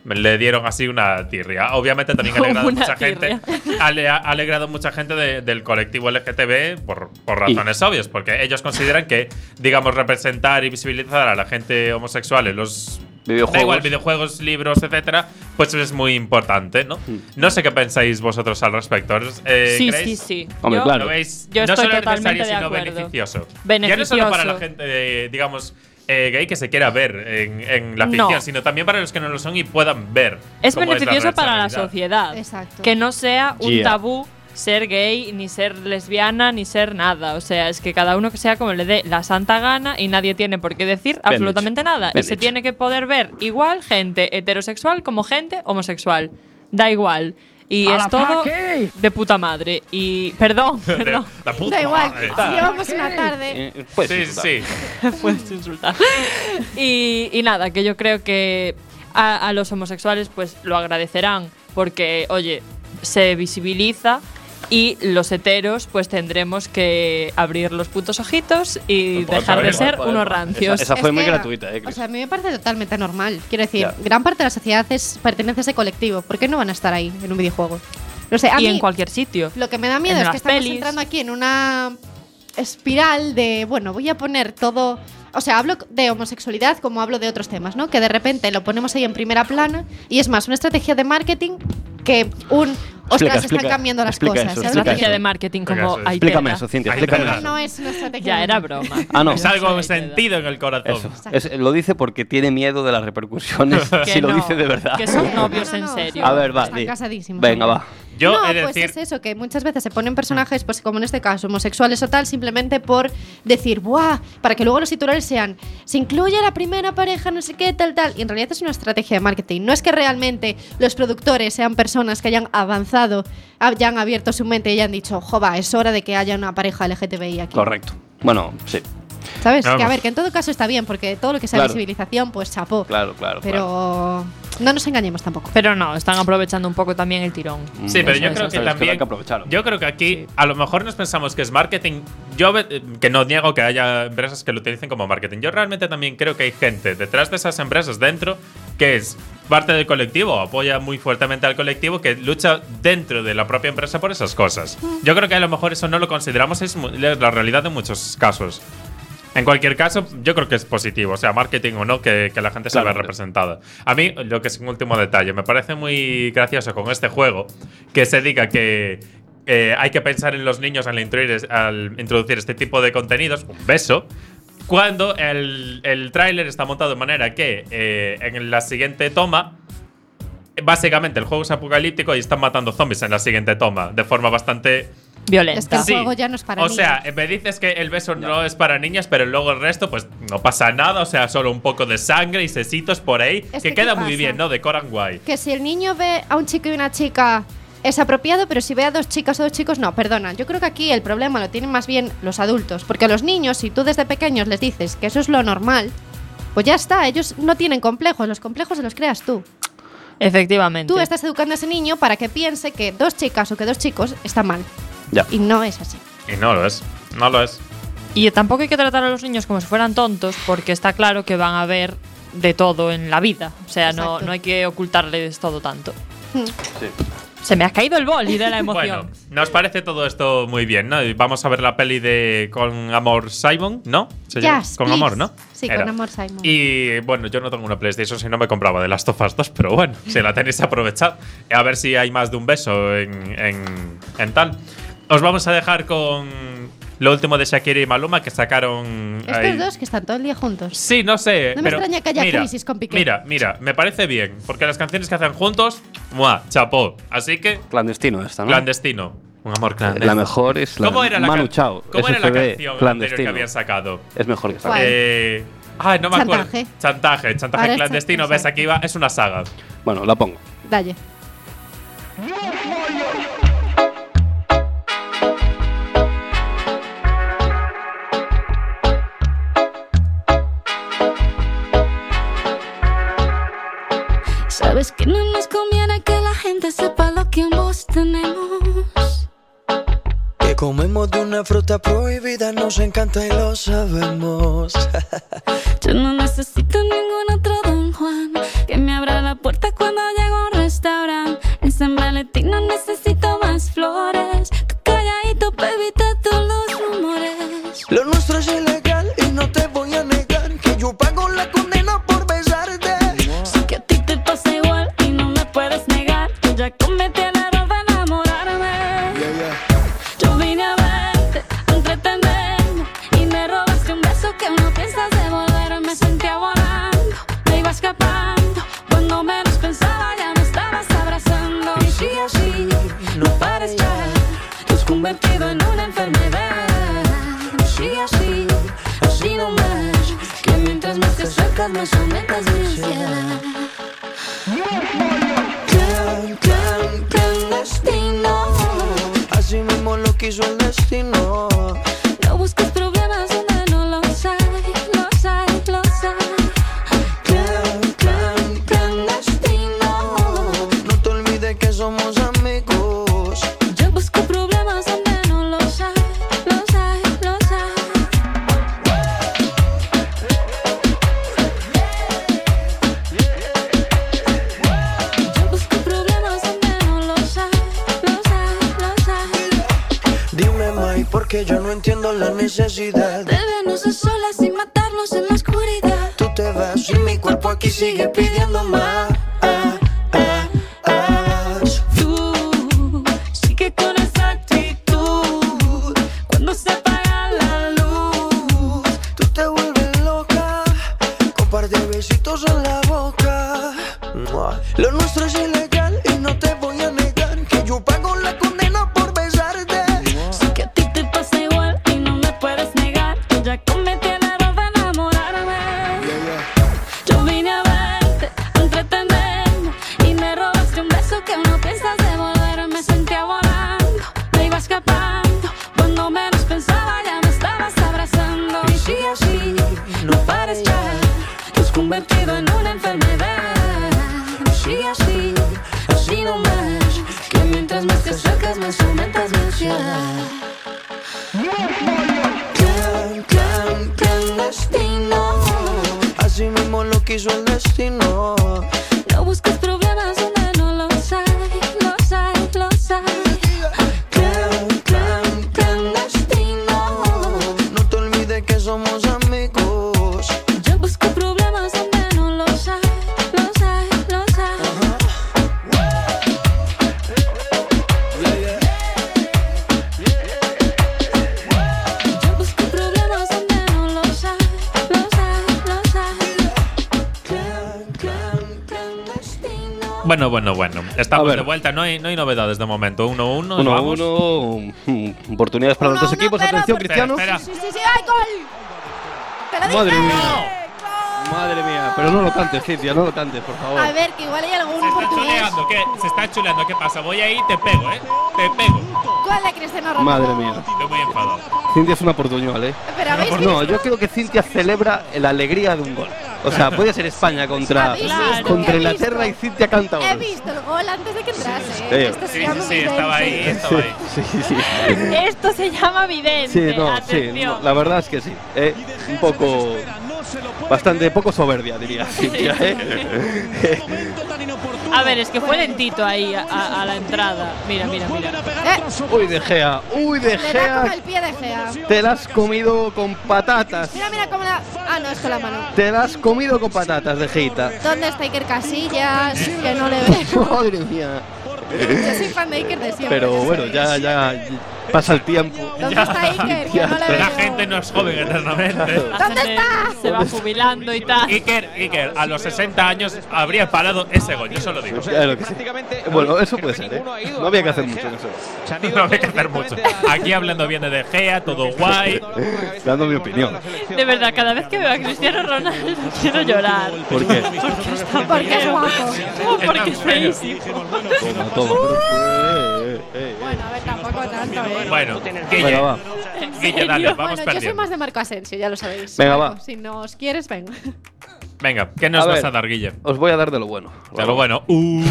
[SPEAKER 3] le dieron así una tirria. Obviamente también ha
[SPEAKER 5] Como
[SPEAKER 3] alegrado
[SPEAKER 5] una
[SPEAKER 3] mucha
[SPEAKER 5] tirria.
[SPEAKER 3] gente, ha ale- ha alegrado mucha gente de- del colectivo LGTB por, por
[SPEAKER 4] Y-
[SPEAKER 3] razones obvias, porque ellos consideran que, digamos, representar y visibilizar a la gente homosexual en los Da igual,
[SPEAKER 4] Videojuegos.
[SPEAKER 3] videojuegos, libros, etcétera, pues es muy importante, ¿no?
[SPEAKER 4] Mm.
[SPEAKER 3] No sé qué pensáis vosotros al respecto. Eh,
[SPEAKER 5] sí,
[SPEAKER 3] ¿creéis?
[SPEAKER 5] sí, sí.
[SPEAKER 4] Hombre,
[SPEAKER 5] Yo-
[SPEAKER 4] claro.
[SPEAKER 3] ¿Lo veis?
[SPEAKER 5] Yo
[SPEAKER 3] no
[SPEAKER 5] estoy
[SPEAKER 3] solo
[SPEAKER 5] totalmente
[SPEAKER 3] necesario,
[SPEAKER 5] de
[SPEAKER 3] sino
[SPEAKER 5] acuerdo.
[SPEAKER 3] beneficioso. Ya no
[SPEAKER 5] Beneficioso.
[SPEAKER 3] solo para la gente, eh, digamos, eh, gay que se quiera ver en, en la
[SPEAKER 5] No.
[SPEAKER 3] ficción, sino también para los que no lo son y puedan ver.
[SPEAKER 5] Es
[SPEAKER 3] cómo la
[SPEAKER 5] beneficioso para la
[SPEAKER 3] realidad.
[SPEAKER 5] sociedad.
[SPEAKER 6] Exacto.
[SPEAKER 5] Que no sea un
[SPEAKER 4] Yeah.
[SPEAKER 5] tabú ser gay, ni ser lesbiana, ni ser nada. O sea, es que cada uno que sea como le dé la santa gana y nadie tiene por qué decir
[SPEAKER 4] Bien
[SPEAKER 5] absolutamente
[SPEAKER 4] dicho.
[SPEAKER 5] nada.
[SPEAKER 4] Bien
[SPEAKER 5] y se
[SPEAKER 4] dicho.
[SPEAKER 5] tiene que poder ver igual gente heterosexual como gente homosexual. Da igual. Y es todo de puta madre. Y perdón,
[SPEAKER 3] De-
[SPEAKER 5] perdón.
[SPEAKER 3] la puta
[SPEAKER 6] Da igual,
[SPEAKER 3] madre.
[SPEAKER 6] llevamos una tarde.
[SPEAKER 4] Eh, pues,
[SPEAKER 3] Sí, sí, sí.
[SPEAKER 5] puedes insultar. Y, y nada, que yo creo que a, a los homosexuales pues lo agradecerán porque, oye, se visibiliza y los heteros pues tendremos que abrir los putos ojitos y
[SPEAKER 3] Opa,
[SPEAKER 5] dejar de
[SPEAKER 3] opa,
[SPEAKER 5] ser
[SPEAKER 4] opa,
[SPEAKER 5] unos
[SPEAKER 4] opa.
[SPEAKER 5] rancios.
[SPEAKER 4] Esa fue
[SPEAKER 6] Es
[SPEAKER 4] muy
[SPEAKER 6] que,
[SPEAKER 4] gratuita, eh,
[SPEAKER 6] O
[SPEAKER 4] Chris.
[SPEAKER 6] sea, a mí me parece totalmente normal. Quiero decir,
[SPEAKER 4] Ya.
[SPEAKER 6] gran parte de la sociedad es, pertenece a ese colectivo. ¿Por qué no van a estar ahí en un videojuego? No sé, a
[SPEAKER 5] y
[SPEAKER 6] mí
[SPEAKER 5] en cualquier sitio.
[SPEAKER 6] lo que me da miedo
[SPEAKER 5] en
[SPEAKER 6] es
[SPEAKER 5] las
[SPEAKER 6] que estamos
[SPEAKER 5] pelis.
[SPEAKER 6] entrando aquí en una espiral de, bueno, voy a poner todo... O sea, hablo de homosexualidad como hablo de otros temas, ¿no? Que de repente lo ponemos ahí en primera plana y es más una estrategia de marketing que un... Ostras,
[SPEAKER 4] explica,
[SPEAKER 6] están cambiando las
[SPEAKER 4] explica
[SPEAKER 6] cosas. ¿eh?
[SPEAKER 4] eso,
[SPEAKER 6] ¿sabes?
[SPEAKER 4] explica
[SPEAKER 5] Estrategia
[SPEAKER 4] eso.
[SPEAKER 5] de marketing
[SPEAKER 3] Venga,
[SPEAKER 5] como
[SPEAKER 3] eso,
[SPEAKER 5] hay
[SPEAKER 4] Explícame
[SPEAKER 5] tela.
[SPEAKER 4] eso, Cintia,
[SPEAKER 3] Ahí
[SPEAKER 4] explícame
[SPEAKER 3] tela.
[SPEAKER 4] eso.
[SPEAKER 6] No es una estrategia
[SPEAKER 5] Ya
[SPEAKER 6] de
[SPEAKER 5] era
[SPEAKER 6] marketing.
[SPEAKER 5] broma.
[SPEAKER 4] Ah, no.
[SPEAKER 3] Es
[SPEAKER 5] Pero
[SPEAKER 3] algo
[SPEAKER 5] hay
[SPEAKER 3] con
[SPEAKER 5] tela.
[SPEAKER 3] sentido en el corazón.
[SPEAKER 4] Eso. Es- lo dice porque tiene miedo de las repercusiones,
[SPEAKER 5] Que
[SPEAKER 4] si lo
[SPEAKER 5] no,
[SPEAKER 4] dice de verdad.
[SPEAKER 5] Que son
[SPEAKER 6] No, no,
[SPEAKER 5] novios en
[SPEAKER 6] no,
[SPEAKER 5] serio.
[SPEAKER 4] A ver, va,
[SPEAKER 6] Están
[SPEAKER 4] di.
[SPEAKER 6] casadísimos.
[SPEAKER 4] Venga, va.
[SPEAKER 3] Yo
[SPEAKER 6] no,
[SPEAKER 3] he de
[SPEAKER 6] pues
[SPEAKER 3] decir.
[SPEAKER 6] es eso, que muchas veces se ponen personajes, pues como en este caso, homosexuales o tal, simplemente por decir, ¡buah! Para que luego los titulares sean, se incluye la primera pareja, no sé qué, tal, tal. Y en realidad es una estrategia de marketing. No es que realmente los productores sean personas que hayan avanzado, hayan abierto su mente y hayan dicho, ¡jova! Es hora de que haya una pareja LGTBI aquí.
[SPEAKER 4] Correcto. Bueno, sí.
[SPEAKER 6] ¿Sabes? Que a
[SPEAKER 3] Vamos.
[SPEAKER 6] ver, que en todo caso está bien, porque todo lo que sea
[SPEAKER 4] Claro.
[SPEAKER 6] visibilización, pues chapó.
[SPEAKER 4] Claro, claro. claro.
[SPEAKER 6] Pero no nos engañemos tampoco.
[SPEAKER 5] Pero no, están aprovechando un poco también el tirón.
[SPEAKER 3] Sí, pero
[SPEAKER 5] Eso,
[SPEAKER 3] yo creo
[SPEAKER 5] eso, eso.
[SPEAKER 3] que
[SPEAKER 4] Mm, Es que lo
[SPEAKER 3] también.
[SPEAKER 4] hay que aprovechar.
[SPEAKER 3] yo creo que aquí a lo mejor nos pensamos que es marketing. Yo a ve- eh, que no niego que haya empresas que lo utilicen como marketing. Yo realmente también creo que hay gente detrás de esas empresas dentro que es parte del colectivo, apoya muy fuertemente al colectivo, que lucha dentro de la propia empresa por esas cosas.
[SPEAKER 4] Mm.
[SPEAKER 3] Yo creo que a lo mejor eso no lo consideramos, es mu- es la realidad de muchos casos. En cualquier caso, yo creo que es positivo, o sea, marketing o no, que, que la gente se
[SPEAKER 4] Claro,
[SPEAKER 3] vea
[SPEAKER 4] hombre.
[SPEAKER 3] representada. A mí, lo que es un último detalle, me parece muy gracioso con este juego que se diga que eh, hay que pensar en los niños al introducir, al introducir este tipo de contenidos, un beso, cuando el, el tráiler está montado de manera que eh, en la siguiente toma Básicamente, el juego es apocalíptico y están matando zombies en la siguiente toma, de forma bastante.
[SPEAKER 6] Es
[SPEAKER 5] Violenta.
[SPEAKER 6] que el juego ya no es para
[SPEAKER 3] O
[SPEAKER 6] niños.
[SPEAKER 3] sea, me dices que el beso no es para niñas, pero luego el resto, pues no pasa nada, o sea, solo un poco de sangre y sesitos por ahí,
[SPEAKER 6] Es
[SPEAKER 3] que,
[SPEAKER 6] que ¿qué
[SPEAKER 3] queda muy
[SPEAKER 6] pasa?
[SPEAKER 3] bien, ¿no? De Coran Guay.
[SPEAKER 6] que si el niño ve a un chico y una chica es apropiado, pero si ve a dos chicas o dos chicos, no, perdona. Yo creo que aquí el problema lo tienen más bien los adultos, porque a los niños, si tú desde pequeños les dices que eso es lo normal, pues ya está, ellos no tienen complejos, los complejos se los creas tú.
[SPEAKER 5] Efectivamente.
[SPEAKER 6] Tú estás educando a ese niño para que piense que dos chicas o que dos chicos está mal.
[SPEAKER 4] Ya.
[SPEAKER 6] Y no es así.
[SPEAKER 3] Y no lo es. No lo es.
[SPEAKER 5] Y tampoco hay que tratar a los niños como si fueran tontos, porque está claro que van a ver de todo en la vida. O sea, no,
[SPEAKER 6] Exacto. Hmm.
[SPEAKER 5] no hay que ocultarles todo tanto.
[SPEAKER 4] Sí.
[SPEAKER 5] Se me ha caído el boli de la
[SPEAKER 3] Bueno,
[SPEAKER 5] emoción.
[SPEAKER 3] nos parece todo esto muy bien, ¿no? Y vamos a ver la peli de Con Amor Simon, ¿no? Se llama
[SPEAKER 6] Yes,
[SPEAKER 3] con
[SPEAKER 6] please.
[SPEAKER 3] Amor, ¿no?
[SPEAKER 6] Sí,
[SPEAKER 3] Era.
[SPEAKER 6] con amor, Simon.
[SPEAKER 3] Y bueno, yo no tengo una PlayStation si no me compraba de Last of Us 2, pero bueno, si la tenéis aprovechad. A ver si hay más de un beso en, en- en tal. Os vamos a dejar con lo último de Shakira y Maluma que sacaron.
[SPEAKER 6] Estos
[SPEAKER 3] ahí.
[SPEAKER 6] dos que están todo el día juntos.
[SPEAKER 3] Sí, no sé.
[SPEAKER 6] No me
[SPEAKER 3] pero
[SPEAKER 6] extraña que haya
[SPEAKER 3] mira,
[SPEAKER 6] crisis con Piqué.
[SPEAKER 3] Mira, mira, me parece bien, porque las canciones que hacen juntos, ¡mua! Chapó. Así que,
[SPEAKER 4] Clandestino esta, ¿no?
[SPEAKER 3] clandestino. Un amor clandestino.
[SPEAKER 4] La mejor es la
[SPEAKER 3] ¿Cómo
[SPEAKER 4] de
[SPEAKER 3] era la,
[SPEAKER 4] Manu
[SPEAKER 3] can-
[SPEAKER 4] Chao.
[SPEAKER 3] ¿cómo era la
[SPEAKER 4] SCD,
[SPEAKER 3] canción anterior que
[SPEAKER 4] clandestino.
[SPEAKER 3] habían sacado?
[SPEAKER 4] Es mejor que esta.
[SPEAKER 6] ¿Cuál?
[SPEAKER 3] Eh, ay, no me acuerdo.
[SPEAKER 6] Chantaje.
[SPEAKER 3] Chantaje,
[SPEAKER 6] Ahora
[SPEAKER 3] chantaje
[SPEAKER 6] es
[SPEAKER 3] clandestino.
[SPEAKER 6] chantaje,
[SPEAKER 3] Ves, aquí va. Es una saga.
[SPEAKER 4] Bueno, la pongo.
[SPEAKER 6] Dalle.
[SPEAKER 13] Sabes que no nos conviene que la gente sepa lo que ambos tenemos.
[SPEAKER 16] Que comemos de una fruta prohibida nos encanta y lo sabemos.
[SPEAKER 13] Yo no necesito ningún otro don Juan que me abra la puerta cuando llego a un restaurante. En San Valentín no necesito más flores. Tú calladito, baby, te todos los rumores.
[SPEAKER 16] lo nuestro es ilegal y no te voy a negar que yo pago la condena por besarte.
[SPEAKER 13] Sé que a ti te pasa igual y no me puedes negar que ya cometí el error de enamorarme. Yo vine a verte, a entretenerme y me robaste un beso que no piensas devolver. Me sentía volando, me iba escapando. Cuando menos pensaba ya me estabas abrazando. Y sí, así, no pares ya, te has convertido en una enfermedad. Y sí, así, así no más, que mientras más te acercas me sometas mi ansiedad.
[SPEAKER 16] Clan, clan, clandestino. Así mismo lo quiso el destino.
[SPEAKER 13] No busques problemas donde no los hay, los hay, los hay.
[SPEAKER 16] Clan, clan, clandestino. No te olvides que somos amigos.
[SPEAKER 13] Yo busco problemas donde no los hay, los hay, los hay. Yo busco problemas donde no los hay, los hay, los hay.
[SPEAKER 16] Dime, May, porque yo no entiendo la necesidad.
[SPEAKER 13] Debemos a solas sin matarnos en la oscuridad.
[SPEAKER 16] Tú te vas y mi cuerpo aquí sigue pidiendo más.
[SPEAKER 13] Tú sigue con esa actitud. Cuando se apaga la luz,
[SPEAKER 16] tú te vuelves loca. Con par de besitos en la boca. Mua. Lo nuestro es ilegal y no te voy a negar que yo pago la condena por besarte.
[SPEAKER 13] Sé que a ti te pasa igual y no me puedes negar que ya cometí el error de enamorarme. Yo vine a verte, a entretenerme y me robaste un beso que no piensas devolver. Me sentía volando, me iba escapando. Cuando menos pensaba ya me estabas abrazando. Y sí, así, no pares ya, te has convertido en una enfermedad. Y sí, así, así no más, que mientras más te acercas me aumentas mi ansiedad.
[SPEAKER 16] Clan, clan, clandestino. Así mismo lo quiso el destino.
[SPEAKER 13] No busques problemas donde no los hay, los hay, los hay.
[SPEAKER 16] Clan, clan, clandestino. No te olvides que somos amigos.
[SPEAKER 13] Yo busco problemas donde no los hay, los hay, los hay. Yo busco problemas donde no los hay, los hay, los
[SPEAKER 3] Bueno, bueno, bueno. Estamos
[SPEAKER 4] ver.
[SPEAKER 3] de vuelta. No hay, no hay novedades de momento. 1-1. nos
[SPEAKER 4] 1
[SPEAKER 3] vamos.
[SPEAKER 4] 1. Oportunidades para los dos equipos. Atención, Cristiano.
[SPEAKER 3] Espera, espera.
[SPEAKER 6] Sí, sí, sí, hay gol. Te lo
[SPEAKER 4] Madre
[SPEAKER 6] dije.
[SPEAKER 4] mía. Madre mía, pero no lo cantes, Cintia, no lo cantes, por favor.
[SPEAKER 6] A ver, que igual hay algún
[SPEAKER 3] Se está
[SPEAKER 6] portugués.
[SPEAKER 3] chuleando, ¿qué? Se está chuleando, ¿qué pasa? Voy ahí y te pego, ¿eh? Te pego.
[SPEAKER 6] ¿Cuál la Cristiano Ronaldo?
[SPEAKER 4] Madre mía.
[SPEAKER 3] Estoy muy enfadado.
[SPEAKER 4] Cintia es una portuñol, ¿eh?
[SPEAKER 6] Pero habéis visto-
[SPEAKER 4] No, yo creo que Cintia celebra la alegría de un gol. O sea, puede ser España contra,
[SPEAKER 6] ¿Habéis visto?
[SPEAKER 4] contra
[SPEAKER 6] ¿He visto?
[SPEAKER 4] Inglaterra y Cintia canta
[SPEAKER 6] He
[SPEAKER 4] gol.
[SPEAKER 6] visto el gol antes de que entrase.
[SPEAKER 4] sí,
[SPEAKER 6] ¿eh?
[SPEAKER 4] sí.
[SPEAKER 6] Esto se
[SPEAKER 4] Sí,
[SPEAKER 6] llama
[SPEAKER 4] sí,
[SPEAKER 6] Vidente.
[SPEAKER 4] estaba
[SPEAKER 3] ahí, estaba ahí.
[SPEAKER 4] Sí, sí.
[SPEAKER 5] Esto se llama vidente.
[SPEAKER 4] Sí, no, sí,
[SPEAKER 5] Atención.
[SPEAKER 4] no, la verdad es que sí. ¿eh? Un poco. Bastante poco soberbia, diría Cintia, ¿eh?
[SPEAKER 5] A ver, es que fue lentito ahí a, a- a la entrada. Mira, mira, mira.
[SPEAKER 6] Eh,
[SPEAKER 4] Uy, de Gea, uy, de
[SPEAKER 6] Le da como
[SPEAKER 4] Gea.
[SPEAKER 6] el pie de Gea.
[SPEAKER 4] Te la has comido con patatas.
[SPEAKER 6] Mira, mira cómo la. Ah, no, es con la mano.
[SPEAKER 4] Te la has comido con patatas, de Geita.
[SPEAKER 6] ¿Dónde está Iker Casillas? Que no le veo.
[SPEAKER 4] Madre mía.
[SPEAKER 6] Yo soy fan de Iker de siempre.
[SPEAKER 4] Pero bueno, ya, ya pasa el tiempo.
[SPEAKER 6] ¿Dónde está Iker? Que no le
[SPEAKER 3] La
[SPEAKER 6] veo.
[SPEAKER 3] gente no es joven eternamente.
[SPEAKER 6] ¿Dónde está?
[SPEAKER 5] Se va jubilando y tal.
[SPEAKER 3] Iker, Iker, a los 60 años habría parado ese gol, yo solo digo.
[SPEAKER 4] Pues Ya lo que sí. Bueno, eso puede ser, ¿eh? No había que hacer mucho en eso.
[SPEAKER 3] No había que hacer mucho. Aquí hablando bien de De Gea, todo guay.
[SPEAKER 4] Dando mi opinión.
[SPEAKER 5] De verdad, cada vez que veo a Cristiano Ronaldo quiero llorar.
[SPEAKER 4] ¿Por qué?
[SPEAKER 5] Porque está
[SPEAKER 6] Porque es guapo.
[SPEAKER 5] No, porque es feísimo.
[SPEAKER 4] Toma, toma. Eh, eh, eh.
[SPEAKER 6] Bueno, a ver, tampoco tanto, ¿eh?
[SPEAKER 3] Bueno, Guille,
[SPEAKER 4] Venga, va.
[SPEAKER 6] ¿En
[SPEAKER 3] Guille,
[SPEAKER 6] serio?
[SPEAKER 3] dale, vamos
[SPEAKER 6] bueno, Yo soy
[SPEAKER 3] perdiendo.
[SPEAKER 6] más de Marco Asensio, ya lo sabéis.
[SPEAKER 4] Venga,
[SPEAKER 6] Bueno,
[SPEAKER 4] va.
[SPEAKER 6] Si nos quieres, venga.
[SPEAKER 3] venga, ¿qué nos
[SPEAKER 4] A
[SPEAKER 3] vas
[SPEAKER 4] ver.
[SPEAKER 3] a dar, Guille?
[SPEAKER 4] Os voy a dar de lo bueno.
[SPEAKER 3] De lo bueno. Uh,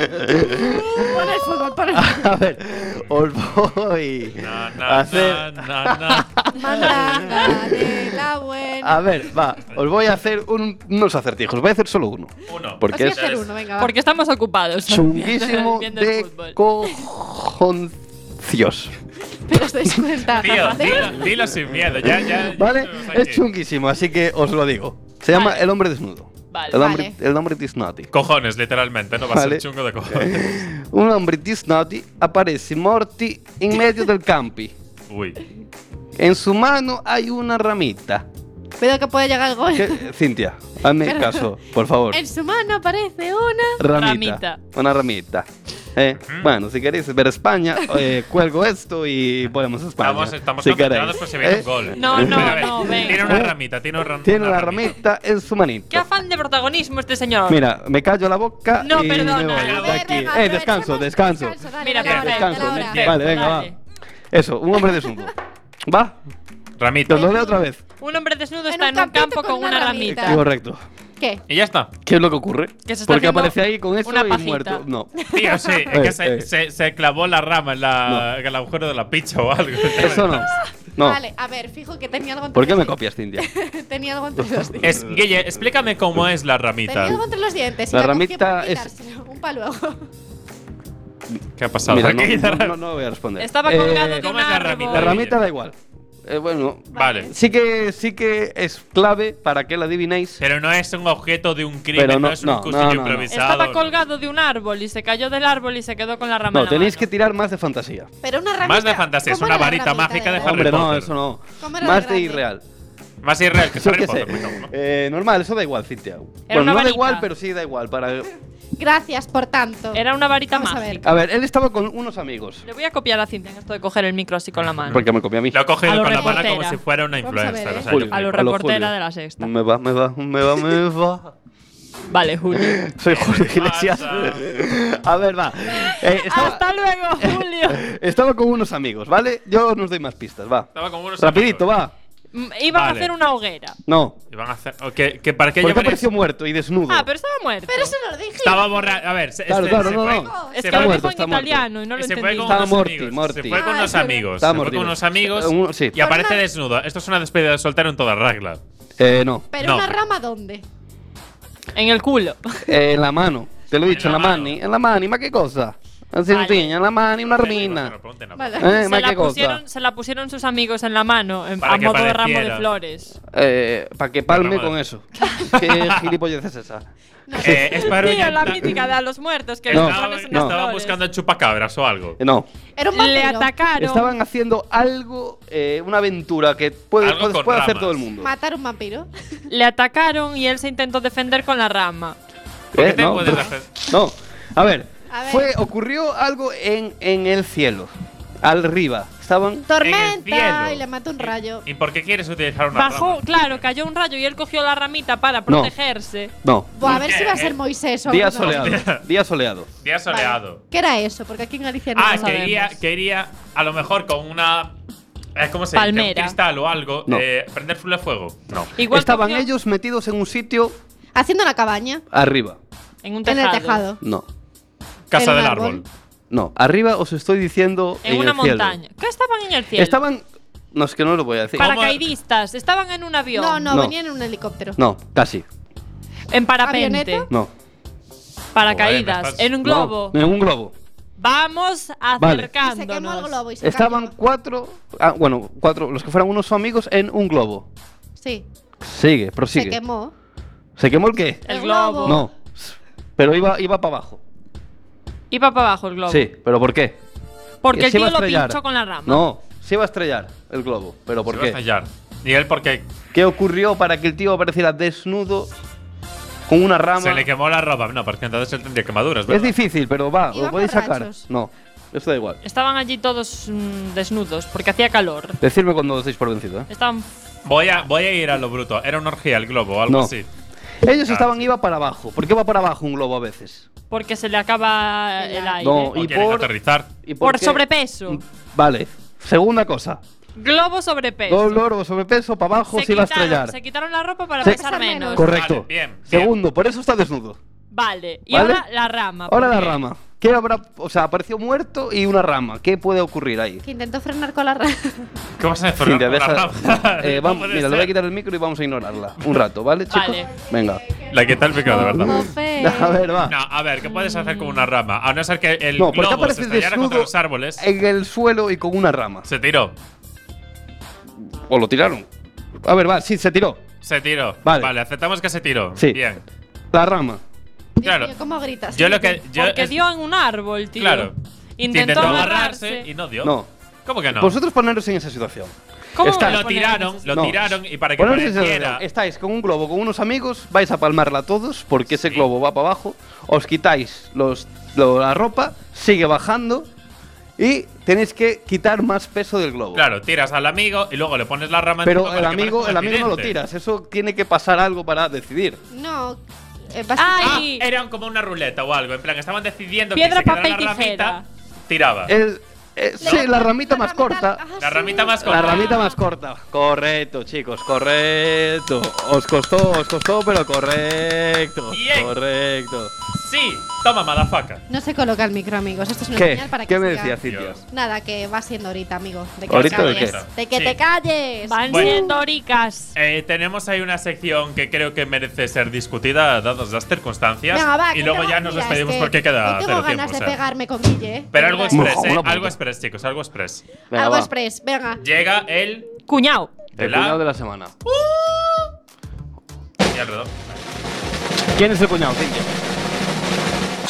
[SPEAKER 6] Pon el fútbol, pon el fútbol.
[SPEAKER 4] A ver, os voy
[SPEAKER 3] na, na,
[SPEAKER 4] a hacer.
[SPEAKER 3] na, na, na.
[SPEAKER 6] Mandanga de la buena.
[SPEAKER 4] A ver, va, os voy a hacer un, unos acertijos, voy a hacer solo uno.
[SPEAKER 3] Uno.
[SPEAKER 4] Porque
[SPEAKER 6] Os
[SPEAKER 4] es
[SPEAKER 6] voy a hacer uno, venga, va.
[SPEAKER 5] Porque estamos ocupados.
[SPEAKER 4] chunguísimo
[SPEAKER 5] Viendo el
[SPEAKER 4] de
[SPEAKER 5] fútbol.
[SPEAKER 4] cojoncios.
[SPEAKER 6] Pero os dais cuenta.
[SPEAKER 3] Tío,
[SPEAKER 6] ¿os dais
[SPEAKER 3] dilo, dilo sin miedo, ya, ya.
[SPEAKER 4] ¿Vale?
[SPEAKER 3] ya
[SPEAKER 4] Es
[SPEAKER 3] estamos aquí.
[SPEAKER 4] chunguísimo, así que os lo digo. Se llama El hombre desnudo.
[SPEAKER 5] Vale.
[SPEAKER 4] El hombre,
[SPEAKER 6] Vale.
[SPEAKER 4] el hombre disnati.
[SPEAKER 3] Cojones, literalmente, no va a
[SPEAKER 4] Vale.
[SPEAKER 3] ser chungo de cojones.
[SPEAKER 4] Un hombre disnati aparece muerto en medio del campi.
[SPEAKER 3] Uy.
[SPEAKER 4] En su mano hay una ramita.
[SPEAKER 6] Veo que puede llegar el gol.
[SPEAKER 4] ¿Qué? Cintia, hazme
[SPEAKER 6] Pero-
[SPEAKER 4] caso, por favor.
[SPEAKER 6] En su mano aparece una.
[SPEAKER 4] Ramita.
[SPEAKER 5] Ramita.
[SPEAKER 4] Una ramita. Eh, Bueno, si queréis ver España, eh, cuelgo esto y ponemos a España.
[SPEAKER 3] Estamos, estamos
[SPEAKER 4] si
[SPEAKER 3] concentrados
[SPEAKER 4] queréis.
[SPEAKER 3] por si viene
[SPEAKER 4] Eh,
[SPEAKER 3] un gol.
[SPEAKER 5] No, no,
[SPEAKER 3] Pero a ver,
[SPEAKER 5] no, venga.
[SPEAKER 3] Tiene una ramita, tiene una,
[SPEAKER 4] Tiene una ramita en su manito.
[SPEAKER 5] Qué afán de protagonismo este señor.
[SPEAKER 4] Mira, me callo la boca
[SPEAKER 5] No,
[SPEAKER 4] y
[SPEAKER 5] perdona.
[SPEAKER 4] me voy
[SPEAKER 5] A
[SPEAKER 4] de
[SPEAKER 5] ver,
[SPEAKER 4] aquí.
[SPEAKER 6] venga,
[SPEAKER 4] eh, descanso,
[SPEAKER 6] aprovechemos
[SPEAKER 4] descanso.
[SPEAKER 6] descanso, dale,
[SPEAKER 5] Mira,
[SPEAKER 6] dale, dale,
[SPEAKER 5] perfecto,
[SPEAKER 4] Descanso.
[SPEAKER 6] dale,
[SPEAKER 5] me-
[SPEAKER 3] dale.
[SPEAKER 6] ahora.
[SPEAKER 4] Vale, venga, va.
[SPEAKER 5] Dale.
[SPEAKER 4] Eso, un hombre desnudo. ¿Va? Te
[SPEAKER 3] Ramita.
[SPEAKER 4] lo leo otra vez.
[SPEAKER 5] Un hombre desnudo
[SPEAKER 6] En
[SPEAKER 5] está
[SPEAKER 6] un
[SPEAKER 5] en un
[SPEAKER 6] campito
[SPEAKER 5] campo con una ramita.
[SPEAKER 6] Ya.
[SPEAKER 4] Correcto.
[SPEAKER 6] ¿Qué?
[SPEAKER 3] Y ya está.
[SPEAKER 4] ¿Qué es lo que ocurre?
[SPEAKER 5] Que se está
[SPEAKER 4] Porque
[SPEAKER 5] haciendo
[SPEAKER 4] aparece ahí con eso
[SPEAKER 5] una
[SPEAKER 4] y
[SPEAKER 5] pajita.
[SPEAKER 4] muerto. No.
[SPEAKER 3] Tío, sí, es
[SPEAKER 4] Eh,
[SPEAKER 3] que se,
[SPEAKER 4] eh.
[SPEAKER 3] se- se clavó la rama en, la, en el agujero de la picha o algo.
[SPEAKER 4] Eso no. No.
[SPEAKER 6] Vale, a ver, fijo que tenía algo entre
[SPEAKER 4] ¿Por qué me
[SPEAKER 6] los
[SPEAKER 4] copias, Cintia?
[SPEAKER 6] dientes. tenía algo entre los dientes.
[SPEAKER 3] Es, Guille, explícame cómo es la
[SPEAKER 6] Tenía
[SPEAKER 3] ramita.
[SPEAKER 6] algo entre los dientes. y
[SPEAKER 4] La
[SPEAKER 6] cogí
[SPEAKER 4] ramita
[SPEAKER 6] para
[SPEAKER 4] es-
[SPEAKER 6] quitárselo. Un palo.
[SPEAKER 3] ¿Qué ha pasado?
[SPEAKER 4] Mira,
[SPEAKER 3] Aquí
[SPEAKER 4] no,
[SPEAKER 3] la
[SPEAKER 4] no,
[SPEAKER 3] ra-
[SPEAKER 4] no, no voy a responder.
[SPEAKER 5] Estaba
[SPEAKER 4] Eh,
[SPEAKER 5] colgado de
[SPEAKER 3] ¿cómo
[SPEAKER 5] un
[SPEAKER 3] es la
[SPEAKER 5] árbol.
[SPEAKER 3] ramita?
[SPEAKER 4] La ramita da igual. Eh, bueno,
[SPEAKER 3] Vale.
[SPEAKER 4] sí que, sí que es clave para que la adivinéis.
[SPEAKER 3] Pero no es un objeto de un crimen,
[SPEAKER 4] Pero
[SPEAKER 3] no,
[SPEAKER 4] no-
[SPEAKER 3] es un
[SPEAKER 4] no, no,
[SPEAKER 3] cuchillo
[SPEAKER 4] no, no.
[SPEAKER 3] improvisado.
[SPEAKER 5] Estaba colgado de un árbol y se cayó del árbol y se quedó con la rama. en
[SPEAKER 4] No,
[SPEAKER 5] la
[SPEAKER 4] tenéis que
[SPEAKER 5] mano.
[SPEAKER 4] tirar más de fantasía.
[SPEAKER 6] Pero una ramita.
[SPEAKER 3] Más de fantasía, es
[SPEAKER 6] ¿Cómo
[SPEAKER 3] una
[SPEAKER 6] era la
[SPEAKER 3] varita
[SPEAKER 6] ramita
[SPEAKER 3] mágica de
[SPEAKER 6] verdad?
[SPEAKER 3] Harry
[SPEAKER 4] Hombre, no,
[SPEAKER 3] Potter.
[SPEAKER 4] eso no.
[SPEAKER 6] ¿Cómo era
[SPEAKER 4] Más
[SPEAKER 6] grande?
[SPEAKER 4] de irreal.
[SPEAKER 3] Más irreal que
[SPEAKER 4] Yo qué
[SPEAKER 3] Harry
[SPEAKER 4] sé.
[SPEAKER 3] Potter. me cago, ¿no?
[SPEAKER 4] Eh, normal, eso da igual, Cintia.
[SPEAKER 5] una
[SPEAKER 4] bueno, no da
[SPEAKER 5] varita.
[SPEAKER 4] igual, pero sí da igual. Para...
[SPEAKER 6] Gracias, por tanto.
[SPEAKER 5] Era una varita
[SPEAKER 6] Vamos a ver.
[SPEAKER 5] mágica.
[SPEAKER 4] A ver, él estaba con unos amigos.
[SPEAKER 5] Le voy a copiar a Cintia en esto de coger el micro así con la mano.
[SPEAKER 4] Porque me copió a mí.
[SPEAKER 3] Lo ha cogido
[SPEAKER 5] A lo
[SPEAKER 3] con la mano
[SPEAKER 5] reportera.
[SPEAKER 3] como si fuera una
[SPEAKER 6] Vamos a ver,
[SPEAKER 3] influencer.
[SPEAKER 6] ¿eh?
[SPEAKER 3] o sea,
[SPEAKER 4] Julio,
[SPEAKER 3] yo-
[SPEAKER 5] A lo
[SPEAKER 4] a lo
[SPEAKER 5] reportera
[SPEAKER 4] Julio.
[SPEAKER 5] de la sexta.
[SPEAKER 4] Me va, me va, me va, me va.
[SPEAKER 5] Vale, Julio.
[SPEAKER 4] Soy Julio Iglesias. A ver, va.
[SPEAKER 3] Ah,
[SPEAKER 4] Eh, estaba,
[SPEAKER 5] Hasta luego, Julio.
[SPEAKER 4] estaba con unos amigos, ¿vale? Yo no os doy más pistas, va.
[SPEAKER 3] Estaba con unos
[SPEAKER 4] Rapidito,
[SPEAKER 3] amigos.
[SPEAKER 4] va.
[SPEAKER 5] Mm, Iban
[SPEAKER 3] Vale.
[SPEAKER 5] a hacer una hoguera.
[SPEAKER 4] No.
[SPEAKER 3] Y van a hacer. o que- que ¿Para qué
[SPEAKER 4] Porque
[SPEAKER 3] llevar
[SPEAKER 4] apareció
[SPEAKER 3] eso?
[SPEAKER 4] muerto y desnudo.
[SPEAKER 5] Ah, pero estaba muerto.
[SPEAKER 6] Pero eso no lo dije.
[SPEAKER 3] Estaba borrado. A ver, se,
[SPEAKER 4] Claro,
[SPEAKER 3] este-
[SPEAKER 4] claro,
[SPEAKER 3] se
[SPEAKER 4] no,
[SPEAKER 3] fue- se
[SPEAKER 4] no.
[SPEAKER 5] es que
[SPEAKER 4] Está
[SPEAKER 5] lo
[SPEAKER 3] fue-
[SPEAKER 4] muerto,
[SPEAKER 5] dijo en
[SPEAKER 4] está muerto.
[SPEAKER 5] italiano y no lo
[SPEAKER 3] se
[SPEAKER 5] entendí.
[SPEAKER 3] fue con
[SPEAKER 4] Estaba
[SPEAKER 3] unos
[SPEAKER 4] Morty,
[SPEAKER 3] amigos.
[SPEAKER 4] Morty.
[SPEAKER 3] Se fue con
[SPEAKER 6] Ah,
[SPEAKER 3] unos
[SPEAKER 6] es verdad.
[SPEAKER 3] amigos.
[SPEAKER 4] Estaba
[SPEAKER 3] se fue
[SPEAKER 4] Morty.
[SPEAKER 3] con unos amigos.
[SPEAKER 4] Eh, un- sí.
[SPEAKER 3] Y aparece desnudo. Esto es una despedida de soltero en toda regla.
[SPEAKER 4] Eh, no.
[SPEAKER 6] Pero
[SPEAKER 3] No.
[SPEAKER 6] una rama, ¿dónde?
[SPEAKER 5] En el culo.
[SPEAKER 4] Eh, en la mano. Te lo he dicho, en la mano. En la mano, ¿ma qué cosa? Así,
[SPEAKER 5] Vale.
[SPEAKER 4] niña, en la mano, una
[SPEAKER 3] Pero,
[SPEAKER 4] armina.
[SPEAKER 3] pero, ponte en la-
[SPEAKER 6] Vale.
[SPEAKER 4] Eh, ¿ma
[SPEAKER 5] se, la
[SPEAKER 4] qué cosa?
[SPEAKER 5] pusieron, se la pusieron sus amigos en la mano, en-
[SPEAKER 3] Para
[SPEAKER 5] a
[SPEAKER 3] que
[SPEAKER 5] modo de ramo
[SPEAKER 3] pareciera.
[SPEAKER 5] de flores.
[SPEAKER 4] Eh, para que palme
[SPEAKER 3] Pero,
[SPEAKER 4] con eso. ¿Qué gilipollas es esa?
[SPEAKER 3] Eh, es para
[SPEAKER 5] Tío, la
[SPEAKER 3] orientar-
[SPEAKER 5] mítica de a los muertos que
[SPEAKER 4] No,
[SPEAKER 5] les
[SPEAKER 3] Estaba,
[SPEAKER 5] pones unas
[SPEAKER 4] no.
[SPEAKER 3] estaba
[SPEAKER 5] flores.
[SPEAKER 3] buscando chupacabras o algo.
[SPEAKER 4] Eh, No.
[SPEAKER 6] Era un
[SPEAKER 5] Le
[SPEAKER 6] vampiro.
[SPEAKER 5] atacaron.
[SPEAKER 4] Estaban haciendo algo, eh, una aventura que puede,
[SPEAKER 3] Algo
[SPEAKER 4] puede-
[SPEAKER 3] con
[SPEAKER 4] puede hacer
[SPEAKER 3] ramas.
[SPEAKER 4] todo el mundo.
[SPEAKER 6] Matar un vampiro.
[SPEAKER 5] Le atacaron y él se intentó defender con la rama.
[SPEAKER 3] ¿Por qué
[SPEAKER 4] Eh,
[SPEAKER 3] te
[SPEAKER 4] no,
[SPEAKER 3] puedes
[SPEAKER 4] pero-
[SPEAKER 3] hacer?
[SPEAKER 4] no. A ver,
[SPEAKER 6] A ver.
[SPEAKER 4] Fue, ocurrió algo en, en el cielo. Arriba. Estaban.
[SPEAKER 6] Tormenta
[SPEAKER 3] cielo.
[SPEAKER 6] y le mata un rayo.
[SPEAKER 3] ¿Y por qué quieres utilizar una rama?
[SPEAKER 5] Bajó, claro, cayó un rayo y él cogió la ramita para protegerse.
[SPEAKER 4] No.
[SPEAKER 6] Buah, a ver si va a ser Moisés o
[SPEAKER 4] Día
[SPEAKER 6] algo.
[SPEAKER 4] soleado. Día soleado.
[SPEAKER 3] Día soleado.
[SPEAKER 6] ¿Qué era eso? Porque aquí en Galicia no
[SPEAKER 3] Ah,
[SPEAKER 6] lo
[SPEAKER 3] quería,
[SPEAKER 6] sabemos.
[SPEAKER 3] quería a lo mejor con una. eh, ¿Cómo se dice?
[SPEAKER 6] Palmera.
[SPEAKER 3] Un cristal o algo.
[SPEAKER 4] No.
[SPEAKER 3] eh, prender full de fuego. No.
[SPEAKER 4] Estaban ellos metidos en un sitio
[SPEAKER 6] Haciendo una cabaña
[SPEAKER 4] arriba.
[SPEAKER 5] en un
[SPEAKER 6] en el tejado.
[SPEAKER 4] No.
[SPEAKER 6] Casa En un del árbol.
[SPEAKER 4] No. Arriba os estoy diciendo.
[SPEAKER 5] En
[SPEAKER 4] en
[SPEAKER 5] una
[SPEAKER 4] el cielo.
[SPEAKER 5] montaña. ¿Qué estaban en el cielo?
[SPEAKER 4] Estaban. No, es que no lo voy a decir.
[SPEAKER 5] Paracaidistas, estaban en un avión.
[SPEAKER 6] No,
[SPEAKER 4] no, No. venían
[SPEAKER 6] en un helicóptero.
[SPEAKER 4] No, casi.
[SPEAKER 5] En parapente.
[SPEAKER 4] No.
[SPEAKER 5] Paracaídas. En un globo.
[SPEAKER 4] No, en un globo.
[SPEAKER 5] Vamos
[SPEAKER 4] Vale.
[SPEAKER 5] acercándonos.
[SPEAKER 4] Estaban cuatro. Ah, bueno, cuatro. Los que fueran unos amigos en un globo.
[SPEAKER 6] Sí.
[SPEAKER 4] Sigue, prosigue.
[SPEAKER 6] Se quemó.
[SPEAKER 4] ¿Se quemó el qué?
[SPEAKER 5] El globo.
[SPEAKER 4] No. Pero iba, iba para abajo.
[SPEAKER 5] Iba para abajo el globo.
[SPEAKER 4] Sí, pero ¿por qué?
[SPEAKER 5] Porque el
[SPEAKER 4] Se iba
[SPEAKER 5] tío
[SPEAKER 4] a
[SPEAKER 5] lo
[SPEAKER 4] estrellar.
[SPEAKER 5] pinchó con la rama.
[SPEAKER 4] No, se iba a estrellar el globo. ¿Pero por
[SPEAKER 3] Se
[SPEAKER 4] qué?
[SPEAKER 3] iba a estrellar. ¿Y él por qué?
[SPEAKER 4] ¿Qué ocurrió para que el tío apareciera desnudo con una rama?
[SPEAKER 3] Se le quemó la ropa. No, porque entonces él tendría quemaduras,
[SPEAKER 4] Es
[SPEAKER 3] ¿verdad?
[SPEAKER 4] difícil, pero va,
[SPEAKER 5] Iban
[SPEAKER 4] lo podéis sacar.
[SPEAKER 5] borrachos.
[SPEAKER 4] No, eso da igual.
[SPEAKER 5] Estaban allí todos mm, desnudos porque hacía calor.
[SPEAKER 4] Decidme cuando os deis por vencido, ¿eh?
[SPEAKER 5] Estaban.
[SPEAKER 3] Voy a, voy a ir a lo bruto. Era una orgía el globo o algo
[SPEAKER 4] No.
[SPEAKER 3] así.
[SPEAKER 4] Ellos
[SPEAKER 3] Claro.
[SPEAKER 4] estaban, iba para abajo. ¿Por qué va para abajo un globo a veces?
[SPEAKER 5] Porque se le acaba el aire.
[SPEAKER 4] No, y por. y
[SPEAKER 5] por
[SPEAKER 4] qué- Mm,
[SPEAKER 5] sobrepeso.
[SPEAKER 4] Vale, segunda cosa.
[SPEAKER 5] Globo sobrepeso.
[SPEAKER 4] Dolor o sobrepeso, para abajo se, iba a
[SPEAKER 5] quitaron-
[SPEAKER 4] estrellar.
[SPEAKER 5] se quitaron la ropa para
[SPEAKER 4] Se-
[SPEAKER 5] pesar menos.
[SPEAKER 4] Correcto. Segundo, por eso está desnudo.
[SPEAKER 5] Vale. Y
[SPEAKER 4] ¿Vale?
[SPEAKER 5] ahora la rama.
[SPEAKER 4] Ahora la
[SPEAKER 5] Ah, porque-
[SPEAKER 4] rama. ¿Qué habrá? O sea, apareció muerto y una rama. ¿Qué puede ocurrir ahí?
[SPEAKER 6] Que intentó frenar con la rama.
[SPEAKER 3] ¿Qué vas a
[SPEAKER 4] Cintia,
[SPEAKER 3] con la rama?
[SPEAKER 4] eh,
[SPEAKER 3] No
[SPEAKER 4] vamos,
[SPEAKER 3] puede
[SPEAKER 4] mira, le voy a
[SPEAKER 3] ser.
[SPEAKER 4] quitar el micro y vamos a ignorarla. Un rato, ¿vale, chicos?
[SPEAKER 5] Vale.
[SPEAKER 4] Venga.
[SPEAKER 3] La que tal picado, de verdad.
[SPEAKER 4] A ver, va.
[SPEAKER 3] No, a ver, ¿qué puedes hacer con una rama? A no ser que el
[SPEAKER 4] No, porque
[SPEAKER 3] globo se
[SPEAKER 4] aparece
[SPEAKER 3] estrellara contra
[SPEAKER 4] desnudo
[SPEAKER 3] los árboles.
[SPEAKER 4] en el suelo y con una rama.
[SPEAKER 3] Se tiró.
[SPEAKER 4] O lo tiraron. A ver, va, sí, se tiró.
[SPEAKER 3] Se tiró.
[SPEAKER 4] Vale.
[SPEAKER 3] Vale. aceptamos que se tiró.
[SPEAKER 4] Sí.
[SPEAKER 3] Bien.
[SPEAKER 4] La rama.
[SPEAKER 3] Claro.
[SPEAKER 6] ¿Cómo gritas?
[SPEAKER 3] Yo lo que. Eh, Yo
[SPEAKER 5] Porque
[SPEAKER 3] es-
[SPEAKER 5] dio en un árbol, tío.
[SPEAKER 3] Claro.
[SPEAKER 5] Intentó
[SPEAKER 3] Intentó
[SPEAKER 5] agarrarse.
[SPEAKER 3] agarrarse y no dio.
[SPEAKER 4] No.
[SPEAKER 3] ¿Cómo que no?
[SPEAKER 4] Vosotros poneros en esa situación.
[SPEAKER 3] ¿Cómo
[SPEAKER 4] Estáis-
[SPEAKER 3] lo tiraron? Lo
[SPEAKER 4] No.
[SPEAKER 3] tiraron y para que
[SPEAKER 4] Poneros en esa
[SPEAKER 3] pareciera.
[SPEAKER 4] situación. Estáis con un globo, con unos amigos, vais a palmarla todos porque ese globo va para abajo, os quitáis los, lo- la ropa, sigue bajando y tenéis que quitar más peso del globo.
[SPEAKER 3] Claro, tiras al amigo y luego le pones la rama
[SPEAKER 4] Pero
[SPEAKER 3] encima
[SPEAKER 4] el
[SPEAKER 3] para que
[SPEAKER 4] amigo,
[SPEAKER 3] parezca
[SPEAKER 4] el
[SPEAKER 3] un
[SPEAKER 4] amigo no lo
[SPEAKER 3] accidente.
[SPEAKER 4] tiras, eso tiene que pasar algo para decidir.
[SPEAKER 6] No. eh,
[SPEAKER 3] Ah,
[SPEAKER 6] ¡Ay!
[SPEAKER 3] eran como una ruleta o algo. En plan, estaban decidiendo
[SPEAKER 6] Piedra,
[SPEAKER 3] que se quedara
[SPEAKER 6] papel,
[SPEAKER 3] la ramita,
[SPEAKER 6] tijera.
[SPEAKER 3] tiraba.
[SPEAKER 4] El- eh,
[SPEAKER 6] Ah,
[SPEAKER 4] sí, la ramita más corta.
[SPEAKER 3] La ramita más
[SPEAKER 4] La
[SPEAKER 3] corta.
[SPEAKER 4] ramita más corta. Correcto, chicos, correcto. Os costó, os costó, pero correcto.
[SPEAKER 3] Bien.
[SPEAKER 4] Correcto.
[SPEAKER 3] Sí, toma, madafaca.
[SPEAKER 6] No se coloca el micro, amigos. Esto es una
[SPEAKER 4] ¿Qué?
[SPEAKER 6] señal para que
[SPEAKER 4] ¿Qué me
[SPEAKER 6] siga-
[SPEAKER 4] decías, Cintia?
[SPEAKER 6] Nada, que va siendo ahorita, amigo. De que
[SPEAKER 4] ¿Ahorita
[SPEAKER 6] te
[SPEAKER 4] de
[SPEAKER 6] calles.
[SPEAKER 3] qué?
[SPEAKER 6] De que
[SPEAKER 3] Sí.
[SPEAKER 6] te calles.
[SPEAKER 5] Van
[SPEAKER 3] Bueno.
[SPEAKER 5] siendo ricas.
[SPEAKER 3] Eh, tenemos ahí una sección que creo que merece ser discutida dadas las circunstancias.
[SPEAKER 6] Venga, va, que
[SPEAKER 3] y luego
[SPEAKER 6] te
[SPEAKER 3] ya
[SPEAKER 6] vas,
[SPEAKER 3] nos
[SPEAKER 6] mira,
[SPEAKER 3] despedimos
[SPEAKER 6] es que
[SPEAKER 3] porque queda
[SPEAKER 6] hoy
[SPEAKER 3] cero
[SPEAKER 6] tengo
[SPEAKER 3] tiempo.
[SPEAKER 6] ganas de
[SPEAKER 3] o sea.
[SPEAKER 6] pegarme con Guille, ¿eh?
[SPEAKER 3] Pero algo
[SPEAKER 6] Venga,
[SPEAKER 3] express,
[SPEAKER 6] va.
[SPEAKER 3] eh, algo express, chicos, algo express.
[SPEAKER 6] Algo express, venga.
[SPEAKER 3] Llega el
[SPEAKER 5] cuñado.
[SPEAKER 4] El cuñado de la semana.
[SPEAKER 3] Y alrededor.
[SPEAKER 4] ¿Quién es el cuñado, Cintia?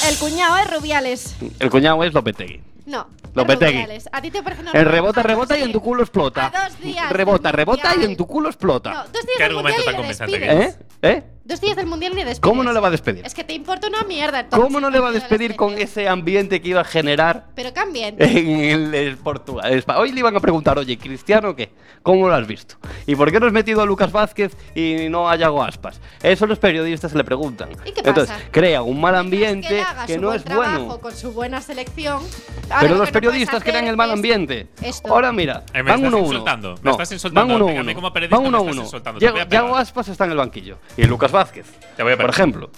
[SPEAKER 6] El cuñado es Rubiales.
[SPEAKER 4] El cuñado es Lopetegui.
[SPEAKER 6] No. es
[SPEAKER 4] Lopetegui.
[SPEAKER 6] Rubiales. A ti te parece normal.
[SPEAKER 4] El Eh, rebota, rebota y en tu culo explota.
[SPEAKER 6] A dos días del
[SPEAKER 4] Rebota, rebota y en tu culo
[SPEAKER 6] No,
[SPEAKER 4] explota.
[SPEAKER 6] dos días del mundial y le
[SPEAKER 4] ¿Eh?
[SPEAKER 6] despides.
[SPEAKER 4] ¿Eh?
[SPEAKER 6] Dos días del mundial y le despides.
[SPEAKER 4] ¿Cómo no le va a despedir?
[SPEAKER 6] Es que te importa una mierda. entonces.
[SPEAKER 4] ¿Cómo no le va a despedir con ese ambiente que iba a generar
[SPEAKER 6] Pero cambien.
[SPEAKER 4] en el, el Portugal? Espa- Hoy le iban a preguntar, oye, ¿Cristiano qué? ¿Cómo lo has visto? ¿Y por qué no has metido a Lucas Vázquez y no a Yago Aspas? Eso los periodistas le preguntan.
[SPEAKER 6] ¿Y qué
[SPEAKER 4] Entonces,
[SPEAKER 6] pasa?
[SPEAKER 4] crea un mal
[SPEAKER 6] que él
[SPEAKER 4] ambiente
[SPEAKER 6] haga
[SPEAKER 4] que
[SPEAKER 6] su
[SPEAKER 4] no
[SPEAKER 6] buen
[SPEAKER 4] es
[SPEAKER 6] trabajo
[SPEAKER 4] bueno.
[SPEAKER 6] con su buena selección. Ahora
[SPEAKER 4] Pero los
[SPEAKER 6] lo que no puedes
[SPEAKER 4] periodistas crean
[SPEAKER 6] hacer
[SPEAKER 4] el mal
[SPEAKER 6] es-
[SPEAKER 4] ambiente.
[SPEAKER 6] esto.
[SPEAKER 4] Ahora mira,
[SPEAKER 3] Eh, me
[SPEAKER 4] van
[SPEAKER 3] estás
[SPEAKER 4] 1-1.
[SPEAKER 3] insultando, me
[SPEAKER 4] No,
[SPEAKER 3] estás insultando,
[SPEAKER 4] Van 1-1.
[SPEAKER 3] a mí como periodista
[SPEAKER 4] Van
[SPEAKER 3] me estás
[SPEAKER 4] 1-1.
[SPEAKER 3] insultando, te
[SPEAKER 4] Yago-
[SPEAKER 3] voy a pegar.
[SPEAKER 4] Yago Aspas pues está en el banquillo. Y Lucas Vázquez.
[SPEAKER 3] Te voy a
[SPEAKER 4] Por
[SPEAKER 3] pegar.
[SPEAKER 4] ejemplo,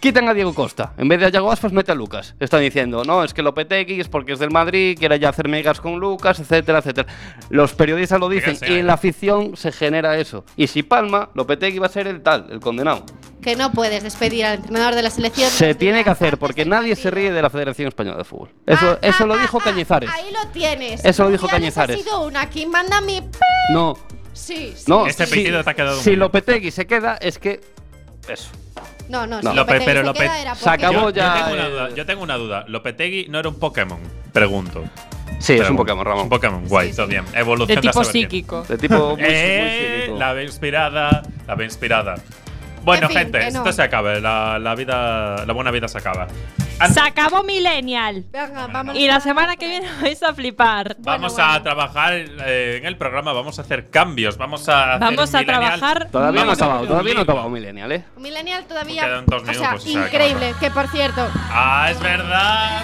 [SPEAKER 4] quitan a Diego Costa. En vez de a Yago Aspas, mete a Lucas. Están diciendo, no, es que Lopetegui es porque es del Madrid, quiere ya hacer megas con Lucas, etcétera, etcétera. Los periodistas lo dicen
[SPEAKER 3] Megas,
[SPEAKER 4] y
[SPEAKER 3] eh.
[SPEAKER 4] en la afición se genera eso. Y si palma, Lopetegui va a ser el tal, el condenado.
[SPEAKER 6] Que no puedes despedir al entrenador de la selección.
[SPEAKER 4] Se tiene que hacer porque nadie se ríe de la Federación Española de Fútbol.
[SPEAKER 6] Ah,
[SPEAKER 4] Eso, eso lo dijo Cañizares.
[SPEAKER 6] Ahí lo tienes.
[SPEAKER 4] Eso lo dijo
[SPEAKER 6] Rubiales
[SPEAKER 4] Cañizares.
[SPEAKER 6] Ha sido una. Aquí manda mi. p-
[SPEAKER 4] No,
[SPEAKER 6] Sí, sí.
[SPEAKER 4] No,
[SPEAKER 3] Este
[SPEAKER 4] si-
[SPEAKER 3] pedido te ha quedado
[SPEAKER 4] Si
[SPEAKER 3] muy
[SPEAKER 4] Lopetegui se queda, es que. Eso.
[SPEAKER 6] No, no,
[SPEAKER 4] No. Lope-
[SPEAKER 6] sí, Lopetegui
[SPEAKER 4] pero
[SPEAKER 6] se
[SPEAKER 4] Lope-
[SPEAKER 6] queda, era
[SPEAKER 4] se
[SPEAKER 6] porque-
[SPEAKER 4] acabó
[SPEAKER 3] Yo-
[SPEAKER 4] ya,
[SPEAKER 3] Yo tengo, una
[SPEAKER 4] eh.
[SPEAKER 3] duda, yo tengo una duda. Lopetegui no era un Pokémon, pregunto.
[SPEAKER 4] Sí, es un Pokémon, Ramón.
[SPEAKER 3] Un Pokémon, guay, todo bien. Evolución
[SPEAKER 5] De tipo
[SPEAKER 3] a saber quién.
[SPEAKER 5] psíquico.
[SPEAKER 4] De tipo muy,
[SPEAKER 3] Eh,
[SPEAKER 4] muy psíquico.
[SPEAKER 3] La ve inspirada, la ve inspirada. Bueno,
[SPEAKER 6] En fin,
[SPEAKER 3] gente,
[SPEAKER 6] que no.
[SPEAKER 3] esto se acaba. La, la vida, la buena vida se acaba.
[SPEAKER 5] Se acabó Millennial.
[SPEAKER 6] Venga, vamos.
[SPEAKER 5] Y la semana que viene vais a flipar.
[SPEAKER 3] Vamos a trabajar eh, en el programa, vamos a hacer cambios, vamos a. hacer
[SPEAKER 5] Vamos
[SPEAKER 3] un
[SPEAKER 5] a
[SPEAKER 3] millennial.
[SPEAKER 5] trabajar-
[SPEAKER 4] Todavía no ha
[SPEAKER 3] Vamos a hacer
[SPEAKER 4] acabado,
[SPEAKER 3] un
[SPEAKER 4] todavía no ha
[SPEAKER 3] libro.
[SPEAKER 4] acabado Millennial, ¿eh?
[SPEAKER 6] Millennial todavía.
[SPEAKER 3] Quedan dos minutos,
[SPEAKER 6] o
[SPEAKER 3] o sea,
[SPEAKER 6] sea, increíble. Que por cierto,
[SPEAKER 3] Ah, es verdad.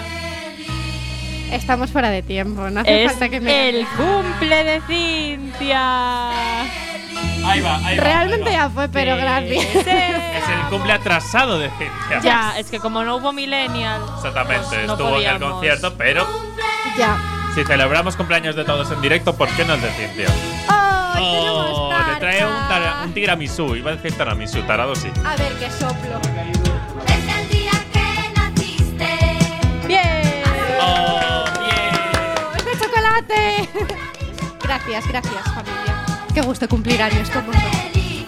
[SPEAKER 6] estamos fuera de tiempo. No hace
[SPEAKER 5] Es
[SPEAKER 6] falta que me.
[SPEAKER 5] el cumple de Cintia.
[SPEAKER 3] Ahí va, ahí va.
[SPEAKER 6] Realmente ya fue, pero gracias.
[SPEAKER 3] Es el cumple atrasado de Cintia.
[SPEAKER 5] ya, es que como no hubo Millennial.
[SPEAKER 3] Exactamente,
[SPEAKER 5] Pues no
[SPEAKER 3] estuvo en el
[SPEAKER 5] podíamos.
[SPEAKER 3] concierto, pero
[SPEAKER 6] Ya.
[SPEAKER 3] si celebramos cumpleaños de todos en directo, ¿por qué no el de Cintia? Oh,
[SPEAKER 6] tenemos
[SPEAKER 3] te trae un, tara- un tiramisú, iba a decir tiramisú, tarado sí.
[SPEAKER 6] A ver qué soplo.
[SPEAKER 13] Desde el día que naciste.
[SPEAKER 6] ¡Bien!
[SPEAKER 3] ¡Oh,
[SPEAKER 6] bien! ¡Oh, ¡Es de chocolate! gracias, gracias, familia. Qué gusto cumplir años con vosotros.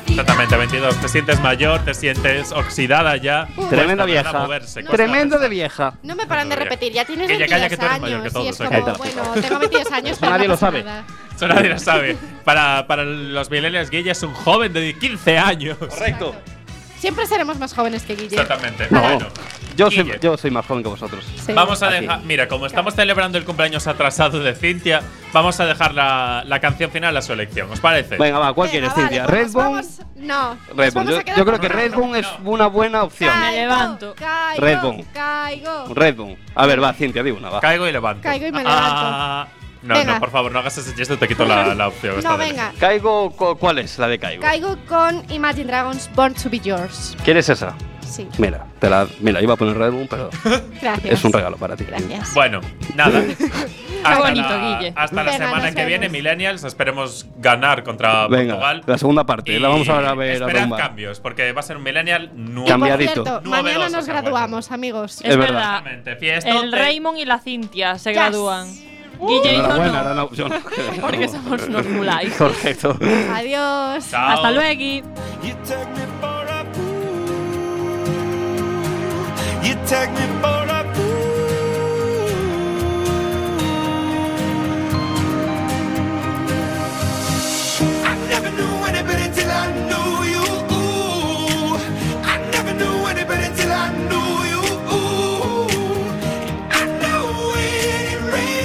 [SPEAKER 3] Exactamente, 22. Te sientes mayor, te sientes oxidada ya.
[SPEAKER 4] Tremenda
[SPEAKER 3] Cuesta,
[SPEAKER 4] vieja.
[SPEAKER 3] ¿verdad? Moverse, cuesta.
[SPEAKER 4] Tremendo de vieja.
[SPEAKER 6] No me paran de repetir, ya tienes
[SPEAKER 3] Que ya
[SPEAKER 6] 22
[SPEAKER 3] calla, que tú eres
[SPEAKER 6] años.
[SPEAKER 3] mayor que todos,
[SPEAKER 6] y es
[SPEAKER 3] o sea,
[SPEAKER 6] como,
[SPEAKER 3] que-
[SPEAKER 6] bueno, tengo 22 años, pero
[SPEAKER 4] Nadie
[SPEAKER 6] no
[SPEAKER 4] lo
[SPEAKER 6] pasa
[SPEAKER 4] sabe.
[SPEAKER 6] nada.
[SPEAKER 3] Eso nadie lo sabe. Para, para los millennials, Guille es un joven de 15 años. Correcto.
[SPEAKER 6] Siempre seremos más jóvenes que Guille.
[SPEAKER 3] Exactamente.
[SPEAKER 4] No,
[SPEAKER 3] Bueno,
[SPEAKER 4] yo soy, yo soy más joven que vosotros.
[SPEAKER 3] Vamos a
[SPEAKER 4] Así.
[SPEAKER 3] dejar. Mira, como estamos celebrando el cumpleaños atrasado de Cintia, vamos a dejar la, la canción final a su elección. ¿Os parece?
[SPEAKER 4] Venga, va, ¿cuál
[SPEAKER 6] Ah,
[SPEAKER 4] quieres, Cintia? ¿Redbone?
[SPEAKER 6] pues No. nos
[SPEAKER 4] Redbone.
[SPEAKER 6] Pues vamos
[SPEAKER 4] Yo,
[SPEAKER 6] a quedar
[SPEAKER 4] yo creo
[SPEAKER 6] con
[SPEAKER 4] que Redbone es una buena opción.
[SPEAKER 6] Caigo, Caigo,
[SPEAKER 4] Redbone.
[SPEAKER 6] Caigo.
[SPEAKER 4] Redbone. A ver, va, Cintia, di una, va.
[SPEAKER 3] Caigo y levanto.
[SPEAKER 6] Caigo y me
[SPEAKER 3] Ah, no,
[SPEAKER 6] Venga.
[SPEAKER 3] no, por favor, no hagas ese chiste, te quito la, la opción. esta
[SPEAKER 6] No,
[SPEAKER 3] de-
[SPEAKER 6] venga.
[SPEAKER 4] Caigo, cu- ¿cuál es la de Caigo?
[SPEAKER 6] Caigo con Imagine Dragons Born to be Yours.
[SPEAKER 4] ¿Quieres esa?
[SPEAKER 6] Sí.
[SPEAKER 4] Mira, te la, mira, iba a poner Redbone, pero
[SPEAKER 6] Gracias.
[SPEAKER 4] es un regalo para ti.
[SPEAKER 6] Gracias.
[SPEAKER 3] Bueno, nada. Hasta
[SPEAKER 6] bonito,
[SPEAKER 3] la,
[SPEAKER 6] Guille.
[SPEAKER 3] Hasta la
[SPEAKER 6] Venga,
[SPEAKER 3] semana
[SPEAKER 6] nos
[SPEAKER 3] que viene, Millennials. Esperemos ganar contra
[SPEAKER 4] Venga,
[SPEAKER 3] Portugal.
[SPEAKER 4] la segunda parte, la vamos a ver a
[SPEAKER 3] Esperad
[SPEAKER 4] rumbar.
[SPEAKER 3] cambios, porque va a ser un Millennial nuevo.
[SPEAKER 4] Cambiadito.
[SPEAKER 6] Cierto,
[SPEAKER 3] Novedoso,
[SPEAKER 6] mañana nos
[SPEAKER 3] se ha vuelto.
[SPEAKER 6] graduamos, amigos.
[SPEAKER 4] Es Es verdad. verdad.
[SPEAKER 3] Exactamente. Fiesta.
[SPEAKER 5] El
[SPEAKER 3] te-
[SPEAKER 5] Raymond y la Cintia se
[SPEAKER 6] Yes.
[SPEAKER 5] gradúan. Guille y yo
[SPEAKER 4] Enhorabuena,
[SPEAKER 5] no.
[SPEAKER 4] era una opción.
[SPEAKER 5] Porque somos unos mulais.
[SPEAKER 4] Correcto.
[SPEAKER 6] Adiós.
[SPEAKER 4] Chao.
[SPEAKER 5] Hasta luego.
[SPEAKER 9] You take me for